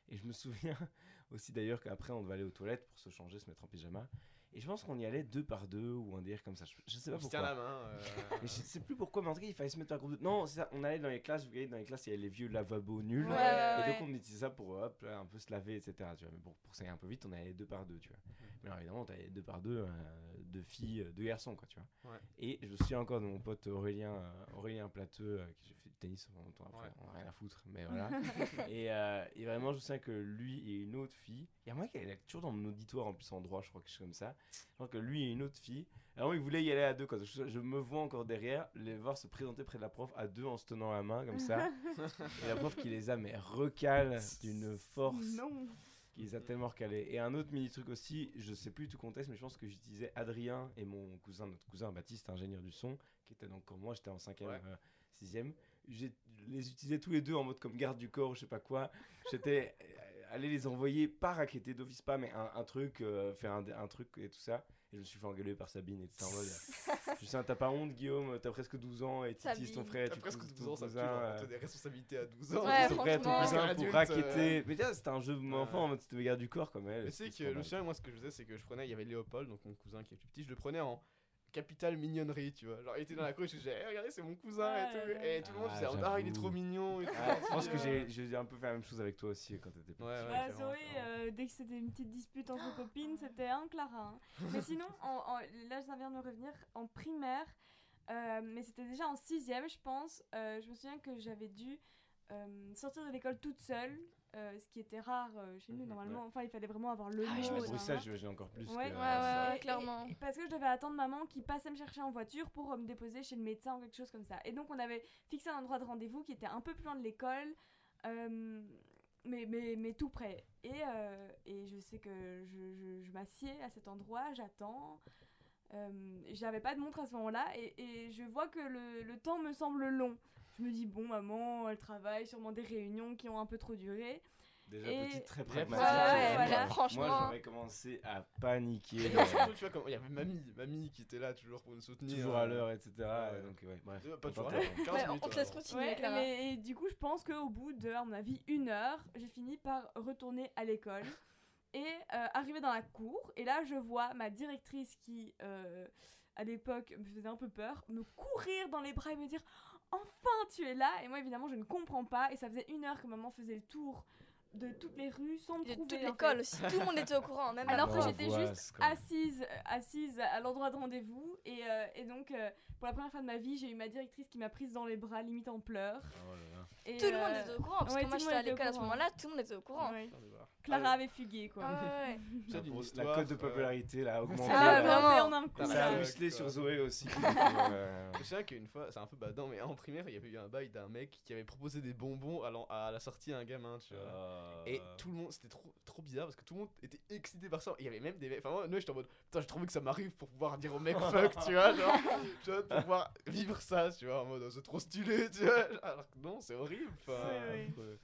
Speaker 1: Et je me souviens [LAUGHS] aussi d'ailleurs qu'après on devait aller aux toilettes pour se changer, se mettre en pyjama. Et je pense qu'on y allait deux par deux ou un délire comme ça. Je, je sais pas
Speaker 2: On se tient
Speaker 1: pourquoi.
Speaker 2: la main. euh,
Speaker 1: Mais je sais plus pourquoi, mais en tout cas, il fallait se mettre un groupe de. Non, c'est ça, on allait dans les classes, vous voyez, dans les classes, il y avait les vieux lavabos nuls.
Speaker 4: Ouais,
Speaker 1: et
Speaker 4: ouais, ouais.
Speaker 1: donc, on utilisait ça pour hop, là, un peu se laver, etc. Tu vois. Mais bon, pour ça aller un peu vite, on allait deux par deux, tu vois.
Speaker 4: Mhm.
Speaker 1: Mais alors, évidemment, t'avais deux par deux, euh, deux filles, euh, deux garçons, quoi, tu vois.
Speaker 2: Ouais.
Speaker 1: Et je me souviens encore de mon pote Aurélien, euh, Aurélien Plateux, euh, qui j'ai fait du tennis en longtemps après,
Speaker 2: Ouais.
Speaker 1: on a rien à foutre, mais voilà.
Speaker 4: [LAUGHS]
Speaker 1: et, euh, et vraiment, je me souviens que lui et une autre fille, il y a moi qui est toujours dans mon auditoire, en plus en droit, je crois, quelque chose comme ça. Je crois que lui et une autre fille, Ah alors ils voulaient y aller à deux. Quoi. Je, je me vois encore derrière, les voir se présenter près de la prof à deux en se tenant la main comme ça. et la prof qui les a mais recale d'une force
Speaker 3: Non.
Speaker 1: qui les a tellement recalés. Et un autre mini truc aussi, je sais plus tout contexte, mais je pense que je disais Adrien et mon cousin, notre cousin Baptiste, ingénieur du son, qui était donc comme moi, j'étais en 5ème,
Speaker 2: Ouais.
Speaker 1: 6ème. Je les utilisais tous les deux en mode comme garde du corps, ou je sais pas quoi. J'étais euh, allé les envoyer, pas raqueter d'office, pas, mais un, un truc, euh, faire un, un truc et tout ça. Et je me suis fait engueuler par Sabine et tout ça
Speaker 3: [LAUGHS]
Speaker 1: en mode. euh, Je sais, t'as pas honte, Guillaume, t'as presque 12 ans et Titi, c'est ton
Speaker 4: Sabine.
Speaker 1: frère.
Speaker 2: T'as
Speaker 1: tu
Speaker 2: presque
Speaker 1: pousses
Speaker 2: 12 ans,
Speaker 1: ton
Speaker 2: ça me tue,
Speaker 1: cousin,
Speaker 2: genre,
Speaker 1: euh,
Speaker 2: t'as des responsabilités à 12 ans.
Speaker 4: Ouais,
Speaker 1: c'est
Speaker 2: disons.
Speaker 1: vrai, [LAUGHS] ton
Speaker 4: franchement.
Speaker 1: cousin
Speaker 2: Adulte,
Speaker 1: pour
Speaker 2: euh,
Speaker 1: raqueter. Mais tiens, c'était un jeu de enfant, en mode c'était garde du corps comme elle.
Speaker 2: Mais c'est
Speaker 1: c'était
Speaker 2: que je me
Speaker 1: scandaleux.
Speaker 2: souviens, moi, ce que je faisais, c'est que je prenais, il y avait Léopold, donc mon cousin qui est plus petit, je le prenais en capitale mignonnerie, tu vois. Genre, il était dans la cour, je disais, Eh, regardez, c'est mon cousin
Speaker 3: Ah
Speaker 2: et tout.
Speaker 3: là là.
Speaker 2: Et tout le monde
Speaker 1: Ah,
Speaker 2: faisait, ah, il est
Speaker 1: j'avoue.
Speaker 2: trop mignon et tout.
Speaker 1: Ah, je pense que
Speaker 2: Ouais.
Speaker 1: j'ai j'ai un peu fait la même chose avec toi aussi quand t'étais petit.
Speaker 2: Ouais, ouais,
Speaker 3: Ah,
Speaker 2: clairement,
Speaker 3: Zoé,
Speaker 2: clairement.
Speaker 3: euh, dès que c'était une petite dispute entre
Speaker 4: [GASPS]
Speaker 3: copines, c'était un Clara. hein. Mais sinon, en- en- là, ça vient de me revenir en primaire, euh, mais c'était déjà en sixième, je pense. euh, je me souviens que j'avais dû euh, sortir de l'école toute seule, euh, ce qui était rare euh, chez nous
Speaker 2: Mhm,
Speaker 3: normalement. Enfin, il fallait vraiment avoir le
Speaker 4: Ah ouais,
Speaker 3: mot
Speaker 4: je me
Speaker 1: à
Speaker 3: dans la
Speaker 1: Bruxelles,
Speaker 3: main.
Speaker 1: j'imagine encore plus.
Speaker 3: Ouais,
Speaker 1: que,
Speaker 3: ouais,
Speaker 4: ouais,
Speaker 1: euh,
Speaker 4: ouais. clairement.
Speaker 3: et- parce que je devais attendre maman qui passait me chercher en voiture pour euh, me déposer chez le médecin ou quelque chose comme ça. Et donc on avait fixé un endroit de rendez-vous qui était un peu plus loin de l'école, euh, mais, mais, mais tout près. Et, euh, et je sais que je, je, je m'assieds à cet endroit, j'attends. Euh, J'avais pas de montre à ce moment-là et, et je vois que le, le temps me semble long. Je me dis, bon, maman, elle travaille, sûrement des réunions qui ont un peu trop duré.
Speaker 1: Déjà
Speaker 3: Et-
Speaker 1: petit, très
Speaker 2: Très
Speaker 1: pragmatique.
Speaker 3: pragmatique,
Speaker 1: euh,
Speaker 3: ouais,
Speaker 1: moi,
Speaker 3: voilà.
Speaker 1: Moi,
Speaker 4: Franchement.
Speaker 1: j'aurais commencé à
Speaker 2: Et [LAUGHS]
Speaker 1: paniquer.
Speaker 2: non,
Speaker 1: euh,
Speaker 2: surtout, tu vois, comme- il y avait mamie, mamie qui était là toujours pour nous soutenir.
Speaker 1: toujours à l'heure, etc.
Speaker 2: Ouais.
Speaker 1: Donc, ouais, bref.
Speaker 2: Euh, Pas
Speaker 1: on
Speaker 2: toujours à
Speaker 1: partait
Speaker 2: [LAUGHS] l'heure, 15
Speaker 4: Ouais,
Speaker 2: minutes. hein,
Speaker 4: on te laisse
Speaker 2: avant.
Speaker 4: continuer, Clara.
Speaker 3: mais- et du coup, je pense qu'au bout de, à mon avis, une heure, j'ai fini par retourner à
Speaker 4: [LAUGHS]
Speaker 3: l'école. Et euh, arriver dans la cour, et là je vois ma directrice qui, euh, à l'époque, me faisait un peu peur, me courir dans les bras et me dire Enfin tu es là Et moi évidemment je ne comprends pas, et ça faisait une heure que maman faisait le tour de toutes les rues sans me
Speaker 4: De
Speaker 3: trouver.
Speaker 4: toute
Speaker 3: en
Speaker 4: l'école
Speaker 3: fait.
Speaker 4: aussi. Tout le monde était au courant, même
Speaker 3: Alors
Speaker 4: la
Speaker 3: que
Speaker 4: prof.
Speaker 3: j'étais
Speaker 1: L'angoisse, quoi.
Speaker 3: assise, assise à l'endroit de rendez-vous. Et, euh, et donc, euh, pour la première fois de ma vie, j'ai eu ma directrice qui m'a prise dans les bras, limite en pleurs.
Speaker 1: Oh là là.
Speaker 3: Et,
Speaker 4: Tout le monde
Speaker 3: euh,
Speaker 4: était au courant, parce
Speaker 3: ouais,
Speaker 4: que
Speaker 3: tout
Speaker 4: moi
Speaker 3: le
Speaker 4: j'étais
Speaker 3: monde
Speaker 4: à
Speaker 3: était au
Speaker 4: l'école à ce
Speaker 3: courant.
Speaker 4: moment-là, tout le monde était au courant.
Speaker 3: ouais.
Speaker 2: Putain, de voir.
Speaker 3: Clara
Speaker 2: Ah,
Speaker 3: avait fugué, quoi.
Speaker 4: Ah ouais, ouais.
Speaker 2: oui, ça, d'une
Speaker 1: La
Speaker 2: histoire,
Speaker 1: cote de
Speaker 2: euh,
Speaker 1: popularité, là, a augmenté. là.
Speaker 4: Ah, vraiment.
Speaker 3: Vraiment. En un coup,
Speaker 2: Ça
Speaker 1: Ça a
Speaker 3: là.
Speaker 2: Ouais,
Speaker 1: musclé
Speaker 2: quoi.
Speaker 1: sur Zoé aussi.
Speaker 2: [LAUGHS]
Speaker 1: qui était, euh,
Speaker 2: C'est vrai qu'une fois, c'est un peu badant, mais en primaire, il y avait eu un bail d'un mec qui avait proposé des bonbons à l'en- à la sortie à un gamin, tu vois.
Speaker 1: euh,
Speaker 2: Et tout le monde, c'était trop, trop bizarre parce que tout le monde était excité par ça. Il y avait même des mecs. Enfin, moi, nous, j'étais en mode putain, j'ai trouvé que ça m'arrive pour pouvoir dire au mec fuck, tu vois, genre, tu vois, pour pouvoir vivre ça, tu vois, en mode Oh, c'est trop stylé, tu vois. genre, Alors que non, c'est horrible. enfin.
Speaker 3: Ouais, ouais.
Speaker 1: affreux.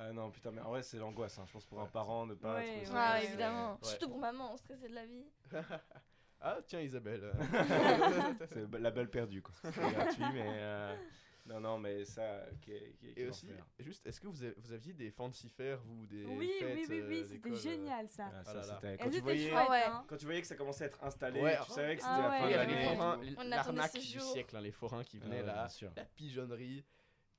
Speaker 1: Ah non, putain, mais en vrai, c'est l'angoisse, hein, je pense, pour un parent de pas
Speaker 3: Ouais,
Speaker 1: être.
Speaker 3: ouais.
Speaker 4: Ah,
Speaker 1: c'est-
Speaker 4: évidemment.
Speaker 2: Ouais.
Speaker 4: Surtout pour maman, stressée de la vie.
Speaker 2: Ah, tiens, Isabelle. euh.
Speaker 1: C'est b- la balle perdue, quoi. C'est gratuit, mais. euh, Non, non, mais ça. qu'est- qu'est-
Speaker 2: Et
Speaker 1: quel
Speaker 2: aussi,
Speaker 1: enfer.
Speaker 2: juste, est-ce que vous, avez- vous aviez des fancy fairs ou des.
Speaker 3: Oui,
Speaker 2: fêtes,
Speaker 3: oui, oui,
Speaker 2: euh,
Speaker 3: oui, c'était
Speaker 2: d'école, euh,
Speaker 3: génial ça.
Speaker 1: Ah,
Speaker 2: Ah
Speaker 1: ça,
Speaker 2: là là.
Speaker 1: c'était. Quand
Speaker 3: Elles
Speaker 1: tu
Speaker 3: étaient
Speaker 1: voyais.
Speaker 3: chouettes,
Speaker 4: Ah ouais.
Speaker 3: hein.
Speaker 1: Quand tu voyais que ça commençait à être installé,
Speaker 2: Ouais.
Speaker 1: tu savais que
Speaker 3: Ah
Speaker 1: c'était la
Speaker 3: ouais.
Speaker 1: fin
Speaker 2: Il y
Speaker 1: de
Speaker 3: Ah,
Speaker 2: avait les
Speaker 1: l'année.
Speaker 3: ouais.
Speaker 2: forains,
Speaker 4: On attendait
Speaker 2: l'arnaque
Speaker 4: ce
Speaker 2: du
Speaker 4: jour.
Speaker 2: siècle, hein, les forains qui
Speaker 1: Ah,
Speaker 2: venaient
Speaker 1: ouais,
Speaker 2: là,
Speaker 1: bien sûr.
Speaker 2: la pigeonnerie.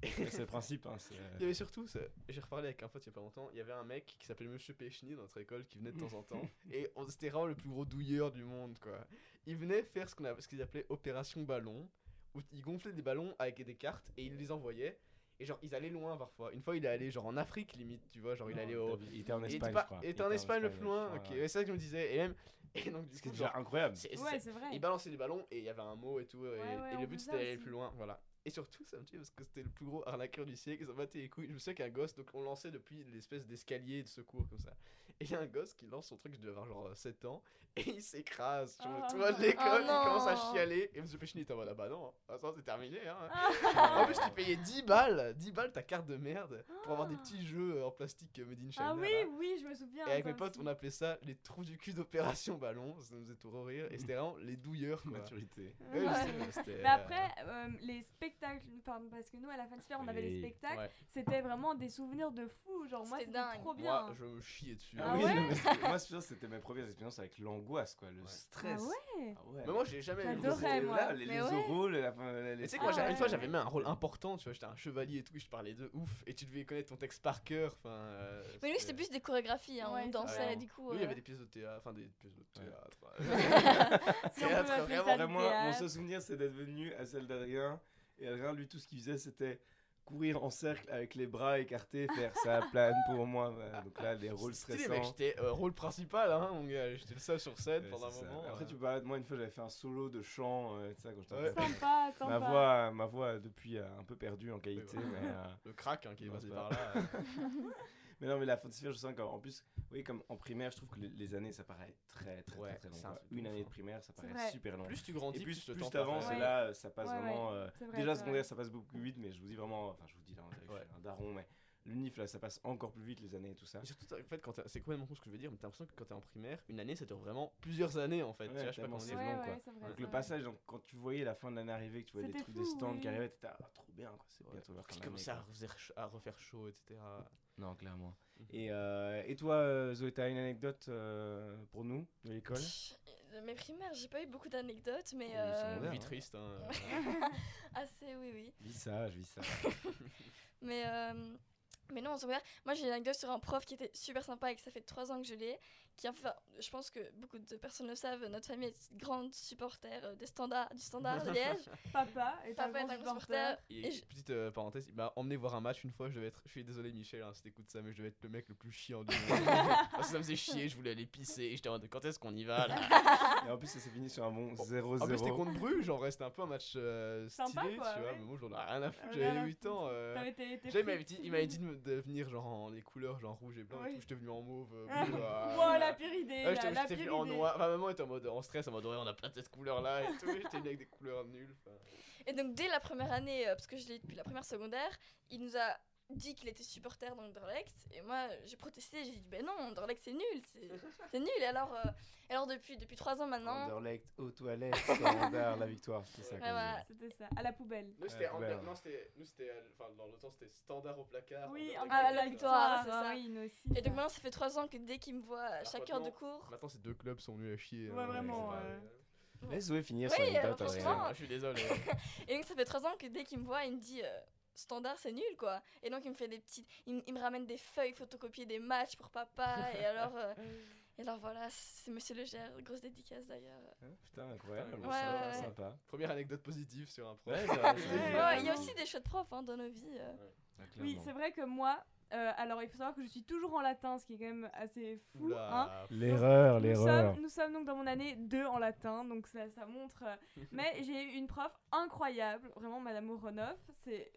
Speaker 1: C'est le principe. Hein, c'est-
Speaker 2: [LAUGHS] Il y avait surtout, ça- j'ai reparlé avec un pote il y a pas longtemps, il y avait un mec qui s'appelait Monsieur Péchini dans notre école qui venait de temps en [LAUGHS] temps, et on- c'était vraiment le plus gros douilleur du monde, quoi. Il venait faire ce qu'on a- ce qu'ils appelaient opération ballon, où il gonflait des ballons avec des cartes et il les envoyait, et genre ils allaient loin parfois. Une fois il est allé genre en Afrique limite, tu vois, genre il allait au...
Speaker 1: euh, Il était en
Speaker 2: il était
Speaker 1: Espagne,
Speaker 2: pas-
Speaker 1: je crois.
Speaker 2: il était en Espagne le plus loin,
Speaker 1: ouais,
Speaker 2: ok,
Speaker 1: ouais.
Speaker 2: ouais, c'est ça que je me disais, et même... Et donc du
Speaker 1: Ce qui
Speaker 2: coup,
Speaker 1: est
Speaker 2: genre,
Speaker 1: déjà incroyable.
Speaker 2: c'est- c'est-
Speaker 3: Ouais, c'est vrai.
Speaker 2: il balançait les ballons et il y avait un mot et tout. Et,
Speaker 3: Ouais, ouais,
Speaker 2: et
Speaker 3: on
Speaker 2: le but
Speaker 3: faisait
Speaker 2: c'était d'aller
Speaker 3: aussi.
Speaker 2: le plus loin. Voilà. Et surtout, ça me tue parce que c'était le plus gros arnaqueur du siècle. Ça battait les couilles. Je me souviens qu'un gosse, donc on lançait depuis l'espèce d'escalier de secours comme ça. Et il y a un gosse qui lance son truc, je devais avoir genre euh, 7 ans. Et il s'écrase sur
Speaker 3: Ah.
Speaker 2: le toit de l'école.
Speaker 4: Ah
Speaker 2: il commence
Speaker 4: non.
Speaker 2: à chialer. Et M. Péchini était en mode ah bah non, ah, ça c'est terminé. Hein.
Speaker 3: Ah.
Speaker 2: en plus, tu payais 10 balles, 10 balles ta carte de merde pour avoir des petits jeux en plastique euh, made in China.
Speaker 3: Ah oui,
Speaker 2: là.
Speaker 3: oui, je me souviens.
Speaker 2: Et avec
Speaker 3: ça
Speaker 2: mes potes,
Speaker 3: aussi.
Speaker 2: on appelait ça les trous du cul d'opération ballon. Ça nous faisait tout rire. Et c'était vraiment les douilleurs. Quoi.
Speaker 1: Maturité.
Speaker 2: Ouais, je
Speaker 3: Ouais.
Speaker 2: sais, mais c'était,
Speaker 3: Mais
Speaker 2: euh,
Speaker 3: après, euh, les spectacles, pardon, parce que nous à la fin de sphère, on avait les
Speaker 1: Oui.
Speaker 3: spectacles,
Speaker 2: Ouais.
Speaker 3: c'était vraiment des souvenirs de fou. Genre, moi,
Speaker 4: C'était
Speaker 3: c'était
Speaker 4: dingue.
Speaker 3: trop bien.
Speaker 2: Moi, je me chiais dessus. [LAUGHS]
Speaker 3: Ah
Speaker 1: oui,
Speaker 3: ouais
Speaker 1: non, mais c'était- Moi, c'est sûr, c'était mes premières expériences avec l'angoisse, quoi, le
Speaker 2: Ouais.
Speaker 1: stress.
Speaker 3: Ah
Speaker 1: ouais.
Speaker 2: Mais moi, j'ai jamais eu le
Speaker 3: J'adorais,
Speaker 2: rôle de-
Speaker 3: moi.
Speaker 1: Là, les,
Speaker 4: Mais
Speaker 1: les
Speaker 4: ouais.
Speaker 1: oraux, les, les,
Speaker 2: Mais
Speaker 1: les-
Speaker 2: tu sais que moi,
Speaker 3: Ah
Speaker 2: j'ai-
Speaker 3: ouais,
Speaker 2: une fois,
Speaker 3: ouais.
Speaker 2: j'avais même un rôle important, tu vois, j'étais un chevalier et tout, et je parlais de ouf, et tu devais connaître ton texte par cœur, enfin... euh,
Speaker 4: Mais lui, c'était plus des chorégraphies, hein,
Speaker 3: Ouais,
Speaker 4: on
Speaker 3: c'est
Speaker 4: dansait,
Speaker 2: vrai.
Speaker 4: du coup.
Speaker 2: Lui, il y
Speaker 4: euh,
Speaker 2: avait des pièces de théâtre, enfin, des pièces de
Speaker 1: Ouais.
Speaker 2: théâtre...
Speaker 3: [LAUGHS]
Speaker 2: [LAUGHS]
Speaker 3: Si on peut
Speaker 2: Théâtre,
Speaker 3: appeler ça
Speaker 2: vraiment,
Speaker 3: du
Speaker 1: Vraiment, mon
Speaker 3: théâtre.
Speaker 1: seul souvenir, c'est d'être venu à celle d'Adrien. Et Adrien, lui, tout ce qu'il faisait, c'était courir en cercle avec les bras écartés, faire
Speaker 3: [LAUGHS]
Speaker 1: ça plane pour moi. Voilà, Donc là, les rôles
Speaker 2: C'était les mecs,
Speaker 1: stressants.
Speaker 2: j'étais euh, rôle principal, hein, mon gars, j'étais le seul sur scène
Speaker 1: Ouais,
Speaker 2: pendant un
Speaker 1: c'est ça.
Speaker 2: moment...
Speaker 1: Après,
Speaker 2: euh,
Speaker 1: tu parlais de moi, une fois, j'avais fait un solo de chant, euh, tu sais, quand j'étais
Speaker 2: Ouais.
Speaker 1: enfant.
Speaker 3: Sympa,
Speaker 1: Ma
Speaker 3: sympa.
Speaker 1: voix, ma voix, depuis, a un peu perdu en qualité,
Speaker 2: voilà.
Speaker 1: mais... euh,
Speaker 2: Le crack, hein, qui est
Speaker 1: Non,
Speaker 2: passé
Speaker 1: c'est
Speaker 2: par
Speaker 1: pas-
Speaker 2: là... euh,
Speaker 1: Mais non, mais la fin de cycle, je sens qu'en en plus, oui, comme en primaire, je trouve que les, les années, ça paraît très, très,
Speaker 2: Ouais,
Speaker 1: très, très long.
Speaker 2: c'est un
Speaker 1: quoi.
Speaker 2: truc de
Speaker 1: Une
Speaker 2: ouf,
Speaker 1: année
Speaker 2: hein.
Speaker 1: de primaire, ça
Speaker 3: C'est
Speaker 1: paraît
Speaker 3: vrai.
Speaker 1: super long.
Speaker 2: Plus tu grandis,
Speaker 1: Et plus,
Speaker 2: le
Speaker 1: plus
Speaker 2: temps passe.
Speaker 1: t'avances,
Speaker 3: Ouais.
Speaker 1: et là, ça passe
Speaker 3: Ouais, ouais.
Speaker 1: vraiment. euh,
Speaker 3: C'est vrai,
Speaker 1: déjà,
Speaker 3: c'est
Speaker 1: secondaire, ça passe beaucoup plus vite, mais je vous dis vraiment, enfin, je vous dis là, on dirait que je suis un daron, mais l'unif, là, ça passe encore plus vite les années et tout ça.
Speaker 2: Et surtout, en fait, quand t'es- c'est complètement con ce que je veux dire, mais t'as l'impression que quand t'es en primaire, une année ça dure vraiment plusieurs années en fait.
Speaker 1: Ouais,
Speaker 2: tu vois, je sais pas
Speaker 1: tellement
Speaker 2: comment
Speaker 1: c'est
Speaker 2: dire.
Speaker 1: long,
Speaker 3: Ouais,
Speaker 1: quoi.
Speaker 3: ouais, c'est vrai.
Speaker 1: Donc,
Speaker 3: c'est
Speaker 1: le
Speaker 3: vrai.
Speaker 1: passage, donc, quand tu voyais la fin de l'année arriver, que tu voyais des
Speaker 3: C'était
Speaker 1: trucs, des
Speaker 3: fou,
Speaker 1: stands
Speaker 3: oui.
Speaker 1: qui arrivaient, t'étais ah, trop bien, quoi, c'est bientôt la fin de
Speaker 2: Qui
Speaker 1: l'année,
Speaker 2: commençait à
Speaker 1: quoi.
Speaker 2: refaire, ch- à refaire chaud, etc.
Speaker 1: Non, clairement.
Speaker 2: Mhm.
Speaker 1: Et, euh, et toi, euh, Zoé, t'as une anecdote euh, pour nous de l'école
Speaker 4: pff, de mes primaires, j'ai pas eu beaucoup d'anecdotes, mais
Speaker 1: Ou
Speaker 2: Oh,
Speaker 4: euh,
Speaker 1: secondaire. Ouais,
Speaker 2: Vie
Speaker 1: hein.
Speaker 2: triste, hein.
Speaker 4: assez, oui, oui.
Speaker 1: [LAUGHS] Vis ça, je vis ça.
Speaker 4: Mais, euh, mais non, en secondaire, moi j'ai une anecdote sur un prof qui était super sympa et que ça fait trois ans que je l'ai. Qui, enfin, je pense que beaucoup de personnes le savent, notre famille est grande supporter euh, des standards,
Speaker 2: [LAUGHS]
Speaker 4: du standard de Liège.
Speaker 3: Papa est
Speaker 4: Papa
Speaker 3: un
Speaker 4: est un
Speaker 3: grand
Speaker 4: grand
Speaker 3: supporter.
Speaker 4: supporter.
Speaker 2: [LAUGHS] Et,
Speaker 4: Et je-
Speaker 2: petite euh, parenthèse, il m'a emmené voir un match une fois. Je devais être, je suis désolé Michel, hein, si t'écoutes ça, mais je devais être le mec le plus chiant du monde. Parce que ça me faisait chier, je voulais aller pisser. et J'étais en mode quand est-ce qu'on y va là
Speaker 1: [LAUGHS] Et en plus, ça s'est fini sur un bon
Speaker 2: Bon,
Speaker 1: 0-0.
Speaker 2: En plus, c'était contre Bruges, genre restait un peu un match euh, stylé,
Speaker 3: Sympa, quoi,
Speaker 2: tu vois.
Speaker 3: ouais.
Speaker 2: Mais moi, j'en ai rien à foutre,
Speaker 3: Rien à
Speaker 2: j'avais 8 ans. euh,
Speaker 3: T'avais tes- tes
Speaker 2: J'avais- Il m'avait
Speaker 3: frites.
Speaker 2: dit, il m'avait dit de, me- de venir genre en les couleurs genre rouge et blanc et
Speaker 3: Oui.
Speaker 2: tout, j'étais venu en mauve. euh,
Speaker 3: Ah,
Speaker 2: bleu, ah,
Speaker 3: Wow, la pire
Speaker 2: ah,
Speaker 3: idée. là,
Speaker 2: j'étais-
Speaker 3: la
Speaker 2: j'étais
Speaker 3: pire
Speaker 2: venu en
Speaker 3: idée.
Speaker 2: noir. Enfin, maman était en mode en stress, en mode ouais, on a pas cette couleur là et tout. [LAUGHS] et J'étais venu avec des couleurs nulles. enfin.
Speaker 4: Et donc dès la première année, euh, parce que je l'ai depuis la première secondaire, il nous a dit qu'il était supporter d'Anderlecht. Et moi, j'ai protesté, j'ai dit, ben non, Anderlecht c'est nul,
Speaker 3: [LAUGHS]
Speaker 4: c'est c'est nul. Et alors, euh, et alors depuis, depuis trois ans maintenant,
Speaker 1: Anderlecht, aux toilettes, standard, la victoire. C'est ça qu'on
Speaker 4: Ouais, voilà.
Speaker 1: dit.
Speaker 3: C'était ça, à la poubelle.
Speaker 2: Nous, c'était
Speaker 1: Ah,
Speaker 2: en-
Speaker 1: merde.
Speaker 2: non, c'était- nous, c'était, euh, enfin, dans le temps, c'était standard au placard.
Speaker 3: Oui,
Speaker 2: en- euh,
Speaker 3: en
Speaker 4: Ah,
Speaker 3: cas
Speaker 4: la
Speaker 3: de
Speaker 4: victoire, c'est
Speaker 3: ah
Speaker 4: ça.
Speaker 3: Oui, nous aussi.
Speaker 4: et donc
Speaker 3: ça.
Speaker 4: maintenant ça fait trois ans que dès qu'il me voit à chaque heure de cours,
Speaker 2: Maintenant, ces deux clubs sont nuls à chier.
Speaker 3: Ouais,
Speaker 2: hein,
Speaker 3: vraiment,
Speaker 2: c'est pareil,
Speaker 3: euh.
Speaker 2: euh.
Speaker 1: Laisse Zoé finir
Speaker 4: Oui,
Speaker 1: son
Speaker 4: euh,
Speaker 1: anecdote.
Speaker 4: franchement,
Speaker 1: Adrien.
Speaker 3: [LAUGHS]
Speaker 2: Je suis désolé.
Speaker 4: et donc ça fait trois ans que dès qu'il me voit, il me dit, euh, standard, c'est nul, quoi. Et donc, il me fait des petites. Il, me- il me ramène des feuilles photocopiées des matchs pour papa. et alors.
Speaker 3: [LAUGHS]
Speaker 4: euh, Et alors voilà, c'est Monsieur Le Gère, grosse dédicace d'ailleurs.
Speaker 1: Hein, Putain, incroyable.
Speaker 2: Ouais,
Speaker 1: sympa,
Speaker 4: ouais, ouais.
Speaker 1: sympa.
Speaker 2: Première anecdote positive sur un prof.
Speaker 1: Ouais, ça- c'est-
Speaker 3: Ouais,
Speaker 4: Ouais, il y a
Speaker 3: vraiment.
Speaker 4: aussi des chouettes profs hein, dans nos vies. euh.
Speaker 1: Ah,
Speaker 3: Oui,
Speaker 1: clairement.
Speaker 3: c'est vrai que moi, euh, alors il faut savoir que je suis toujours en latin, ce qui est quand même assez fou. Hein.
Speaker 2: Oula.
Speaker 1: L'erreur,
Speaker 3: Nous
Speaker 1: l'erreur.
Speaker 3: sommes, nous sommes donc dans mon année 2 en latin, donc ça, ça montre. euh,
Speaker 1: [LAUGHS]
Speaker 3: Mais j'ai eu une prof incroyable, vraiment Madame Oronoff, c'est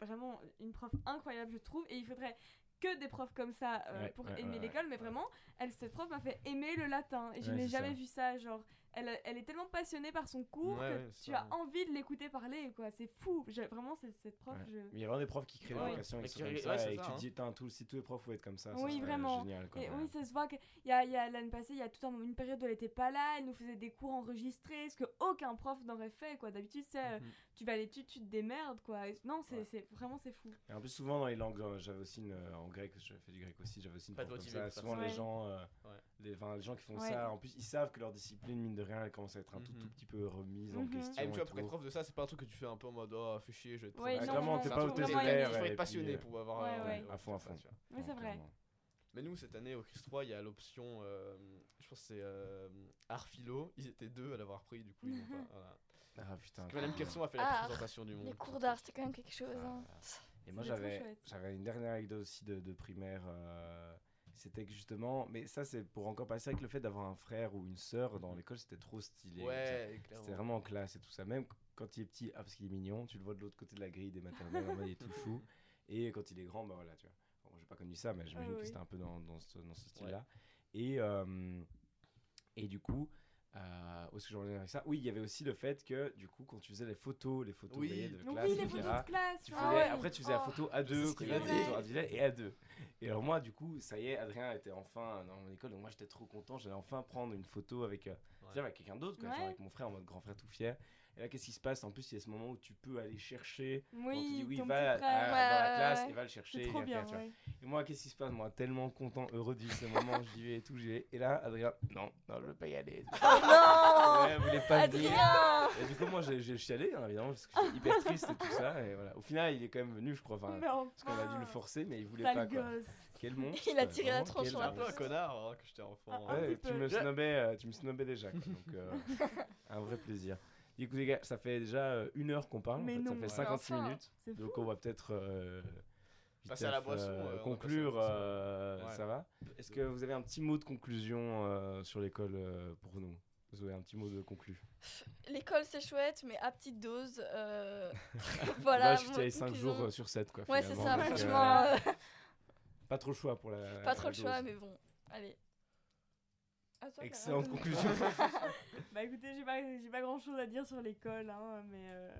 Speaker 3: vraiment une prof incroyable, je trouve, et il faudrait que des profs comme ça euh,
Speaker 1: Ouais,
Speaker 3: pour
Speaker 1: ouais,
Speaker 3: aimer
Speaker 1: ouais,
Speaker 3: l'école, mais vraiment, elle, cette prof m'a fait aimer le latin, et je
Speaker 1: Ouais,
Speaker 3: n'ai
Speaker 1: c'est ça.
Speaker 3: jamais vu ça, genre. Elle, elle est tellement passionnée par son cours
Speaker 2: Ouais,
Speaker 3: que
Speaker 2: ouais, c'est
Speaker 3: tu
Speaker 2: ça.
Speaker 3: as envie de l'écouter parler, quoi. C'est fou. J'ai- Vraiment, c'est- cette prof,
Speaker 1: Ouais.
Speaker 3: je...
Speaker 1: Mais il y a vraiment des profs qui créent
Speaker 2: Ouais.
Speaker 1: des vocations
Speaker 2: Mais
Speaker 1: et
Speaker 2: qui
Speaker 1: qui sont comme
Speaker 2: ré-
Speaker 1: ça,
Speaker 2: ouais, c'est
Speaker 1: et
Speaker 2: ça,
Speaker 1: tu
Speaker 2: hein.
Speaker 1: te dis, putain, tous- si tous les profs pouvaient être comme ça, ça
Speaker 3: Oui,
Speaker 1: serait euh,
Speaker 3: vraiment.
Speaker 1: génial. Quoi,
Speaker 3: Et
Speaker 1: ouais.
Speaker 3: oui, ça se voit qu'il y a, il y a l'année passée, il y a tout un- une période où elle n'était pas là, elle nous faisait des cours enregistrés, ce que aucun prof n'aurait fait, quoi. D'habitude, c'est, euh,
Speaker 2: Mhm.
Speaker 3: tu vas à l'étude, tu te démerdes, quoi. Et Non, c'est
Speaker 1: Ouais.
Speaker 3: c'est- vraiment, c'est fou.
Speaker 1: Et en plus, souvent dans les langues, euh, j'avais aussi une. euh, En grec, j'avais fait du grec aussi, j'avais aussi une.
Speaker 2: Pas de
Speaker 1: prof comme
Speaker 2: motivé
Speaker 1: ça.
Speaker 2: pour faire
Speaker 1: Souvent,
Speaker 3: ça.
Speaker 1: les
Speaker 3: Ouais.
Speaker 1: gens. euh,
Speaker 2: Ouais.
Speaker 1: Les, enfin, les gens qui font
Speaker 3: Ouais.
Speaker 1: ça, en plus, ils savent que leur discipline, mine de rien, elle commence à être un tout,
Speaker 2: Mhm.
Speaker 1: tout petit peu remise en
Speaker 3: Mhm.
Speaker 1: question.
Speaker 2: Ah, mais tu
Speaker 1: et
Speaker 2: vois, pour
Speaker 1: tout.
Speaker 2: être prof de ça, c'est pas un truc que tu fais un peu en mode oh, fais chier, je vais être prof.
Speaker 3: Ouais,
Speaker 2: de
Speaker 1: Ah,
Speaker 2: ça.
Speaker 3: non,
Speaker 1: clairement,
Speaker 3: non,
Speaker 1: t'es
Speaker 2: C'est un
Speaker 1: pas au
Speaker 2: truc
Speaker 1: test
Speaker 2: vraiment
Speaker 3: vraiment, il y a
Speaker 1: horaire,
Speaker 2: Il faut
Speaker 1: et puis,
Speaker 2: être passionné
Speaker 1: euh,
Speaker 2: pour avoir.
Speaker 3: Ouais,
Speaker 2: euh,
Speaker 3: ouais.
Speaker 2: ouais,
Speaker 1: À fond, à
Speaker 2: ça,
Speaker 1: fond.
Speaker 2: tu vois.
Speaker 3: Oui, c'est
Speaker 1: Non,
Speaker 3: vrai.
Speaker 1: clairement.
Speaker 2: Mais nous, cette année, au Chris 3, il y a l'option, euh, je pense que c'est euh, art philo. Ils étaient deux à l'avoir pris, du coup, ils l'ont pas. Voilà.
Speaker 1: Ah putain.
Speaker 2: Madame
Speaker 1: clairement.
Speaker 2: Pierson a fait la
Speaker 4: Art.
Speaker 2: présentation du monde.
Speaker 4: Les cours d'art, c'était quand même quelque chose. hein.
Speaker 1: Et moi,
Speaker 3: C'était trop
Speaker 1: j'avais
Speaker 3: chouette.
Speaker 1: j'avais une dernière anecdote aussi de, de primaire. euh, c'était que justement, mais ça, c'est pour encore passer avec le fait d'avoir un frère ou une sœur
Speaker 3: Mhm.
Speaker 1: dans l'école, c'était trop stylé. comme ça.
Speaker 2: Ouais,
Speaker 1: C'était
Speaker 2: clairement.
Speaker 1: vraiment en classe et tout ça. Même qu- quand il est petit, ah, parce qu'il est mignon, tu le vois de l'autre côté de la grille des maternelles, en mode, il
Speaker 3: [LAUGHS]
Speaker 1: est tout chou. Et quand il est grand, bah voilà, tu vois. Bon, moi, j'ai pas connu ça, mais j'imagine
Speaker 3: Ah oui.
Speaker 1: que c'était un peu dans, dans ce, dans ce style-là. Et, euh, et du coup, euh, où est-ce que je revenais avec ça Oui, il y avait aussi le fait que, du coup, quand tu faisais les photos, les photos
Speaker 2: Oui.
Speaker 1: vous voyez, de
Speaker 3: Donc
Speaker 1: classe,
Speaker 3: oui, les
Speaker 1: etc.,
Speaker 3: photos de classe.
Speaker 1: tu
Speaker 3: ouais.
Speaker 1: faisais-
Speaker 4: Ah ouais.
Speaker 1: Après, tu faisais la
Speaker 4: Oh.
Speaker 1: photo à
Speaker 2: sais
Speaker 1: deux,
Speaker 2: ce
Speaker 1: quand
Speaker 2: qu'il
Speaker 1: il y avait
Speaker 3: a
Speaker 1: des
Speaker 3: dit.
Speaker 1: photos à bilan et à deux. Et alors, moi, du coup, ça y est, Adrien était enfin dans mon école, donc moi, j'étais trop content, j'allais enfin prendre une photo avec, euh, c'est-à-dire avec quelqu'un d'autre, quoi, genre
Speaker 3: Ouais.
Speaker 1: avec mon frère, en mode grand frère tout fier. Et là, qu'est-ce qui se passe En plus, il y a ce moment où tu peux aller chercher. quand on te dit,
Speaker 3: Oui,
Speaker 1: oui,
Speaker 3: ton
Speaker 1: va
Speaker 3: petit
Speaker 1: à- à- dans la
Speaker 3: frère.
Speaker 4: Ouais,
Speaker 1: classe
Speaker 4: ouais,
Speaker 1: et va le chercher.
Speaker 3: C'est
Speaker 1: et
Speaker 3: trop
Speaker 1: va
Speaker 3: bien,
Speaker 1: faire, tu vois.
Speaker 3: ouais.
Speaker 1: Et moi, qu'est-ce qui se passe Moi, tellement content, heureux de vivre ce moment, j'y vais et tout, j'y vais. Et là, Adrien, non, non, je veux pas y aller.
Speaker 4: Oh
Speaker 1: Ouais, vous voulez
Speaker 4: non
Speaker 1: pas venir.
Speaker 4: Adrien
Speaker 1: Et du coup, moi, j'ai j'ai chialé, hein, évidemment, parce que j'étais hyper triste et tout ça. Et voilà. Au final, il est quand même venu, je crois. Enfin,
Speaker 3: Mais enfin,
Speaker 1: parce qu'on a dû le forcer, mais il voulait
Speaker 3: sale
Speaker 1: pas. Quoi.
Speaker 3: gosse.
Speaker 1: Quel monstre.
Speaker 4: Ah. Il a tiré la
Speaker 1: vraiment,
Speaker 4: tronche
Speaker 1: quel
Speaker 4: sur
Speaker 2: J'étais un
Speaker 4: Ouais.
Speaker 2: peu un
Speaker 1: monstre.
Speaker 2: connard hein, quand j'étais enfant.
Speaker 3: Ah,
Speaker 2: hein.
Speaker 1: Ouais,
Speaker 3: petit
Speaker 1: tu,
Speaker 3: peu.
Speaker 1: me
Speaker 2: Je-
Speaker 1: snobais, euh, tu me snobais déjà. quoi. Donc,
Speaker 4: [LAUGHS]
Speaker 1: euh, un vrai plaisir. Du coup, les gars, ça fait déjà euh, une heure qu'on parle. en
Speaker 3: Mais
Speaker 1: fait,
Speaker 3: non.
Speaker 1: ça fait 56
Speaker 4: Enfin.
Speaker 1: minutes.
Speaker 3: C'est fou.
Speaker 1: Donc, on va peut-être. euh,
Speaker 2: Passer à la boisson,
Speaker 1: euh,
Speaker 2: euh, on va passer à la
Speaker 1: conclure,
Speaker 2: boisson.
Speaker 1: euh,
Speaker 2: Ouais.
Speaker 1: ça va Est-ce que vous avez un petit mot de conclusion euh, sur l'école euh, pour nous Vous avez un petit mot de conclu
Speaker 4: L'école, c'est chouette, mais à petite dose.
Speaker 1: [LAUGHS]
Speaker 4: euh, [LAUGHS] voilà.
Speaker 1: Moi, je suis
Speaker 4: mon
Speaker 1: allé 5 jours
Speaker 4: conclusion.
Speaker 1: euh, sur 7, quoi.
Speaker 4: Ouais, c'est ça,
Speaker 1: finalement. Donc, euh,
Speaker 4: franchement. euh,
Speaker 1: Pas trop le choix pour la.
Speaker 4: Pas trop
Speaker 1: la
Speaker 4: le choix,
Speaker 1: dose.
Speaker 4: mais bon. Allez. À toi, Clara. [LAUGHS]
Speaker 1: Excellente conclusion.
Speaker 3: Bah écoutez, j'ai pas, j'ai pas grand chose à dire sur l'école, hein, mais, euh,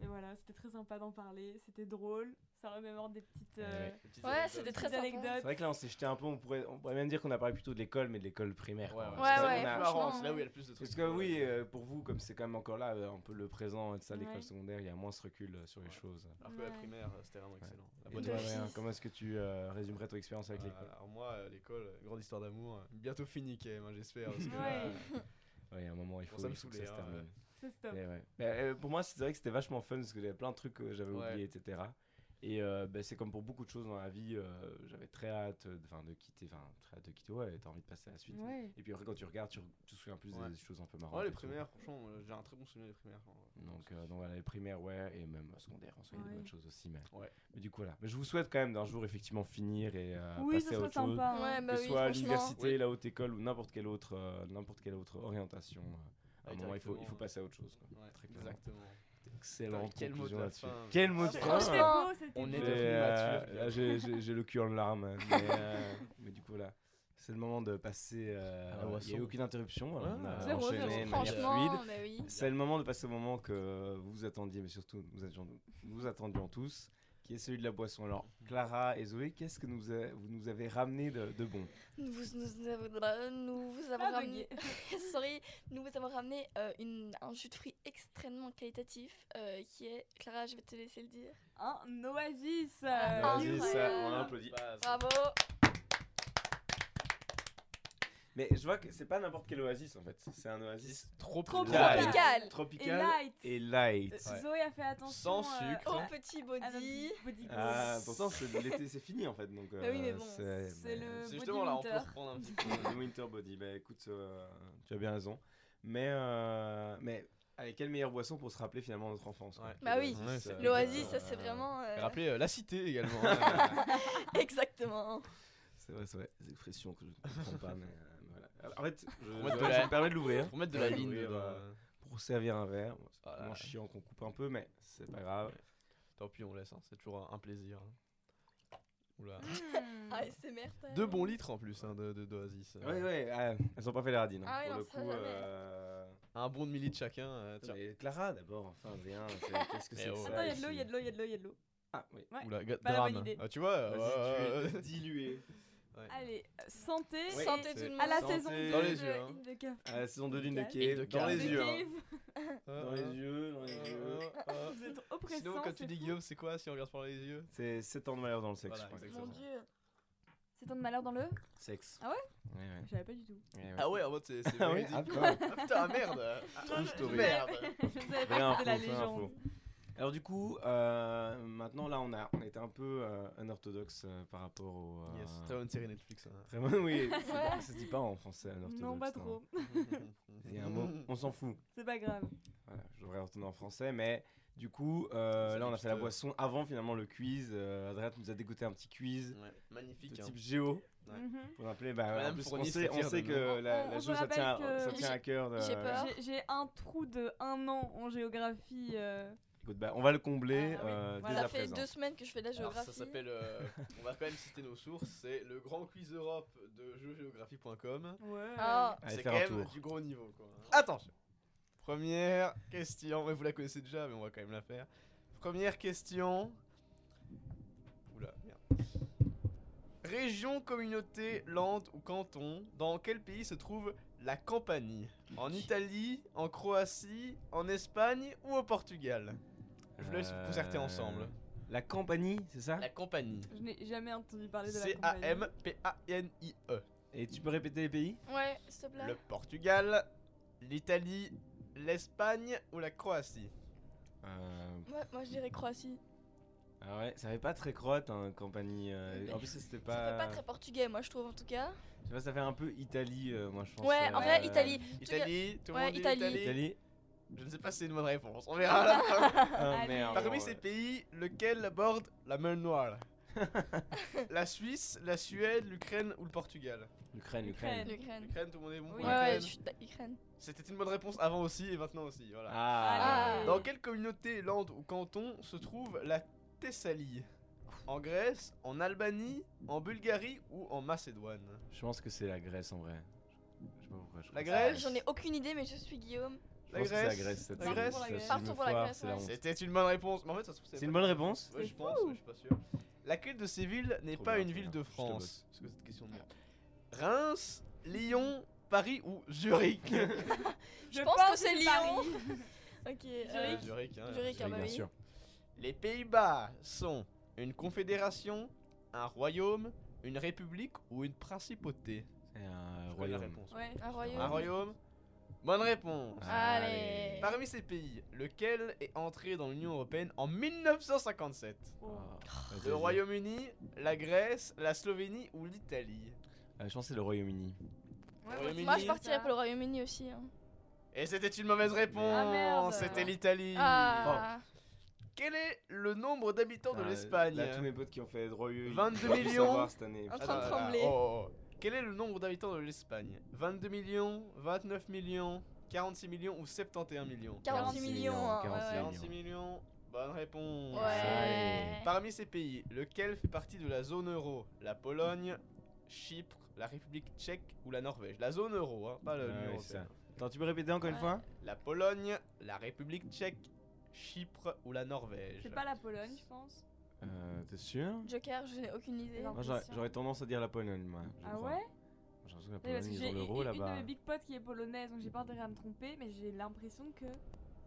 Speaker 3: mais voilà, c'était très sympa d'en parler, c'était drôle, ça remémore des petites,
Speaker 1: Eh ouais.
Speaker 3: euh,
Speaker 2: Petite
Speaker 4: Ouais,
Speaker 2: anecdote.
Speaker 4: c'était
Speaker 3: petites
Speaker 4: très
Speaker 1: C'est
Speaker 4: anecdote.
Speaker 1: vrai que là, on s'est jeté un peu. On pourrait, on pourrait même dire qu'on a parlé plutôt de l'école, mais de l'école primaire.
Speaker 2: Ouais,
Speaker 1: quoi.
Speaker 2: ouais,
Speaker 1: Parce
Speaker 2: c'est
Speaker 1: que on
Speaker 4: Ouais, ouais.
Speaker 1: a-
Speaker 2: plus marrant,
Speaker 4: franchement,
Speaker 2: c'est là où il y
Speaker 4: ouais.
Speaker 2: a le plus de trucs.
Speaker 1: Parce que oui,
Speaker 2: euh,
Speaker 1: euh, pour vous, comme c'est quand même encore là, euh, un peu le présent, et tout ça, l'école
Speaker 3: Ouais.
Speaker 1: secondaire, il y a moins ce recul euh, sur les
Speaker 2: Ouais.
Speaker 1: choses.
Speaker 2: Alors que la
Speaker 4: Ouais.
Speaker 2: primaire, euh, c'était vraiment excellent. La
Speaker 1: Et
Speaker 2: bonne
Speaker 1: toi,
Speaker 4: de
Speaker 2: époque.
Speaker 1: Adrien,
Speaker 4: fils.
Speaker 1: comment est-ce que tu euh, résumerais ton expérience avec
Speaker 2: Voilà,
Speaker 1: l'école
Speaker 2: Alors moi, euh, l'école, euh, grande histoire d'amour, euh, bientôt finie quand même, hein, j'espère. parce que là,
Speaker 3: Ouais.
Speaker 2: euh,
Speaker 1: Ouais, il y a un moment, il
Speaker 2: Bon,
Speaker 1: faut,
Speaker 2: ça me
Speaker 1: il faut que ça
Speaker 2: saoulait,
Speaker 1: se
Speaker 2: hein,
Speaker 1: termine.
Speaker 3: c'est stop.
Speaker 1: Mais ouais. Mais, euh, pour moi, c'est vrai que c'était vachement fun parce que j'avais plein de trucs que j'avais
Speaker 2: Ouais.
Speaker 1: oubliés, etc. Et euh, ben, c'est comme pour beaucoup de choses dans la vie, euh, j'avais très hâte euh, de, 'fin, de quitter, enfin, très hâte de quitter, ouais, t'as envie de passer à la suite.
Speaker 3: Ouais.
Speaker 1: Et puis après, quand tu regardes, tu, re- tu te souviens plus
Speaker 2: Ouais.
Speaker 1: des choses un peu marrantes.
Speaker 2: Ouais, les
Speaker 1: et tout.
Speaker 2: primaires, franchement, euh, j'ai un très bon souvenir des primaires. hein.
Speaker 1: Donc, euh, donc voilà, les primaires, ouais, et même euh, secondaire, en soi, il y a
Speaker 3: Ouais.
Speaker 1: des bonnes choses aussi. Mais,
Speaker 2: Ouais.
Speaker 1: mais du coup, voilà. Mais je vous souhaite quand même d'un jour, effectivement, finir et euh,
Speaker 3: Oui,
Speaker 1: passer
Speaker 3: ça
Speaker 1: à
Speaker 3: serait
Speaker 1: autre chose.
Speaker 3: sympa. hein.
Speaker 4: Ouais, bah
Speaker 1: que ce
Speaker 4: oui,
Speaker 1: soit à
Speaker 4: franchement.
Speaker 1: l'université, la haute école ou n'importe quelle autre, euh, n'importe quelle autre orientation. euh, à un
Speaker 2: Ouais,
Speaker 1: moment, il faut, il faut
Speaker 2: directement.
Speaker 1: passer à autre chose. quoi.
Speaker 2: Ah, Ouais,
Speaker 1: Très clairement.
Speaker 2: exactement.
Speaker 1: Excellente
Speaker 2: Quel mot de
Speaker 1: conclusion
Speaker 2: la
Speaker 1: là-dessus.
Speaker 2: fin. Ah,
Speaker 1: Quel mot de
Speaker 4: Ouais,
Speaker 1: fin
Speaker 4: franchement,
Speaker 3: C'était beau, Oh, c'était
Speaker 2: on est
Speaker 3: beau.
Speaker 1: J'ai,
Speaker 2: devenu
Speaker 1: euh,
Speaker 2: mature,
Speaker 1: Là, j'ai- j'ai j'ai le cul en larmes. hein, mais,
Speaker 2: [LAUGHS]
Speaker 1: euh, mais du coup, voilà. C'est le moment de passer. euh,
Speaker 2: À la boisson.
Speaker 1: il n'y a eu aucune interruption. voilà,
Speaker 2: Ah.
Speaker 1: on a
Speaker 3: Zéro,
Speaker 1: enchaîné
Speaker 3: zéro.
Speaker 1: de manière fluide.
Speaker 4: Franchement, mais oui.
Speaker 1: C'est le moment de passer au moment que vous attendiez, mais surtout nous attendions, nous attendions tous, qui est celui de la boisson. Alors, Clara et Zoé, qu'est-ce que nous a- vous nous avez ramené de, de bon
Speaker 4: Nous vous, nous, avons- nous vous avons
Speaker 3: Ah,
Speaker 4: ramené, [LAUGHS] sorry, nous vous avons ramené euh, une, un jus de fruits extrêmement qualitatif euh, qui est, Clara, je vais te laisser le dire.
Speaker 3: Un oasis. euh,
Speaker 4: Ah,
Speaker 1: Vas-y,
Speaker 3: Ah,
Speaker 4: incroyable.
Speaker 1: Bah, ça, on applaudit.
Speaker 2: Base.
Speaker 4: Bravo
Speaker 1: Mais je vois que c'est pas n'importe quel oasis en fait. C'est un oasis
Speaker 2: Trop
Speaker 1: Tropical.
Speaker 4: Tropical.
Speaker 3: Et
Speaker 1: tropical
Speaker 3: light.
Speaker 1: et light.
Speaker 3: Euh,
Speaker 2: Ouais.
Speaker 3: Zoé a fait attention.
Speaker 2: Sans
Speaker 3: euh,
Speaker 2: sucre.
Speaker 4: Au
Speaker 2: Ouais.
Speaker 4: petit
Speaker 3: à notre
Speaker 4: body.
Speaker 3: body
Speaker 1: hein. Ah,
Speaker 3: glow.
Speaker 1: pourtant, c'est- l'été c'est fini en fait. Donc, euh,
Speaker 4: Bah Euh, [LAUGHS] oui, mais bon,
Speaker 3: c'est
Speaker 2: C'est
Speaker 3: le- Body
Speaker 2: justement là, on peut
Speaker 3: Winter.
Speaker 2: reprendre
Speaker 3: [LAUGHS]
Speaker 2: un petit peu. hein.
Speaker 1: Le Winter Body. Bah écoute, euh, tu as bien raison. Mais, euh, mais allez, quelle meilleure boisson pour se rappeler finalement notre enfance quoi,
Speaker 2: Ouais.
Speaker 1: que
Speaker 4: Bah oui,
Speaker 1: l'oasis,
Speaker 2: Ouais,
Speaker 1: euh,
Speaker 4: L'oasis, ça
Speaker 1: euh,
Speaker 4: c'est vraiment. euh,
Speaker 2: Rappelez euh, la cité également. [LAUGHS] hein.
Speaker 4: [LAUGHS] Exactement.
Speaker 1: C'est vrai, c'est vrai. Des expressions que je ne comprends pas, mais euh, voilà. Alors, en fait, je,
Speaker 2: Pour mettre
Speaker 1: je-
Speaker 2: de
Speaker 1: je
Speaker 2: la-
Speaker 1: me permets de l'ouvrir.
Speaker 2: Pour mettre de la
Speaker 1: Ouais,
Speaker 2: ligne
Speaker 1: ouvrir,
Speaker 2: dedans.
Speaker 1: euh, Pour servir un verre. Bon, c'est
Speaker 2: Ah là
Speaker 1: vraiment
Speaker 2: là.
Speaker 1: chiant qu'on coupe un peu, mais c'est pas grave.
Speaker 2: Tant pis, on laisse, hein, c'est toujours un- un plaisir. hein. Oula.
Speaker 1: [LAUGHS]
Speaker 3: Hmm.
Speaker 4: Ah, ASMR. t'as-
Speaker 2: Deux bons litres en plus hein, de de- d'Oasis. euh.
Speaker 1: Ouais, ouais, ah, elles ont pas fait les radines. hein,
Speaker 4: Ah ouais,
Speaker 1: pour
Speaker 4: non,
Speaker 1: le
Speaker 4: ça,
Speaker 1: coup,
Speaker 4: jamais.
Speaker 1: euh,
Speaker 2: Un bon demi litre chacun. euh, tiens.
Speaker 1: mais Clara d'abord, enfin, [LAUGHS] V1, c'est- qu'est-ce que
Speaker 2: Mais
Speaker 1: c'est que
Speaker 2: oh.
Speaker 1: ça
Speaker 3: Attends, il y a de
Speaker 1: ici
Speaker 3: l'eau, il y a de l'eau, il y a de l'eau, il y a de l'eau.
Speaker 1: Ah, oui.
Speaker 3: Ouais,
Speaker 2: Oula, ga-
Speaker 3: pas la bonne
Speaker 2: drame.
Speaker 3: idée.
Speaker 2: Ah, tu vois. euh,
Speaker 1: Vas-y,
Speaker 2: ouais,
Speaker 1: tu es dilué.
Speaker 2: ouais.
Speaker 3: Allez, euh, santé.
Speaker 1: Oui.
Speaker 4: Santé tout
Speaker 2: C'est-
Speaker 4: le monde.
Speaker 3: À la
Speaker 1: Santé.
Speaker 3: saison
Speaker 1: Dans
Speaker 3: 2
Speaker 2: les
Speaker 3: de
Speaker 2: yeux, hein.
Speaker 3: In the Cave.
Speaker 1: À la saison 2 d'une de
Speaker 3: Cave.
Speaker 1: Cave,
Speaker 2: de
Speaker 1: dans les
Speaker 2: Cave.
Speaker 1: yeux.
Speaker 3: The
Speaker 1: hein.
Speaker 3: Cave,
Speaker 2: Ah,
Speaker 1: Dans
Speaker 2: ah,
Speaker 1: les yeux, dans les
Speaker 2: ah,
Speaker 1: yeux.
Speaker 2: ah, ah.
Speaker 3: Vous êtes oppressants.
Speaker 2: Sinon, quand tu
Speaker 3: c'est
Speaker 2: dis
Speaker 3: fou.
Speaker 2: Guillaume, c'est quoi si on regarde par les yeux
Speaker 1: C'est 7 ans de malheur dans le sexe,
Speaker 2: Voilà,
Speaker 1: je crois.
Speaker 4: Mon
Speaker 2: Exactement.
Speaker 4: dieu.
Speaker 3: C'est tant de malheur dans le
Speaker 1: Sexe.
Speaker 3: Ah
Speaker 1: Ouais, ouais.
Speaker 3: J'avais pas du
Speaker 4: [LAUGHS]
Speaker 3: tout.
Speaker 1: ouais, ouais.
Speaker 2: Ah ouais, en mode c'est. c'est
Speaker 1: [LAUGHS] Ah ouais,
Speaker 2: véridique.
Speaker 1: ah, quand même.
Speaker 2: Ah putain, merde
Speaker 1: True story.
Speaker 2: Merde
Speaker 3: Je
Speaker 1: [LAUGHS]
Speaker 3: savais
Speaker 1: Vraie
Speaker 3: pas que
Speaker 1: info,
Speaker 3: c'était la
Speaker 1: vraie info.
Speaker 3: légende.
Speaker 1: Alors du coup, euh, maintenant là on a, on était un peu euh, unorthodoxe euh, par rapport au. euh,
Speaker 2: Yes, très bonne série Netflix. hein.
Speaker 1: Vraiment, [LAUGHS] oui. Ça se dit pas en français unorthodoxe.
Speaker 3: Non, pas
Speaker 1: hein.
Speaker 3: trop.
Speaker 1: Il y a un mot.
Speaker 2: Mm.
Speaker 1: On s'en fout.
Speaker 3: [LAUGHS] C'est pas grave.
Speaker 1: Voilà, je devrais retourner en français, mais du coup, euh,
Speaker 2: Ça
Speaker 1: là on a
Speaker 2: dépite,
Speaker 1: fait la
Speaker 2: euh.
Speaker 1: boisson avant finalement le quiz. Euh, Adrien nous a dégoté un petit quiz
Speaker 2: Ouais,
Speaker 1: de
Speaker 2: magnifique. hein.
Speaker 1: type géo
Speaker 2: Ouais.
Speaker 3: Mhm.
Speaker 1: pour rappeler. Bah,
Speaker 2: Madame
Speaker 1: en plus, on
Speaker 2: Fournier
Speaker 1: sait,
Speaker 2: serait
Speaker 1: on
Speaker 2: fière
Speaker 1: sait
Speaker 2: de
Speaker 1: que
Speaker 3: nous.
Speaker 1: la, la
Speaker 3: On- on
Speaker 1: géo
Speaker 3: se
Speaker 1: ça tient,
Speaker 3: rappelle que-
Speaker 1: ça tient à cœur. de-
Speaker 4: J'ai peur.
Speaker 3: J'ai- J'ai un trou de un an en géographie. euh,
Speaker 1: Écoute, bah, on va le combler
Speaker 3: Ah, oui.
Speaker 1: euh, dès
Speaker 3: Voilà.
Speaker 1: à
Speaker 4: Ça fait
Speaker 1: présent.
Speaker 4: deux semaines que je fais de la
Speaker 2: Alors,
Speaker 4: géographie.
Speaker 2: ça s'appelle. euh, on va quand même citer nos sources. C'est le Grand Quiz Europe de jeuxgéographie.com.
Speaker 3: Ouais.
Speaker 4: Ah,
Speaker 1: Allez,
Speaker 2: C'est quand
Speaker 1: faire un
Speaker 2: même
Speaker 1: tour.
Speaker 2: du gros niveau. Quoi. Attention. Première question. Ouais, vous la connaissez déjà, mais on va quand même la faire. Première question. Oula, merde. Région, communauté, lande ou canton, dans quel pays se trouve la Campanie En Italie, en Croatie, en Espagne ou au Portugal Je vous laisse vous concerter
Speaker 1: Euh,
Speaker 2: ensemble.
Speaker 1: La Campanie, c'est ça
Speaker 2: La Campanie.
Speaker 3: Je n'ai jamais entendu parler de la compagnie.
Speaker 2: C-A-M-P-A-N-I-E.
Speaker 1: Et tu peux répéter les pays
Speaker 4: Ah, Ouais, s'il te plaît.
Speaker 2: Le Portugal, l'Italie, l'Espagne ou la Croatie
Speaker 1: euh,
Speaker 4: Moi, moi, je dirais Croatie.
Speaker 1: Ah ouais, ça fait pas très croate, hein, Campanie. euh,
Speaker 4: Mais-
Speaker 1: en plus, c'était
Speaker 4: Ça fait
Speaker 1: pas.
Speaker 4: pas très portugais, moi, je trouve en tout cas.
Speaker 1: Je sais pas, ça fait un peu Italie, euh, moi je pense.
Speaker 4: Ouais, en
Speaker 1: euh,
Speaker 4: vrai, Italie.
Speaker 2: Italie, tout le
Speaker 4: Ouais,
Speaker 2: monde dit
Speaker 4: Italie.
Speaker 2: Italie.
Speaker 4: [LAUGHS]
Speaker 1: Italie.
Speaker 2: Je ne sais pas si c'est une bonne réponse, on verra à la fin.
Speaker 1: Ah
Speaker 3: Allez.
Speaker 1: merde.
Speaker 2: Parmi ces pays, lequel borde la mer
Speaker 4: [LAUGHS]
Speaker 2: Noire La Suisse, la Suède, l'Ukraine ou le Portugal
Speaker 1: L'Ukraine, l'Ukraine.
Speaker 4: L'Ukraine.
Speaker 2: L'Ukraine, tout le monde est bon pour
Speaker 3: Oui.
Speaker 4: Ouais,
Speaker 2: l'Ukraine
Speaker 4: ouais, je suis d'Ukraine.
Speaker 2: C'était une bonne réponse avant aussi et maintenant aussi, voilà.
Speaker 1: Ah,
Speaker 4: Ah.
Speaker 2: Dans quelle communauté, lande ou canton se trouve la Thessalie En Grèce, en Albanie, en Bulgarie ou en Macédoine
Speaker 1: Je pense que c'est la Grèce en vrai. Je sais pas pourquoi. je
Speaker 2: La
Speaker 1: pense-
Speaker 2: Grèce
Speaker 4: J'en ai aucune idée, mais je suis Guillaume.
Speaker 1: Je pense que c'est la Grèce. cette
Speaker 2: La
Speaker 1: saison,
Speaker 2: Grèce
Speaker 1: ça, si je me
Speaker 4: Partons pour la
Speaker 1: foire,
Speaker 4: Grèce,
Speaker 1: c'est la
Speaker 4: ouais.
Speaker 1: honte.
Speaker 2: C'était une bonne réponse, mais en fait, ça se trouve,
Speaker 1: C'est une bonne réponse
Speaker 2: Ouais, je
Speaker 3: C'est
Speaker 2: pense,
Speaker 3: fou.
Speaker 2: ouais, je suis pas sûr. Laquelle de ces villes n'est
Speaker 1: Trop
Speaker 2: pas
Speaker 1: bien,
Speaker 2: une
Speaker 1: trop
Speaker 2: ville
Speaker 1: bien.
Speaker 2: de
Speaker 1: Je te
Speaker 2: France
Speaker 1: bosse.
Speaker 2: Parce que cette question de merde. Reims, Lyon, Paris ou
Speaker 4: [LAUGHS]
Speaker 2: Zurich
Speaker 4: Je pense que c'est Lyon.
Speaker 3: Paris.
Speaker 4: Ok.
Speaker 2: Euh,
Speaker 4: euh,
Speaker 2: Zurich, hein.
Speaker 4: Zurich, ah bah
Speaker 1: bien
Speaker 4: oui.
Speaker 1: sûr.
Speaker 2: Les Pays-Bas sont une confédération, un royaume, une république ou une principauté
Speaker 1: C'est un
Speaker 2: Je connais la
Speaker 1: royaume.
Speaker 2: réponse.
Speaker 3: Ouais.
Speaker 4: Un royaume.
Speaker 2: Un royaume Bonne réponse
Speaker 4: Ah. Allez.
Speaker 2: Parmi ces pays, lequel est entré dans l'Union Européenne en 1957
Speaker 1: Ah, vas-y, vas-y.
Speaker 2: Le Royaume-Uni, la Grèce, la Slovénie ou l'Italie
Speaker 1: Euh, Je pense que c'est le Royaume-Uni.
Speaker 2: Royaume-Uni.
Speaker 4: Moi, je partirais pour le Royaume-Uni aussi. hein.
Speaker 2: Et c'était une mauvaise réponse,
Speaker 3: Ah, merde.
Speaker 2: c'était l'Italie.
Speaker 4: Ah.
Speaker 2: Quel est le nombre d'habitants de
Speaker 1: Putain,
Speaker 2: l'Espagne
Speaker 1: Ah, Là, tous mes potes qui ont fait droit ils
Speaker 2: 22
Speaker 1: doivent le
Speaker 2: millions.
Speaker 1: savoir cette année.
Speaker 4: En
Speaker 2: Attends,
Speaker 4: train de
Speaker 2: attends,
Speaker 4: trembler.
Speaker 2: attends, oh, oh, oh. Quel est le nombre d'habitants de l'Espagne 22 millions, 29 millions, 46 millions ou 71 millions
Speaker 4: 46 millions. hein, ouais,
Speaker 1: 46
Speaker 4: ouais.
Speaker 2: 46 millions, bonne réponse.
Speaker 4: Ouais.
Speaker 1: Allez.
Speaker 2: Parmi ces pays, lequel fait partie de la zone euro La Pologne, Chypre, la République tchèque ou la Norvège La zone euro, hein, pas le
Speaker 1: Ah
Speaker 2: l'Union
Speaker 1: oui,
Speaker 2: européenne.
Speaker 1: c'est ça. Attends, tu peux répéter encore une
Speaker 4: Ouais.
Speaker 1: fois
Speaker 2: La Pologne, la République tchèque, Chypre ou la Norvège
Speaker 3: C'est pas la Pologne, je pense.
Speaker 1: Euh, T'es sûr
Speaker 4: Joker, je n'ai aucune idée.
Speaker 3: Non.
Speaker 1: Moi, j'aurais-
Speaker 3: Impression.
Speaker 1: J'aurais tendance à dire la Pologne, moi. je
Speaker 3: Ah
Speaker 1: crois.
Speaker 3: ouais
Speaker 1: J'ai l'impression que la
Speaker 3: Oui,
Speaker 1: Pologne,
Speaker 3: Parce que
Speaker 1: ils
Speaker 3: j'ai
Speaker 1: ont
Speaker 3: une
Speaker 1: l'euro
Speaker 3: une de
Speaker 1: là-bas.
Speaker 3: mes big potes qui est polonaise, donc j'ai pas intérêt à me tromper, mais j'ai l'impression que.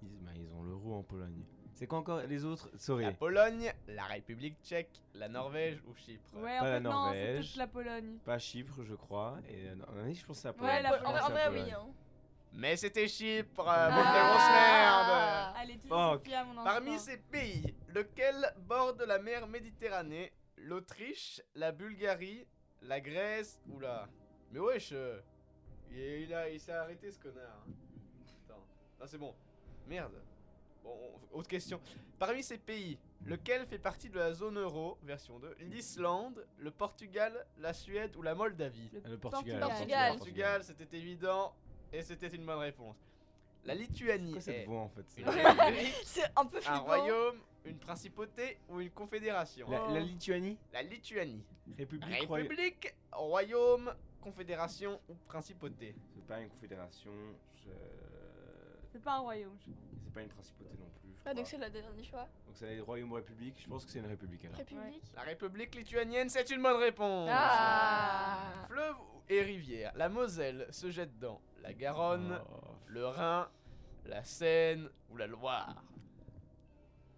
Speaker 1: Ils, bah, ils ont l'euro en Pologne. C'est quoi encore les autres Sorry.
Speaker 2: La Pologne, la République tchèque, la Norvège ou Chypre
Speaker 3: Ouais, en
Speaker 1: Pas la
Speaker 3: fait, non, c'est
Speaker 1: Norvège.
Speaker 3: peut-être la Pologne.
Speaker 1: Pas Chypre, je crois. Et euh, non, oui, je pense que c'est la Pologne.
Speaker 3: Ouais, la
Speaker 1: je
Speaker 4: En
Speaker 1: pense
Speaker 4: vrai-
Speaker 1: que
Speaker 4: en
Speaker 1: c'est la
Speaker 4: vrai, oui.
Speaker 1: Pologne.
Speaker 4: hein.
Speaker 2: Mais c'était Chypre,
Speaker 1: Ah.
Speaker 2: bande de grosses merdes
Speaker 3: Allez, toujours
Speaker 1: Fuck.
Speaker 3: Sophie à mon enfant.
Speaker 2: Parmi ces pays, lequel borde la mer Méditerranée L'Autriche, la Bulgarie, la Grèce ou la... Mais wesh euh, Il, est- il a- il s'est arrêté ce connard. Attends. Non c'est bon. Merde. Bon, on- autre question. Parmi ces pays, lequel fait partie de la zone euro, version 2 L'Islande, le Portugal, la Suède ou la Moldavie
Speaker 1: Le Portugal.
Speaker 4: Portugal.
Speaker 2: Le Portugal, c'était évident et c'était une bonne réponse. La Lituanie
Speaker 1: Pourquoi cette
Speaker 2: est
Speaker 1: voix en fait [LAUGHS] c'est-
Speaker 2: une
Speaker 1: la,
Speaker 2: république,
Speaker 4: [LAUGHS] C'est un peu
Speaker 2: un
Speaker 4: flippant.
Speaker 2: royaume, une principauté ou une confédération
Speaker 1: la Lituanie
Speaker 2: La Lituanie.
Speaker 1: République, roya-
Speaker 2: République, royaume, confédération ou principauté
Speaker 1: C'est pas une confédération. je-
Speaker 3: C'est pas un royaume, je crois.
Speaker 1: C'est pas une principauté non plus. je
Speaker 4: Ah,
Speaker 1: crois.
Speaker 4: donc c'est le dernier choix.
Speaker 1: Donc c'est les royaumes républiques. Je pense que c'est une république alors.
Speaker 4: République.
Speaker 2: La République lituanienne, c'est une bonne réponse
Speaker 4: Ah
Speaker 2: Fleuve et rivière, la Moselle se jette dans la Garonne,
Speaker 1: Oh.
Speaker 2: le Rhin, la Seine ou la Loire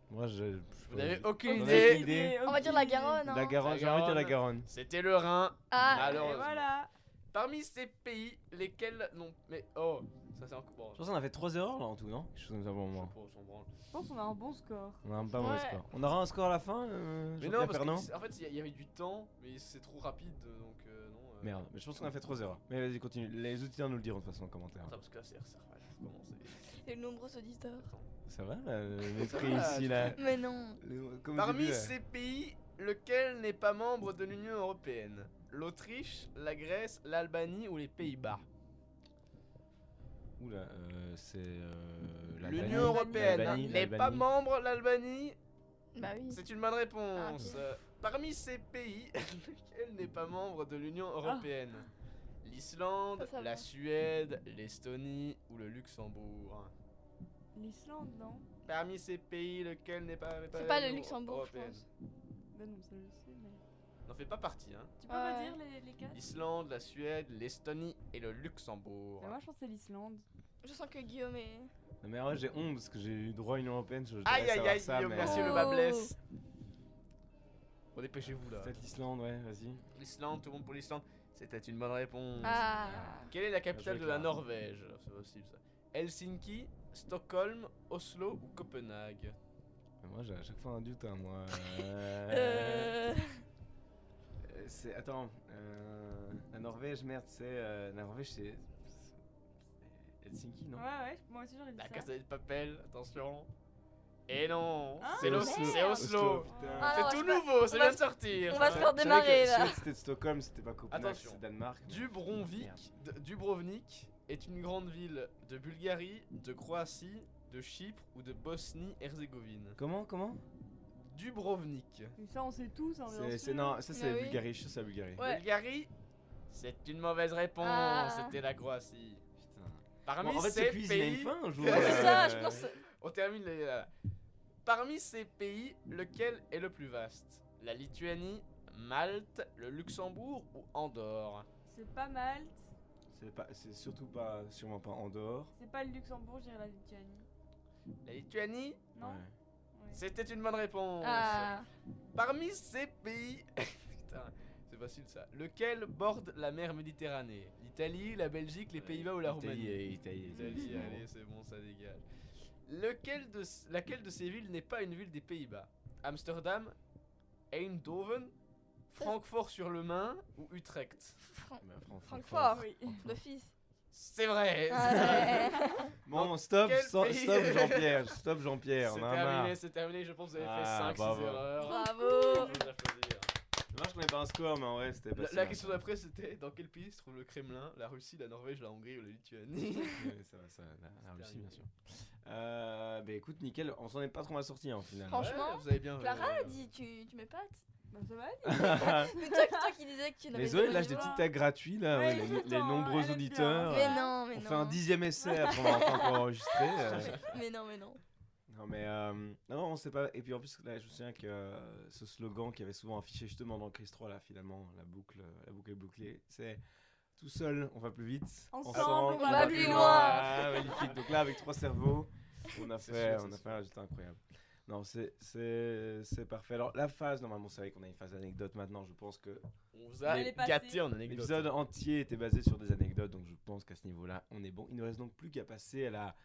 Speaker 1: Moi je.
Speaker 2: Vous n'avez aucune
Speaker 1: Aucune
Speaker 2: idée
Speaker 1: idée.
Speaker 4: On va dire la Garonne. hein.
Speaker 1: La Garonne, Bah
Speaker 2: La
Speaker 1: j'ai envie de dire la
Speaker 2: Garonne.
Speaker 1: Garonne.
Speaker 2: C'était le Rhin,
Speaker 4: Ah,
Speaker 3: Et
Speaker 2: malheureusement.
Speaker 3: voilà.
Speaker 2: Parmi ces pays, lesquels non Mais oh, ça c'est encore bon.
Speaker 1: Je pense qu'on a fait 3 erreurs là en tout, non Quelque chose comme ça pour
Speaker 2: je
Speaker 1: moi.
Speaker 2: sais pas, on s'en branle.
Speaker 3: Je pense qu'on a un bon score.
Speaker 1: On a un pas mauvais
Speaker 4: Ouais.
Speaker 1: score. On aura un score à la fin euh,
Speaker 2: Mais
Speaker 1: Jean-Pierre
Speaker 2: non, parce
Speaker 1: Pernaut
Speaker 2: que, en fait, il y- il y avait du temps, mais c'est trop rapide, donc euh, non. euh,
Speaker 1: Merde, mais je pense qu'on a fait 3 erreurs. Mais vas-y, continue. Les auditeurs nous le diront de toute façon en commentaire.
Speaker 2: Attends, parce que là, c'est c'est- ouais, c'est comment, c'est-
Speaker 4: les nombreux auditeurs.
Speaker 1: [LAUGHS] Ça va là, le mépris
Speaker 2: va,
Speaker 1: ici
Speaker 2: je-
Speaker 1: là
Speaker 4: Mais non.
Speaker 1: Le- comme au
Speaker 2: Parmi
Speaker 1: début, là.
Speaker 2: ces pays, lequel n'est pas membre de l'Union européenne L'Autriche, la Grèce, l'Albanie ou les Pays-Bas
Speaker 1: Oula, euh, c'est. euh, l'Albanie.
Speaker 2: L'Union européenne
Speaker 1: L'Albanie,
Speaker 2: n'est pas
Speaker 1: l'Albanie.
Speaker 2: membre, l'Albanie
Speaker 4: Bah oui.
Speaker 2: C'est une bonne réponse.
Speaker 4: Ah, ok.
Speaker 2: Euh, Parmi ces pays, [LAUGHS] lequel n'est pas membre de l'Union européenne L'Islande,
Speaker 4: Ah. Ça, ça
Speaker 2: la
Speaker 4: va.
Speaker 2: Suède, l'Estonie ou le Luxembourg
Speaker 3: L'Islande, non
Speaker 2: Parmi ces pays, lequel n'est pas.
Speaker 4: C'est
Speaker 2: de
Speaker 4: pas le
Speaker 2: l'Union
Speaker 4: Luxembourg, je
Speaker 2: européenne
Speaker 4: pense.
Speaker 3: Ben non, ça je sais, mais.
Speaker 2: N'en fait pas partie,
Speaker 4: Ah,
Speaker 2: hein.
Speaker 3: Tu peux me
Speaker 4: Ouais.
Speaker 3: dire les, les quatre
Speaker 2: L'Islande, la Suède, l'Estonie et le Luxembourg.
Speaker 3: Mais Moi, je pense que c'est l'Islande.
Speaker 4: Je sens que Guillaume est.
Speaker 1: Non, Mais moi j'ai honte parce que j'ai eu droit à l'Union européenne. Je, je
Speaker 2: Aïe
Speaker 1: devrais savoir
Speaker 2: aïe aïe,
Speaker 1: ça, mais- euh,
Speaker 2: merci le
Speaker 4: Oh.
Speaker 2: bas blesse. Bon, dépêchez-vous là.
Speaker 1: Peut-être l'Islande, ouais, vas-y.
Speaker 2: L'Islande, tout le monde pour l'Islande. C'était une bonne réponse.
Speaker 4: Ah
Speaker 2: Quelle est la
Speaker 1: Bien
Speaker 2: capitale
Speaker 1: joué,
Speaker 2: de la
Speaker 1: Clara.
Speaker 2: Norvège C'est possible ça. Helsinki, Stockholm, Oslo ou Copenhague
Speaker 1: Mais moi j'ai à chaque fois un doute, hein,
Speaker 2: [LAUGHS]
Speaker 1: moi. Euh,
Speaker 4: Euh.
Speaker 1: c'est. Attends. euh, La Norvège, merde, c'est. euh, La Norvège, c'est. c'est Helsinki, non
Speaker 3: Ouais, ouais, je- moi aussi j'aurais dit
Speaker 2: La
Speaker 3: ça.
Speaker 2: Casa de Papel, attention. Et non
Speaker 3: Ah,
Speaker 2: C'est l'Os-
Speaker 4: merde.
Speaker 2: c'est Oslo.
Speaker 1: putain.
Speaker 4: Ah,
Speaker 2: C'est
Speaker 4: non,
Speaker 2: tout
Speaker 4: je vais-
Speaker 2: nouveau, ça
Speaker 4: on va
Speaker 2: vient de
Speaker 4: se-
Speaker 2: sortir.
Speaker 4: on va se faire
Speaker 1: Je savais
Speaker 4: démarrer,
Speaker 1: que
Speaker 4: là.
Speaker 1: Suède, c'était de Stockholm, c'était pas Copenhague,
Speaker 2: Attention.
Speaker 1: c'était Danemark. mais-
Speaker 2: Dubrovnik,
Speaker 1: Merde.
Speaker 2: de- Dubrovnik est une grande ville de Bulgarie, de Croatie, de Chypre ou de Bosnie-Herzégovine.
Speaker 1: Comment Comment
Speaker 2: Dubrovnik.
Speaker 3: Mais ça, on sait tous, hein, bien
Speaker 1: C'est- C'est
Speaker 3: sûr.
Speaker 1: non, ça c'est
Speaker 4: Bah oui.
Speaker 1: Bulgarie, je suis sûr que c'est la Bulgarie.
Speaker 4: Ouais.
Speaker 2: Bulgarie, c'est une mauvaise réponse.
Speaker 4: Ah.
Speaker 2: C'était la Croatie.
Speaker 1: Putain.
Speaker 2: Parmi
Speaker 1: Bon, en fait,
Speaker 2: ces
Speaker 1: ce quiz il a
Speaker 2: pays,
Speaker 1: une fin un
Speaker 4: [LAUGHS]
Speaker 1: jour.
Speaker 2: Ouais,
Speaker 4: C'est
Speaker 1: euh,
Speaker 4: ça, je pense.
Speaker 2: on termine les- là. Parmi ces pays, lequel est le plus vaste La Lituanie, Malte, le Luxembourg ou Andorre
Speaker 3: C'est pas Malte,
Speaker 1: C'est pas, c'est surtout pas, sûrement pas Andorre.
Speaker 3: c'est pas le Luxembourg, j'irai la Lituanie.
Speaker 2: La Lituanie,
Speaker 3: Non
Speaker 1: Ouais.
Speaker 3: Ouais.
Speaker 2: c'était une bonne réponse.
Speaker 4: Ah.
Speaker 2: Parmi ces pays, [LAUGHS] putain, c'est facile ça. Lequel borde la mer Méditerranée L'Italie, la Belgique, les Pays-Bas ou la
Speaker 1: Italie,
Speaker 2: Roumanie
Speaker 1: euh, Italie, Italie,
Speaker 2: Italie,
Speaker 1: bon.
Speaker 2: allez, c'est bon, ça dégage. Lequel de, c- laquelle de ces villes n'est pas une ville des Pays-Bas Amsterdam, Eindhoven, Francfort-sur-le-Main ou Utrecht
Speaker 4: Fran-
Speaker 1: Bah,
Speaker 4: Francfort.
Speaker 3: Oui.
Speaker 1: [LAUGHS]
Speaker 4: D'office.
Speaker 2: C'est vrai [LAUGHS]
Speaker 4: Ah, ouais.
Speaker 1: Bon, stop,
Speaker 2: Quel
Speaker 1: stop,
Speaker 2: pays
Speaker 1: stop Jean-Pierre, stop Jean-Pierre,
Speaker 2: [LAUGHS] C'est
Speaker 1: on en a marre.
Speaker 2: terminé, c'est terminé, je pense que vous avez
Speaker 1: Ah,
Speaker 2: fait 5-6
Speaker 1: bravo.
Speaker 2: erreurs.
Speaker 4: Bravo.
Speaker 2: Je vous applaudis.
Speaker 1: Dommage qu'on ait pas un score, mais en vrai c'était pas
Speaker 2: La, la
Speaker 1: [LAUGHS]
Speaker 2: question d'après c'était dans quel pays se trouve le Kremlin La Russie, la Norvège, la Hongrie ou la Lituanie
Speaker 1: [LAUGHS] ça va, ça va, la, la Russie bien sûr. Euh, bah écoute, nickel, on s'en est pas trop mal sorti en final. hein.
Speaker 4: Franchement,
Speaker 2: Ouais, vous avez bien
Speaker 4: Clara
Speaker 2: euh,
Speaker 4: a dit tu, tu m'épates.
Speaker 3: Bah, ça va,
Speaker 4: Mais toi, toi qui disais que tu n'avais
Speaker 1: Mais Zoé
Speaker 4: pas
Speaker 1: lâche
Speaker 4: de
Speaker 1: des
Speaker 4: voix.
Speaker 1: petits tags gratuits là,
Speaker 3: Ouais,
Speaker 1: ouais,
Speaker 3: tout
Speaker 1: les,
Speaker 3: le
Speaker 1: les
Speaker 3: temps,
Speaker 1: nombreux
Speaker 3: elle aime bien.
Speaker 1: auditeurs.
Speaker 4: hein.
Speaker 1: euh,
Speaker 4: Mais non, mais
Speaker 1: on
Speaker 4: non.
Speaker 1: fait un dixième essai après on va enfin pouvoir enregistrer.
Speaker 4: [LAUGHS]
Speaker 1: euh.
Speaker 4: Mais non, mais non.
Speaker 1: Non mais euh, non, on sait pas. Et puis en plus là, je me souviens que euh, ce slogan qui avait souvent affiché justement dans Chris 3 là finalement, la boucle, la boucle est bouclée, c'est tout seul on va plus vite,
Speaker 3: Ensemble, on va plus loin.
Speaker 1: Ah, magnifique. Donc là avec trois cerveaux, On a
Speaker 2: C'est
Speaker 1: fait,
Speaker 2: sûr,
Speaker 1: on a
Speaker 2: c'est
Speaker 1: fait un résultat incroyable. Non, c'est- c'est c'est parfait. Alors, la phase, normalement, c'est vrai qu'on a une phase anecdote maintenant. Je pense que
Speaker 2: On vous a
Speaker 3: Elle est passée.
Speaker 2: gâté en anecdote.
Speaker 1: l'épisode entier était basé sur des anecdotes, donc je pense qu'à ce niveau-là, on est bon. Il ne reste donc plus qu'à passer à, la,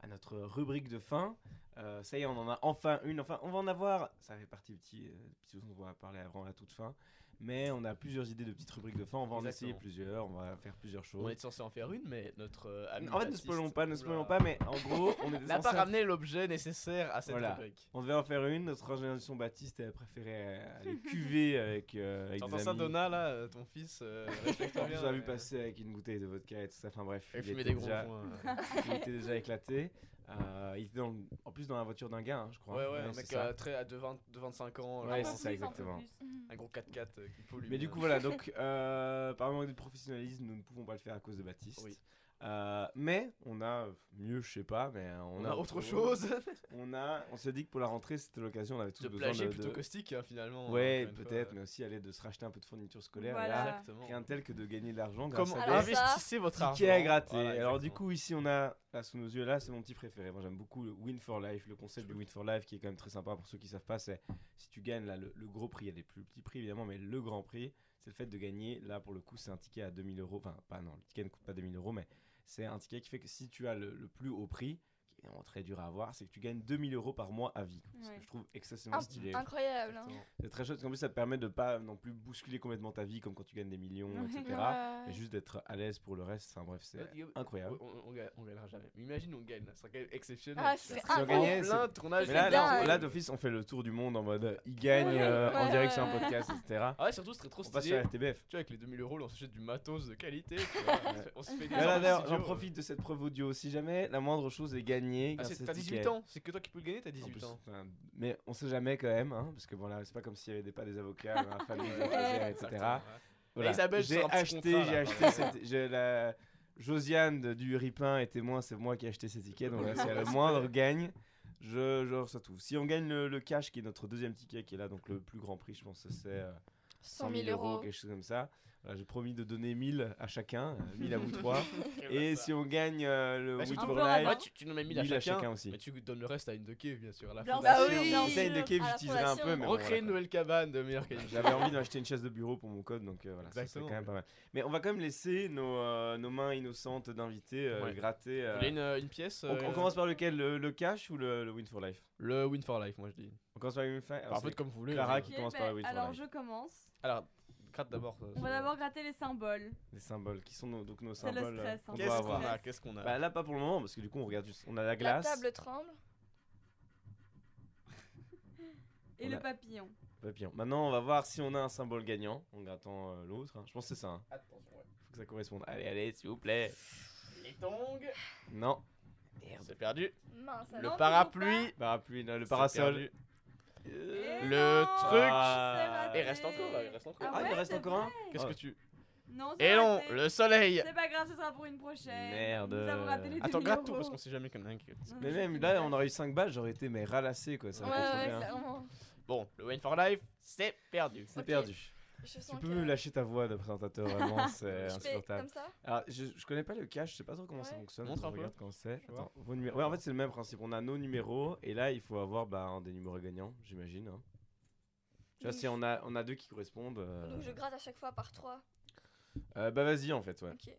Speaker 1: à notre rubrique de fin. Euh, ça y est, on en a enfin une. Enfin, on va en avoir. Ça fait partie du petit, euh, petit dont on va parler avant la toute fin. Mais on a plusieurs idées de petites rubriques de fin. On va en
Speaker 2: Exactement.
Speaker 1: essayer plusieurs. On va faire plusieurs choses.
Speaker 2: On est censé en faire une, mais notre euh, ami.
Speaker 1: En fait, ne
Speaker 2: Baptiste-
Speaker 1: spoilons pas, ne
Speaker 2: Oula.
Speaker 1: spoilons pas, mais en gros, on
Speaker 2: [LAUGHS]
Speaker 1: était
Speaker 2: N'a
Speaker 1: censé
Speaker 2: pas
Speaker 1: en
Speaker 2: ramené l'objet nécessaire à cette
Speaker 1: Voilà.
Speaker 2: rubrique.
Speaker 1: On devait en faire une, notre ingénieur Baptiste elle préférait euh,
Speaker 2: [LAUGHS]
Speaker 1: aller cuver avec, euh, avec des
Speaker 2: T'entends
Speaker 1: amis.
Speaker 2: ça, Donna, là, euh, ton fils
Speaker 1: [LAUGHS]
Speaker 2: euh, respecte
Speaker 1: En plus,
Speaker 2: bien,
Speaker 1: on a vu
Speaker 2: mais-
Speaker 1: passer avec une bouteille de vodka et tout ça. Enfin bref,
Speaker 2: Et
Speaker 1: il
Speaker 2: fumer
Speaker 1: était,
Speaker 2: des gros euh.
Speaker 1: déjà,
Speaker 2: foins.
Speaker 1: il était déjà éclaté. Euh, il était dans le- en plus dans la voiture d'un gars, hein, je crois.
Speaker 2: Ouais, ouais, un mec
Speaker 1: c'est ça.
Speaker 2: euh, très à de, 20, de 25 ans.
Speaker 1: Ouais, c'est
Speaker 2: genre,
Speaker 3: Un peu
Speaker 1: ça,
Speaker 3: plus, un peu
Speaker 1: exactement.
Speaker 3: plus.
Speaker 2: Un gros 4x4 euh, qui pollue.
Speaker 1: Mais du coup, voilà, donc euh, par manque de professionnalisme, nous ne pouvons pas le faire à cause de Baptiste.
Speaker 2: Oui.
Speaker 1: Euh, mais on a euh, mieux, je sais pas, mais euh,
Speaker 2: on, a, autre [LAUGHS] chose
Speaker 1: On a, on s'est dit que pour la rentrée, c'était l'occasion, on avait tous
Speaker 2: de
Speaker 1: besoin
Speaker 2: plagier
Speaker 1: de,
Speaker 2: plutôt
Speaker 1: de-
Speaker 2: caustique, hein, euh, finalement.
Speaker 1: Ouais,
Speaker 2: encore une fois.
Speaker 1: peut-être, mais aussi aller de se racheter un peu de fourniture scolaire. Et
Speaker 3: Voilà.
Speaker 1: là,
Speaker 2: Exactement.
Speaker 1: rien de tel que de gagner de l'argent grâce
Speaker 2: Comment
Speaker 1: à
Speaker 4: Alors
Speaker 1: des
Speaker 4: ça,
Speaker 2: investissez votre argent
Speaker 1: tickets à gratter.
Speaker 2: Voilà,
Speaker 1: Alors du
Speaker 2: exactement.
Speaker 1: coup, ici on a, là sous nos yeux, là c'est mon petit préféré. Moi j'aime beaucoup le Win for Life, le concept du Win for Life qui est quand même très sympa pour ceux qui savent pas. C'est si tu gagnes là le, le gros prix, il y a des plus petits prix évidemment, mais le grand prix, c'est le fait de gagner. Là pour le coup, c'est un ticket à 2000 euros. Enfin, pas non, le ticket ne coûte pas 2000 euros, mais c'est un ticket qui fait que si tu as le, le plus haut prix, qui est vraiment très dur à avoir, c'est que tu gagnes 2000 euros par mois à vie. Ce
Speaker 3: Ouais. Ah,
Speaker 1: que je trouve excessivement
Speaker 4: Imp-
Speaker 1: stylé.
Speaker 4: Incroyable. hein.
Speaker 2: Exactement.
Speaker 1: C'est très chouette, parce qu'en plus ça te permet de pas non plus bousculer complètement ta vie comme quand tu gagnes des millions,
Speaker 3: Ouais.
Speaker 1: etc.
Speaker 4: Ouais.
Speaker 1: Et juste d'être à l'aise pour le reste, enfin bref, c'est
Speaker 2: Ouais,
Speaker 1: incroyable.
Speaker 2: On, on, on gagne- on gagnera jamais. Mais imagine, on gagne, là, ça serait quand même exceptionnel.
Speaker 4: Ah, c'est
Speaker 1: on
Speaker 2: en
Speaker 1: gagnait,
Speaker 2: plein tournage.
Speaker 1: Mais
Speaker 4: c'est
Speaker 1: là, là,
Speaker 4: dingue.
Speaker 1: on- là, d'office, on fait le tour du monde en mode euh, il gagne
Speaker 4: Ouais,
Speaker 1: euh, en
Speaker 4: ouais,
Speaker 1: direct sur un
Speaker 4: ouais.
Speaker 1: podcast, etc.
Speaker 2: Ah ouais, surtout, ce serait trop
Speaker 1: On passe sur
Speaker 2: stylé.
Speaker 1: RTBF.
Speaker 2: Tu vois, avec les 2000 euros, là, on s'achète du matos de qualité. tu vois. On se- on se fait des
Speaker 1: Et Voilà,
Speaker 2: enfants
Speaker 1: d'ailleurs,
Speaker 2: studio,
Speaker 1: j'en
Speaker 2: euh.
Speaker 1: profite de cette preuve audio. Si jamais la moindre chose est gagnée,
Speaker 2: Ah,
Speaker 1: grâce
Speaker 2: c'est-
Speaker 1: à
Speaker 2: t'as
Speaker 1: ce
Speaker 2: 18
Speaker 1: ticket.
Speaker 2: ans, c'est que toi qui peux le gagner, t'as
Speaker 1: En
Speaker 2: 18
Speaker 1: plus,
Speaker 2: ans.
Speaker 1: enfin, mais on sait jamais quand même, hein, parce que bon, là, c'est pas comme s'il y avait des, pas des avocats, un famille,
Speaker 2: Ouais,
Speaker 1: un faisait, etc.
Speaker 2: exactement, ouais.
Speaker 1: Voilà.
Speaker 2: Isabelle
Speaker 1: j'ai
Speaker 2: sort un petit
Speaker 1: acheté,
Speaker 2: contrat,
Speaker 1: j'ai
Speaker 2: là,
Speaker 1: acheté
Speaker 2: par
Speaker 1: cette, j'ai la Josiane de- du Ripin est témoin, c'est moi qui ai acheté ces tickets, donc là, si
Speaker 2: [LAUGHS]
Speaker 1: elle a le moindre gagne, je, je reçois tout. Si on gagne le, le cash, qui est notre deuxième ticket, qui est là, donc le plus grand prix, je pense que c'est euh,
Speaker 4: 100 000 euros.
Speaker 1: quelque chose comme ça. Voilà, j'ai promis de donner 1000 à chacun,
Speaker 4: [LAUGHS]
Speaker 1: euh, 1000 à vous
Speaker 2: [LAUGHS]
Speaker 1: trois. Et si on gagne euh, le
Speaker 2: Bah,
Speaker 1: Wii
Speaker 2: surtout
Speaker 1: for
Speaker 3: un peu à
Speaker 1: Life,
Speaker 3: la-
Speaker 2: Ouais, tu, tu nous mets 1000 à
Speaker 1: 1000 à
Speaker 2: chacun, Bah,
Speaker 1: chacun aussi.
Speaker 2: mais tu donnes le reste à une de Kev, bien sûr. à la
Speaker 3: Bien
Speaker 2: fondation.
Speaker 4: sûr, bien
Speaker 1: Si c'est une de
Speaker 4: sûr,
Speaker 1: Kev,
Speaker 4: Bah à la
Speaker 1: j'utiliserai un peu,
Speaker 4: fondation.
Speaker 1: mais bon,
Speaker 2: Recréer
Speaker 1: voilà,
Speaker 2: une
Speaker 1: quoi.
Speaker 2: nouvelle cabane de meilleure qualité.
Speaker 1: [LAUGHS] J'avais envie de m'acheter une chaise de bureau pour mon code, donc euh, voilà, ça, c'est quand
Speaker 2: Exactement.
Speaker 1: même pas mal. Mais on va quand même laisser nos, euh, nos mains innocentes d'invités euh,
Speaker 2: Ouais.
Speaker 1: gratter.
Speaker 2: Vous
Speaker 1: euh,
Speaker 2: voulez une, une pièce
Speaker 1: on, on
Speaker 2: euh,
Speaker 1: commence par lequel le, le cash ou le, le Win for Life
Speaker 2: Le Win for Life, moi je dis.
Speaker 1: On commence par le Win for Life
Speaker 2: Enfin, en fait, comme vous voulez.
Speaker 1: Clara
Speaker 2: hein.
Speaker 1: qui
Speaker 3: Ok,
Speaker 1: commence par
Speaker 3: bah,
Speaker 1: le Win for
Speaker 3: Alors
Speaker 1: Life.
Speaker 3: je commence.
Speaker 2: Alors, gratte d'abord. euh,
Speaker 3: On va
Speaker 2: sur-
Speaker 3: d'abord gratter les symboles.
Speaker 1: Les symboles, qui sont nos- donc nos
Speaker 3: C'est le
Speaker 1: symboles euh,
Speaker 3: stress,
Speaker 1: qu'on
Speaker 3: hein.
Speaker 1: doit
Speaker 2: Qu'est-ce qu'on
Speaker 1: avoir
Speaker 2: a Qu'est-ce qu'on a
Speaker 1: Bah là, pas pour le moment, parce que du coup, on regarde juste. On a la
Speaker 4: La
Speaker 1: glace,
Speaker 4: table tremble.
Speaker 3: Et
Speaker 1: On
Speaker 3: le
Speaker 1: a-
Speaker 3: papillon.
Speaker 1: le papillon. Maintenant, on va voir si on a un symbole gagnant en grattant euh, l'autre. hein. Je pense que c'est ça. hein. Faut que ça corresponde. Allez, allez, s'il vous plaît.
Speaker 2: Les tongs.
Speaker 1: Non.
Speaker 2: C'est perdu.
Speaker 4: Mince.
Speaker 3: Non,
Speaker 4: alors.
Speaker 2: Le
Speaker 3: toujours
Speaker 2: parapluie.
Speaker 1: Parapluie, non, le
Speaker 2: C'est
Speaker 1: parasol.
Speaker 2: perdu.
Speaker 1: Euh,
Speaker 3: Et
Speaker 2: Le
Speaker 3: non,
Speaker 2: truc.
Speaker 3: c'est
Speaker 1: Ah.
Speaker 3: raté.
Speaker 2: Et reste encore, là, il reste encore.
Speaker 1: Ah, il
Speaker 3: ouais,
Speaker 1: reste
Speaker 3: c'est
Speaker 1: encore un
Speaker 3: vrai.
Speaker 2: Qu'est-ce
Speaker 1: Ah.
Speaker 2: que tu.
Speaker 3: Non, c'est
Speaker 2: Et non,
Speaker 3: raté.
Speaker 2: le soleil
Speaker 3: C'est pas grave, ce sera pour une prochaine.
Speaker 1: Merde.
Speaker 3: Nous avons raté les
Speaker 2: Attends,
Speaker 3: 2000
Speaker 2: gratte tout
Speaker 3: euros.
Speaker 2: parce qu'on sait jamais qu'il y en a un qui.
Speaker 3: [LAUGHS]
Speaker 1: Mais même là, on aurait eu 5 balles, j'aurais été mais ralassé quoi. Ça
Speaker 4: Ouais,
Speaker 1: aurait été trop
Speaker 4: ouais,
Speaker 1: bien.
Speaker 4: clairement.
Speaker 2: Bon, le Win for Life, c'est perdu.
Speaker 1: C'est
Speaker 4: Ok.
Speaker 1: perdu.
Speaker 4: Je
Speaker 1: Tu
Speaker 4: sens
Speaker 1: peux
Speaker 4: que-
Speaker 1: me lâcher ta voix de [LAUGHS] présentateur, vraiment, c'est
Speaker 4: Je fais
Speaker 1: insupportable.
Speaker 4: comme ça.
Speaker 1: Alors, je, je connais pas le cash, je sais pas trop comment ça
Speaker 4: Ouais.
Speaker 1: fonctionne.
Speaker 2: Montre
Speaker 1: Attends,
Speaker 2: un peu.
Speaker 1: regarde comment c'est.
Speaker 2: Je vois.
Speaker 1: Attends, vos numé- Ouais, en fait, c'est le même principe. On a nos numéros et là, il faut avoir bah, un des numéros gagnants, j'imagine. hein. Tu vois,
Speaker 4: Donc,
Speaker 1: si on a, on a deux qui correspondent. euh,
Speaker 4: Donc je gratte à chaque fois par trois.
Speaker 1: euh, bah, vas-y, en fait, ouais.
Speaker 4: Ok.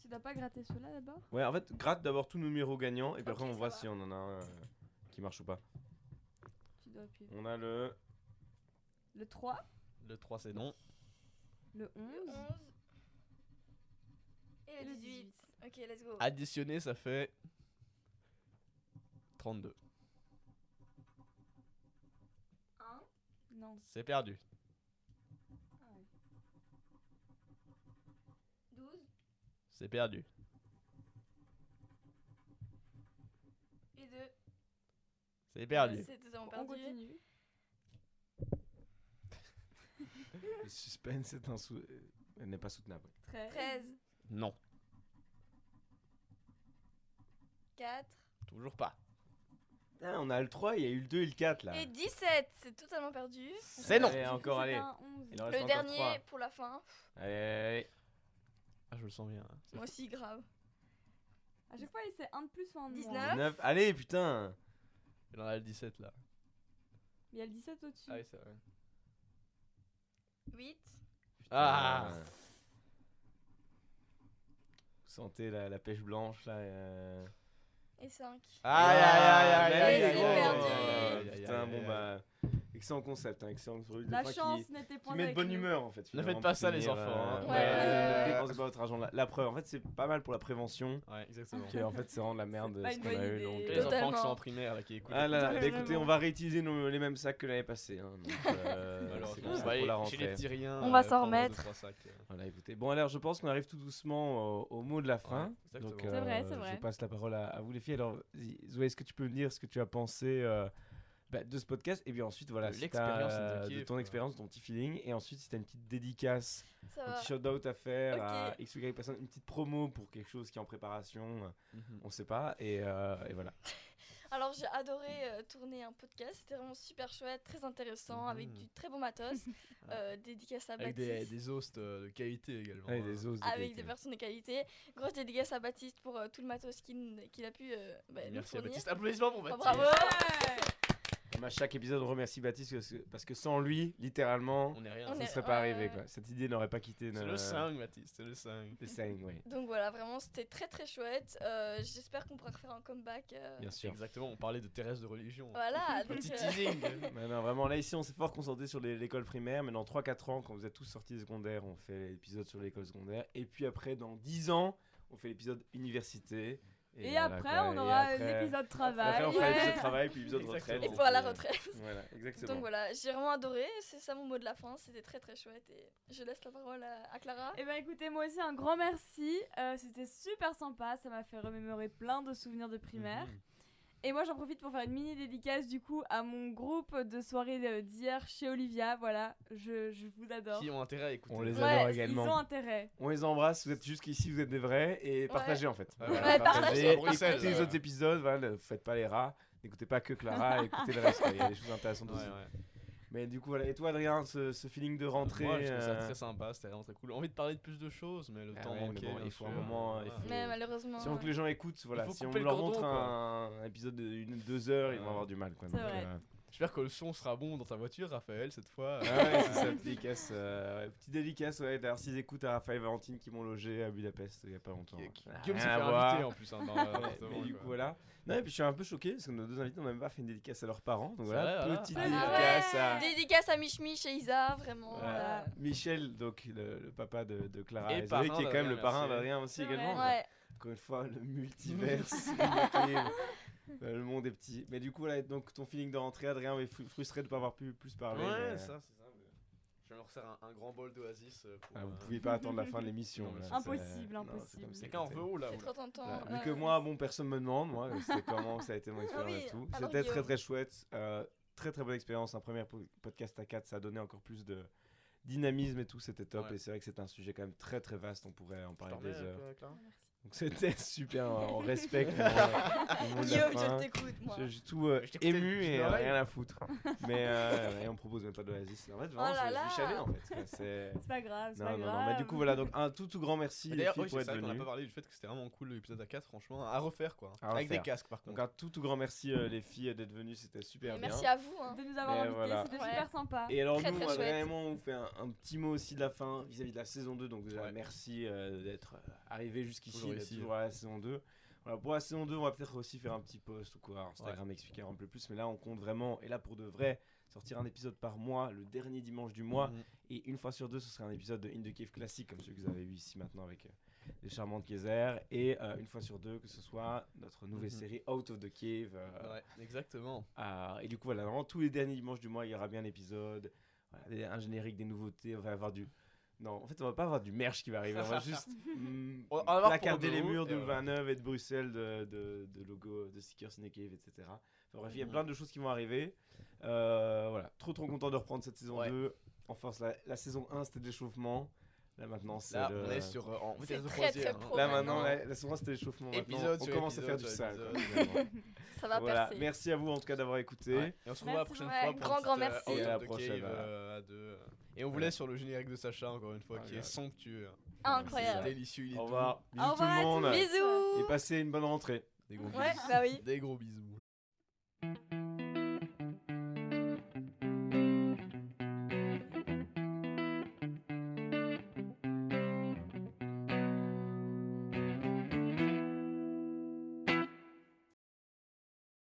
Speaker 3: Tu dois pas gratter ceux-là d'abord
Speaker 1: Ouais, en fait, gratte d'abord tous nos numéros gagnants et puis
Speaker 4: Ok,
Speaker 1: après, on
Speaker 4: ça
Speaker 1: voit
Speaker 4: va.
Speaker 1: si on en a un euh, qui marche ou pas.
Speaker 3: Tu dois appuyer.
Speaker 1: On a le.
Speaker 3: Le 3,
Speaker 2: Le 3, c'est non.
Speaker 3: le 11.
Speaker 4: Le 11. Et
Speaker 3: Et
Speaker 4: le
Speaker 3: Euh, le
Speaker 4: 18. Ok, let's go.
Speaker 2: Additionné, ça fait. 32.
Speaker 3: Non.
Speaker 2: C'est perdu.
Speaker 4: 12.
Speaker 2: C'est perdu.
Speaker 4: Et 2.
Speaker 2: C'est perdu.
Speaker 4: C'est totalement
Speaker 3: On
Speaker 4: perdu.
Speaker 3: continue.
Speaker 1: Le suspense est insou... euh, Elle n'est pas soutenable.
Speaker 3: 13.
Speaker 4: 13.
Speaker 2: Non.
Speaker 4: 4.
Speaker 2: Toujours pas.
Speaker 1: Ah, on a le 3, il y a eu le 2 et le 4 là.
Speaker 4: Et 17. C'est totalement perdu.
Speaker 2: C'est non.
Speaker 1: Allez, encore, allez. Il en reste
Speaker 4: Le
Speaker 1: encore
Speaker 4: dernier
Speaker 1: trois.
Speaker 4: pour la fin.
Speaker 1: Allez, allez, allez.
Speaker 2: Ah, je le sens bien. hein.
Speaker 4: Moi aussi, grave.
Speaker 3: À chaque fois, c'est un de plus ou un de moins.
Speaker 4: 19.
Speaker 1: Neuf. Allez, putain
Speaker 2: Il en a le 17 là.
Speaker 3: Mais il y a le 17 au-dessus.
Speaker 2: Ah oui, c'est vrai.
Speaker 4: 8.
Speaker 2: Ah
Speaker 1: Putain. Vous sentez la, la pêche blanche là euh,
Speaker 4: Et 5.
Speaker 2: Aïe aïe aïe
Speaker 1: Ah, mais
Speaker 2: aïe aïe
Speaker 4: c'est
Speaker 2: aïe, aïe,
Speaker 4: perdu.
Speaker 2: aïe, aïe, aïe, aïe,
Speaker 1: Putain,
Speaker 2: aïe, aïe.
Speaker 1: bon bah. Excellent concept, hein, excellent truc de
Speaker 3: La
Speaker 1: fin qui-
Speaker 3: chance n'était point
Speaker 1: qui met de
Speaker 3: avec
Speaker 1: bonne
Speaker 3: nous.
Speaker 1: humeur en fait.
Speaker 2: Ne
Speaker 1: finalement,
Speaker 2: faites pas
Speaker 1: pour
Speaker 2: ça, les
Speaker 1: finir,
Speaker 2: enfants,
Speaker 1: euh,
Speaker 2: hein.
Speaker 1: ouais,
Speaker 4: Ouais.
Speaker 1: Ne dépensez pas votre argent là. La preuve, en fait, c'est pas mal pour la prévention.
Speaker 2: Ouais, exactement.
Speaker 1: Que, en fait, c'est vraiment de la merde
Speaker 3: pas
Speaker 1: ce
Speaker 3: une
Speaker 1: qu'on
Speaker 3: bonne
Speaker 1: a eu.
Speaker 3: idée.
Speaker 1: donc, euh,
Speaker 2: Et les enfants qui
Speaker 4: Totalement.
Speaker 2: sont en primaire là qui écoutent. euh,
Speaker 1: Ah là là, bah,
Speaker 3: Totalement.
Speaker 1: écoutez, on va réutiliser nos- les mêmes sacs que l'année passée. hein, donc, euh,
Speaker 4: [LAUGHS]
Speaker 1: c'est
Speaker 2: Malheureusement,
Speaker 1: comme
Speaker 2: on
Speaker 1: ça
Speaker 2: va
Speaker 1: pour la
Speaker 2: aller chez les
Speaker 1: rentrée.
Speaker 2: petits riens.
Speaker 4: On va
Speaker 2: euh,
Speaker 4: s'en
Speaker 2: prendre deux,
Speaker 4: remettre.
Speaker 2: trois sacs, euh.
Speaker 1: Voilà, écoutez. Bon, alors, je pense qu'on arrive tout doucement au, au mot de la fin.
Speaker 2: Ouais,
Speaker 1: donc,
Speaker 2: exactement.
Speaker 3: C'est vrai, c'est
Speaker 1: euh,
Speaker 3: vrai.
Speaker 1: Je passe la parole à, à vous, les filles. Alors, vas-y, Zoé, est-ce que tu peux me dire ce que tu as pensé euh, bah, de ce podcast Et puis ensuite, voilà,
Speaker 2: De
Speaker 1: si
Speaker 2: l'expérience
Speaker 1: t'as, euh,
Speaker 2: Indokiff,
Speaker 1: de ton
Speaker 2: quoi.
Speaker 1: expérience, de ton petit feeling. Et ensuite, si tu as une petite dédicace
Speaker 4: Ça
Speaker 1: un
Speaker 4: va.
Speaker 1: petit shout-out à faire
Speaker 4: Ok.
Speaker 1: à X ou Y personne, une petite promo pour quelque chose qui est en préparation, euh,
Speaker 2: Mhm.
Speaker 1: on sait pas, et, euh, et voilà.
Speaker 4: Alors j'ai adoré euh, tourner un podcast, c'était vraiment super chouette, très intéressant, avec
Speaker 2: Mhm.
Speaker 1: Mmh.
Speaker 4: du très bon
Speaker 1: [LAUGHS]
Speaker 4: matos, euh, dédicace à
Speaker 2: Avec des,
Speaker 4: Baptiste,
Speaker 2: des hosts euh, de qualité également.
Speaker 1: Allez, des os.
Speaker 4: avec des personnes de qualité, grosse dédicace à Baptiste pour euh, tout le matos qu'il qu'il a pu euh, bah, nous
Speaker 2: Merci à
Speaker 4: fournir.
Speaker 2: Baptiste. Applaudissements pour
Speaker 4: Oh,
Speaker 2: Baptiste.
Speaker 4: bravo
Speaker 1: Comme à chaque épisode, on remercie Baptiste parce que, parce que sans lui, littéralement,
Speaker 2: On est rien.
Speaker 4: On
Speaker 1: ça
Speaker 4: est-
Speaker 1: ne serait
Speaker 4: ouais,
Speaker 1: pas arrivé.
Speaker 4: ouais.
Speaker 1: Quoi. Cette idée n'aurait pas quitté
Speaker 2: C'est
Speaker 1: nos-
Speaker 2: le 5, Baptiste, c'est le 5.
Speaker 1: le cinq, oui.
Speaker 4: Donc voilà, vraiment c'était très très chouette, Euh, j'espère qu'on pourra refaire un comeback. euh,
Speaker 1: Bien sûr.
Speaker 2: Exactement, on parlait de Thérèse de religion.
Speaker 1: [LAUGHS]
Speaker 4: Voilà, donc,
Speaker 2: Petit
Speaker 4: euh,
Speaker 2: teasing.
Speaker 4: [LAUGHS]
Speaker 1: Mais non, vraiment, là, ici, on s'est fort concentré sur les- l'école primaire, mais dans 3-4 ans, quand vous êtes tous sortis du secondaire, on fait l'épisode sur l'école secondaire. Et puis après, dans 10 ans, on fait l'épisode université.
Speaker 3: Et,
Speaker 1: voilà,
Speaker 3: après,
Speaker 1: quoi.
Speaker 3: on
Speaker 1: Et
Speaker 3: aura
Speaker 1: après-
Speaker 3: l'épisode
Speaker 1: Et après,
Speaker 3: travail.
Speaker 1: on fera
Speaker 4: Ouais.
Speaker 1: l'épisode travail, puis l'épisode
Speaker 2: Exactement.
Speaker 1: retraite.
Speaker 4: et
Speaker 2: on
Speaker 4: pour la
Speaker 1: puis, euh,
Speaker 4: retraite.
Speaker 1: Voilà, exactement.
Speaker 4: Donc voilà, j'ai vraiment adoré, c'est ça mon mot de la fin, c'était très très chouette et je laisse la parole à, à Clara.
Speaker 3: Et ben écoutez, moi aussi un grand merci. Euh, C'était super sympa, ça m'a fait remémorer plein de souvenirs de primaire.
Speaker 2: Mhm.
Speaker 3: Et moi j'en profite pour faire une mini dédicace du coup à mon groupe de soirée euh, d'hier chez Olivia. Voilà, je, je vous adore.
Speaker 2: Qui ont intérêt à écouter.
Speaker 1: On les
Speaker 4: Ouais,
Speaker 1: adore
Speaker 3: Ils
Speaker 1: également.
Speaker 3: ont intérêt.
Speaker 1: On les embrasse, vous êtes jusqu'ici, vous êtes des vrais, et partagez en fait.
Speaker 2: Ouais,
Speaker 1: Voilà,
Speaker 4: ouais, partagez.
Speaker 1: partagez,
Speaker 2: Bruxelles,
Speaker 1: écoutez les
Speaker 2: euh.
Speaker 1: autres épisodes, voilà, ne faites pas les rats, n'écoutez pas que
Speaker 2: [LAUGHS]
Speaker 1: Clara, écoutez le reste, quoi, il y a des choses intéressantes
Speaker 2: Ouais,
Speaker 1: aussi.
Speaker 2: ouais.
Speaker 1: Mais du coup, voilà, et toi Adrien, ce, ce feeling de rentrée
Speaker 2: Moi, je trouve ça
Speaker 1: euh,
Speaker 2: très sympa, c'était vraiment très cool. Envie de parler de plus de choses, mais le
Speaker 1: Ah
Speaker 2: temps
Speaker 1: ouais, mais
Speaker 2: manquait.
Speaker 1: bon,
Speaker 2: bien
Speaker 1: il faut un
Speaker 2: sûr.
Speaker 1: moment, il
Speaker 2: Voilà.
Speaker 1: faut-
Speaker 4: Mais malheureusement, euh,
Speaker 1: Si on veut que les gens écoutent, voilà,
Speaker 2: faut
Speaker 1: si on
Speaker 2: couper le
Speaker 1: leur
Speaker 2: cordon,
Speaker 1: montre
Speaker 2: quoi.
Speaker 1: un, un épisode d'une deux heures, ils vont
Speaker 2: Ouais.
Speaker 1: avoir du mal. quoi,
Speaker 3: C'est
Speaker 1: donc,
Speaker 3: vrai.
Speaker 1: euh,
Speaker 2: J'espère que le son sera bon dans ta voiture, Raphaël, cette fois.
Speaker 1: Ah ouais, c'est ça, petite dédicace. euh, ouais, petite dédicace, ouais, d'ailleurs, s'ils écoutent à Raphaël et Valentine qui m'ont logé à Budapest il n'y a pas longtemps.
Speaker 2: Gu-
Speaker 1: Ça n'a
Speaker 2: Guillaume s'est fait
Speaker 1: rien à voir.
Speaker 2: inviter en
Speaker 1: [LAUGHS]
Speaker 2: plus hein, dans
Speaker 1: Ouais,
Speaker 2: l'appartement.
Speaker 1: mais du
Speaker 2: quoi.
Speaker 1: coup, voilà. Non, et puis je suis un peu choqué parce que nos deux invités n'ont même pas fait une dédicace à leurs parents. Donc
Speaker 2: C'est
Speaker 1: voilà,
Speaker 2: vrai,
Speaker 1: petite
Speaker 3: voilà. Ah
Speaker 1: dédicace
Speaker 3: ouais.
Speaker 1: à
Speaker 4: dédicace à Mich Mich et Isa, vraiment.
Speaker 1: Voilà.
Speaker 4: euh,
Speaker 1: Michel, donc le, le papa de, de Clara
Speaker 2: Et
Speaker 1: et Zoé,
Speaker 2: parrain
Speaker 1: qui est quand même le
Speaker 2: d'Adrien,
Speaker 1: parrain
Speaker 2: merci.
Speaker 1: d'Adrien aussi
Speaker 3: C'est
Speaker 1: également.
Speaker 3: vrai.
Speaker 4: Ouais.
Speaker 1: Encore une fois, le
Speaker 3: [LAUGHS]
Speaker 1: multiverse. ok. Euh, le monde est petit. Mais du coup, voilà, donc ton feeling de rentrée, Adrien, est fru- frustré de ne pas avoir pu plus parler. mais,
Speaker 2: Ouais, ça, c'est ça. mais Je vais me resserre un, un grand bol d'oasis euh, pour.
Speaker 1: ah, vous
Speaker 2: euh,
Speaker 1: pouviez pas attendre la fin de l'émission.
Speaker 2: Non, mais
Speaker 1: là,
Speaker 2: c'est-
Speaker 1: c'est-
Speaker 3: Impossible,
Speaker 1: non, c'est
Speaker 3: impossible.
Speaker 1: comme ça,
Speaker 2: C'est quand on
Speaker 1: écoutez.
Speaker 2: veut, oh là,
Speaker 4: C'est
Speaker 2: oh là.
Speaker 4: trop tentant.
Speaker 1: Voilà. Bah, Vu
Speaker 4: euh,
Speaker 1: que moi, bon, personne me demande, moi, c'était comment, ça a été mon expérience
Speaker 4: [LAUGHS] oui,
Speaker 1: et tout.
Speaker 4: alors
Speaker 1: C'était très
Speaker 4: Guillaume.
Speaker 1: très chouette, euh, très très bonne expérience, un premier po- podcast à 4, ça a donné encore plus de dynamisme et tout, c'était top.
Speaker 2: Ouais.
Speaker 1: Et c'est vrai que c'est un sujet quand même très très vaste, on pourrait en
Speaker 2: Je
Speaker 1: parler
Speaker 2: t'en remets
Speaker 1: des
Speaker 2: un peu,
Speaker 1: heures.
Speaker 2: euh, Clara
Speaker 1: Donc c'était [LAUGHS] super, hein, on
Speaker 2: [LAUGHS]
Speaker 1: respecte. le moment- le moment de la
Speaker 4: [LAUGHS] Guillaume,
Speaker 1: fin.
Speaker 4: je t'écoute, moi.
Speaker 1: Je suis tout euh,
Speaker 2: Mais je t'écoutais
Speaker 1: ému
Speaker 2: depuis
Speaker 1: et
Speaker 2: une
Speaker 1: euh,
Speaker 2: oreille.
Speaker 1: rien à foutre. Mais euh, et on propose même pas d'Oasis. En fait, vraiment,
Speaker 4: Oh là
Speaker 1: je- je
Speaker 4: là.
Speaker 1: suis chavé, en fait. quoi, c'est-
Speaker 3: C'est pas grave, c'est
Speaker 1: Non,
Speaker 3: pas
Speaker 1: non,
Speaker 3: grave.
Speaker 1: non. Mais du coup, voilà, donc un tout tout grand merci les
Speaker 2: D'ailleurs,
Speaker 1: filles,
Speaker 2: oui,
Speaker 1: pour
Speaker 2: c'est
Speaker 1: être
Speaker 2: vrai qu'on n'a
Speaker 1: venues.
Speaker 2: pas parlé du fait que c'était vraiment cool l'épisode à 4, franchement. À refaire, quoi.
Speaker 1: À
Speaker 2: Avec des
Speaker 1: refaire.
Speaker 2: casques, par
Speaker 1: Donc
Speaker 2: contre.
Speaker 1: un tout tout grand merci euh, les filles d'être venues, c'était super
Speaker 4: Et
Speaker 1: bien.
Speaker 4: merci à vous. hein.
Speaker 3: de nous avoir
Speaker 1: Mais
Speaker 3: invités,
Speaker 1: voilà.
Speaker 3: c'était
Speaker 4: Ouais.
Speaker 3: super sympa.
Speaker 1: Et alors
Speaker 4: Très,
Speaker 1: nous,
Speaker 4: très
Speaker 1: Adrien
Speaker 4: chouette.
Speaker 1: et moi, on vous fait un, un petit mot aussi de la fin vis-à-vis de la saison 2. Donc déjà,
Speaker 2: Ouais.
Speaker 1: merci euh, d'être euh, arrivé jusqu'ici,
Speaker 2: Toujours
Speaker 1: d'être
Speaker 2: ici.
Speaker 1: toujours à la saison 2. Voilà, pour la saison 2, on va peut-être aussi faire un petit post ou quoi, Instagram expliquer un peu plus. Mais là, on compte vraiment, et là pour de vrai, sortir un épisode par mois, le dernier dimanche du mois.
Speaker 2: Mhm.
Speaker 1: Et une fois sur deux, ce serait un épisode de In the Cave classique, comme celui que vous avez eu ici maintenant avec euh, les charmantes Kaiser. Et euh, une fois sur deux, que ce soit notre nouvelle
Speaker 2: Mhm.
Speaker 1: série Out of the Cave. euh,
Speaker 2: Ouais, exactement.
Speaker 1: ah, et du coup, voilà, vraiment tous les derniers dimanches du mois, il y aura bien un épisode, voilà, des- un générique, des nouveautés. On va avoir du. Non, en fait, on va pas avoir du merch qui va arriver.
Speaker 2: [LAUGHS]
Speaker 1: On va juste mm,
Speaker 2: On va avoir
Speaker 1: placarder
Speaker 2: pour nous,
Speaker 1: les murs
Speaker 2: et
Speaker 1: de
Speaker 2: voilà.
Speaker 1: 29 et de Bruxelles, de, de, de logos, de stickers Cinecave, etc. Enfin, bref, il y a
Speaker 2: Mhm.
Speaker 1: plein de choses qui vont arriver. Euh, voilà, trop trop content de reprendre cette saison
Speaker 2: Ouais.
Speaker 1: 2. En force, la, la saison 1, c'était de l'échauffement. Là, maintenant, c'est.
Speaker 2: Là,
Speaker 1: le-
Speaker 2: on est sur. euh, en
Speaker 4: C'est
Speaker 2: vitesse de
Speaker 4: très, très
Speaker 2: croisière, hein.
Speaker 4: pro.
Speaker 1: Là,
Speaker 4: Oh,
Speaker 1: maintenant,
Speaker 4: maintenant.
Speaker 1: la, la saison 1, c'était l'échauffement. Maintenant,
Speaker 2: Épisode
Speaker 1: on
Speaker 2: sur
Speaker 1: commence à faire
Speaker 2: épisode
Speaker 1: du
Speaker 2: sur
Speaker 1: sale. quoi,
Speaker 2: épisode.
Speaker 1: finalement.
Speaker 4: Ça va
Speaker 1: Voilà,
Speaker 4: percer.
Speaker 1: merci à vous en tout cas d'avoir écouté.
Speaker 2: Ouais. Et on se retrouve la
Speaker 3: Merci,
Speaker 2: prochaine
Speaker 3: ouais.
Speaker 2: fois pour
Speaker 4: Grand,
Speaker 2: une
Speaker 4: grand
Speaker 2: petite, euh,
Speaker 4: merci.
Speaker 2: Out
Speaker 1: Et à la
Speaker 2: of the
Speaker 1: prochaine,
Speaker 2: Cave,
Speaker 1: voilà.
Speaker 2: euh, à deux, euh. Et on vous
Speaker 1: Voilà.
Speaker 2: laisse sur le générique de Sacha, encore une fois,
Speaker 1: Ah,
Speaker 2: qui est
Speaker 1: grave.
Speaker 2: somptueux. hein.
Speaker 4: Incroyable.
Speaker 2: Délicieux, il est
Speaker 1: Au
Speaker 2: doux.
Speaker 1: revoir. Bisous tout
Speaker 4: Au
Speaker 1: le
Speaker 4: revoir à
Speaker 1: monde.
Speaker 4: tous.
Speaker 1: Et
Speaker 4: Bisous.
Speaker 1: passez une bonne rentrée.
Speaker 2: Des gros
Speaker 4: Ouais,
Speaker 2: bisous.
Speaker 4: bah oui.
Speaker 2: Des gros bisous.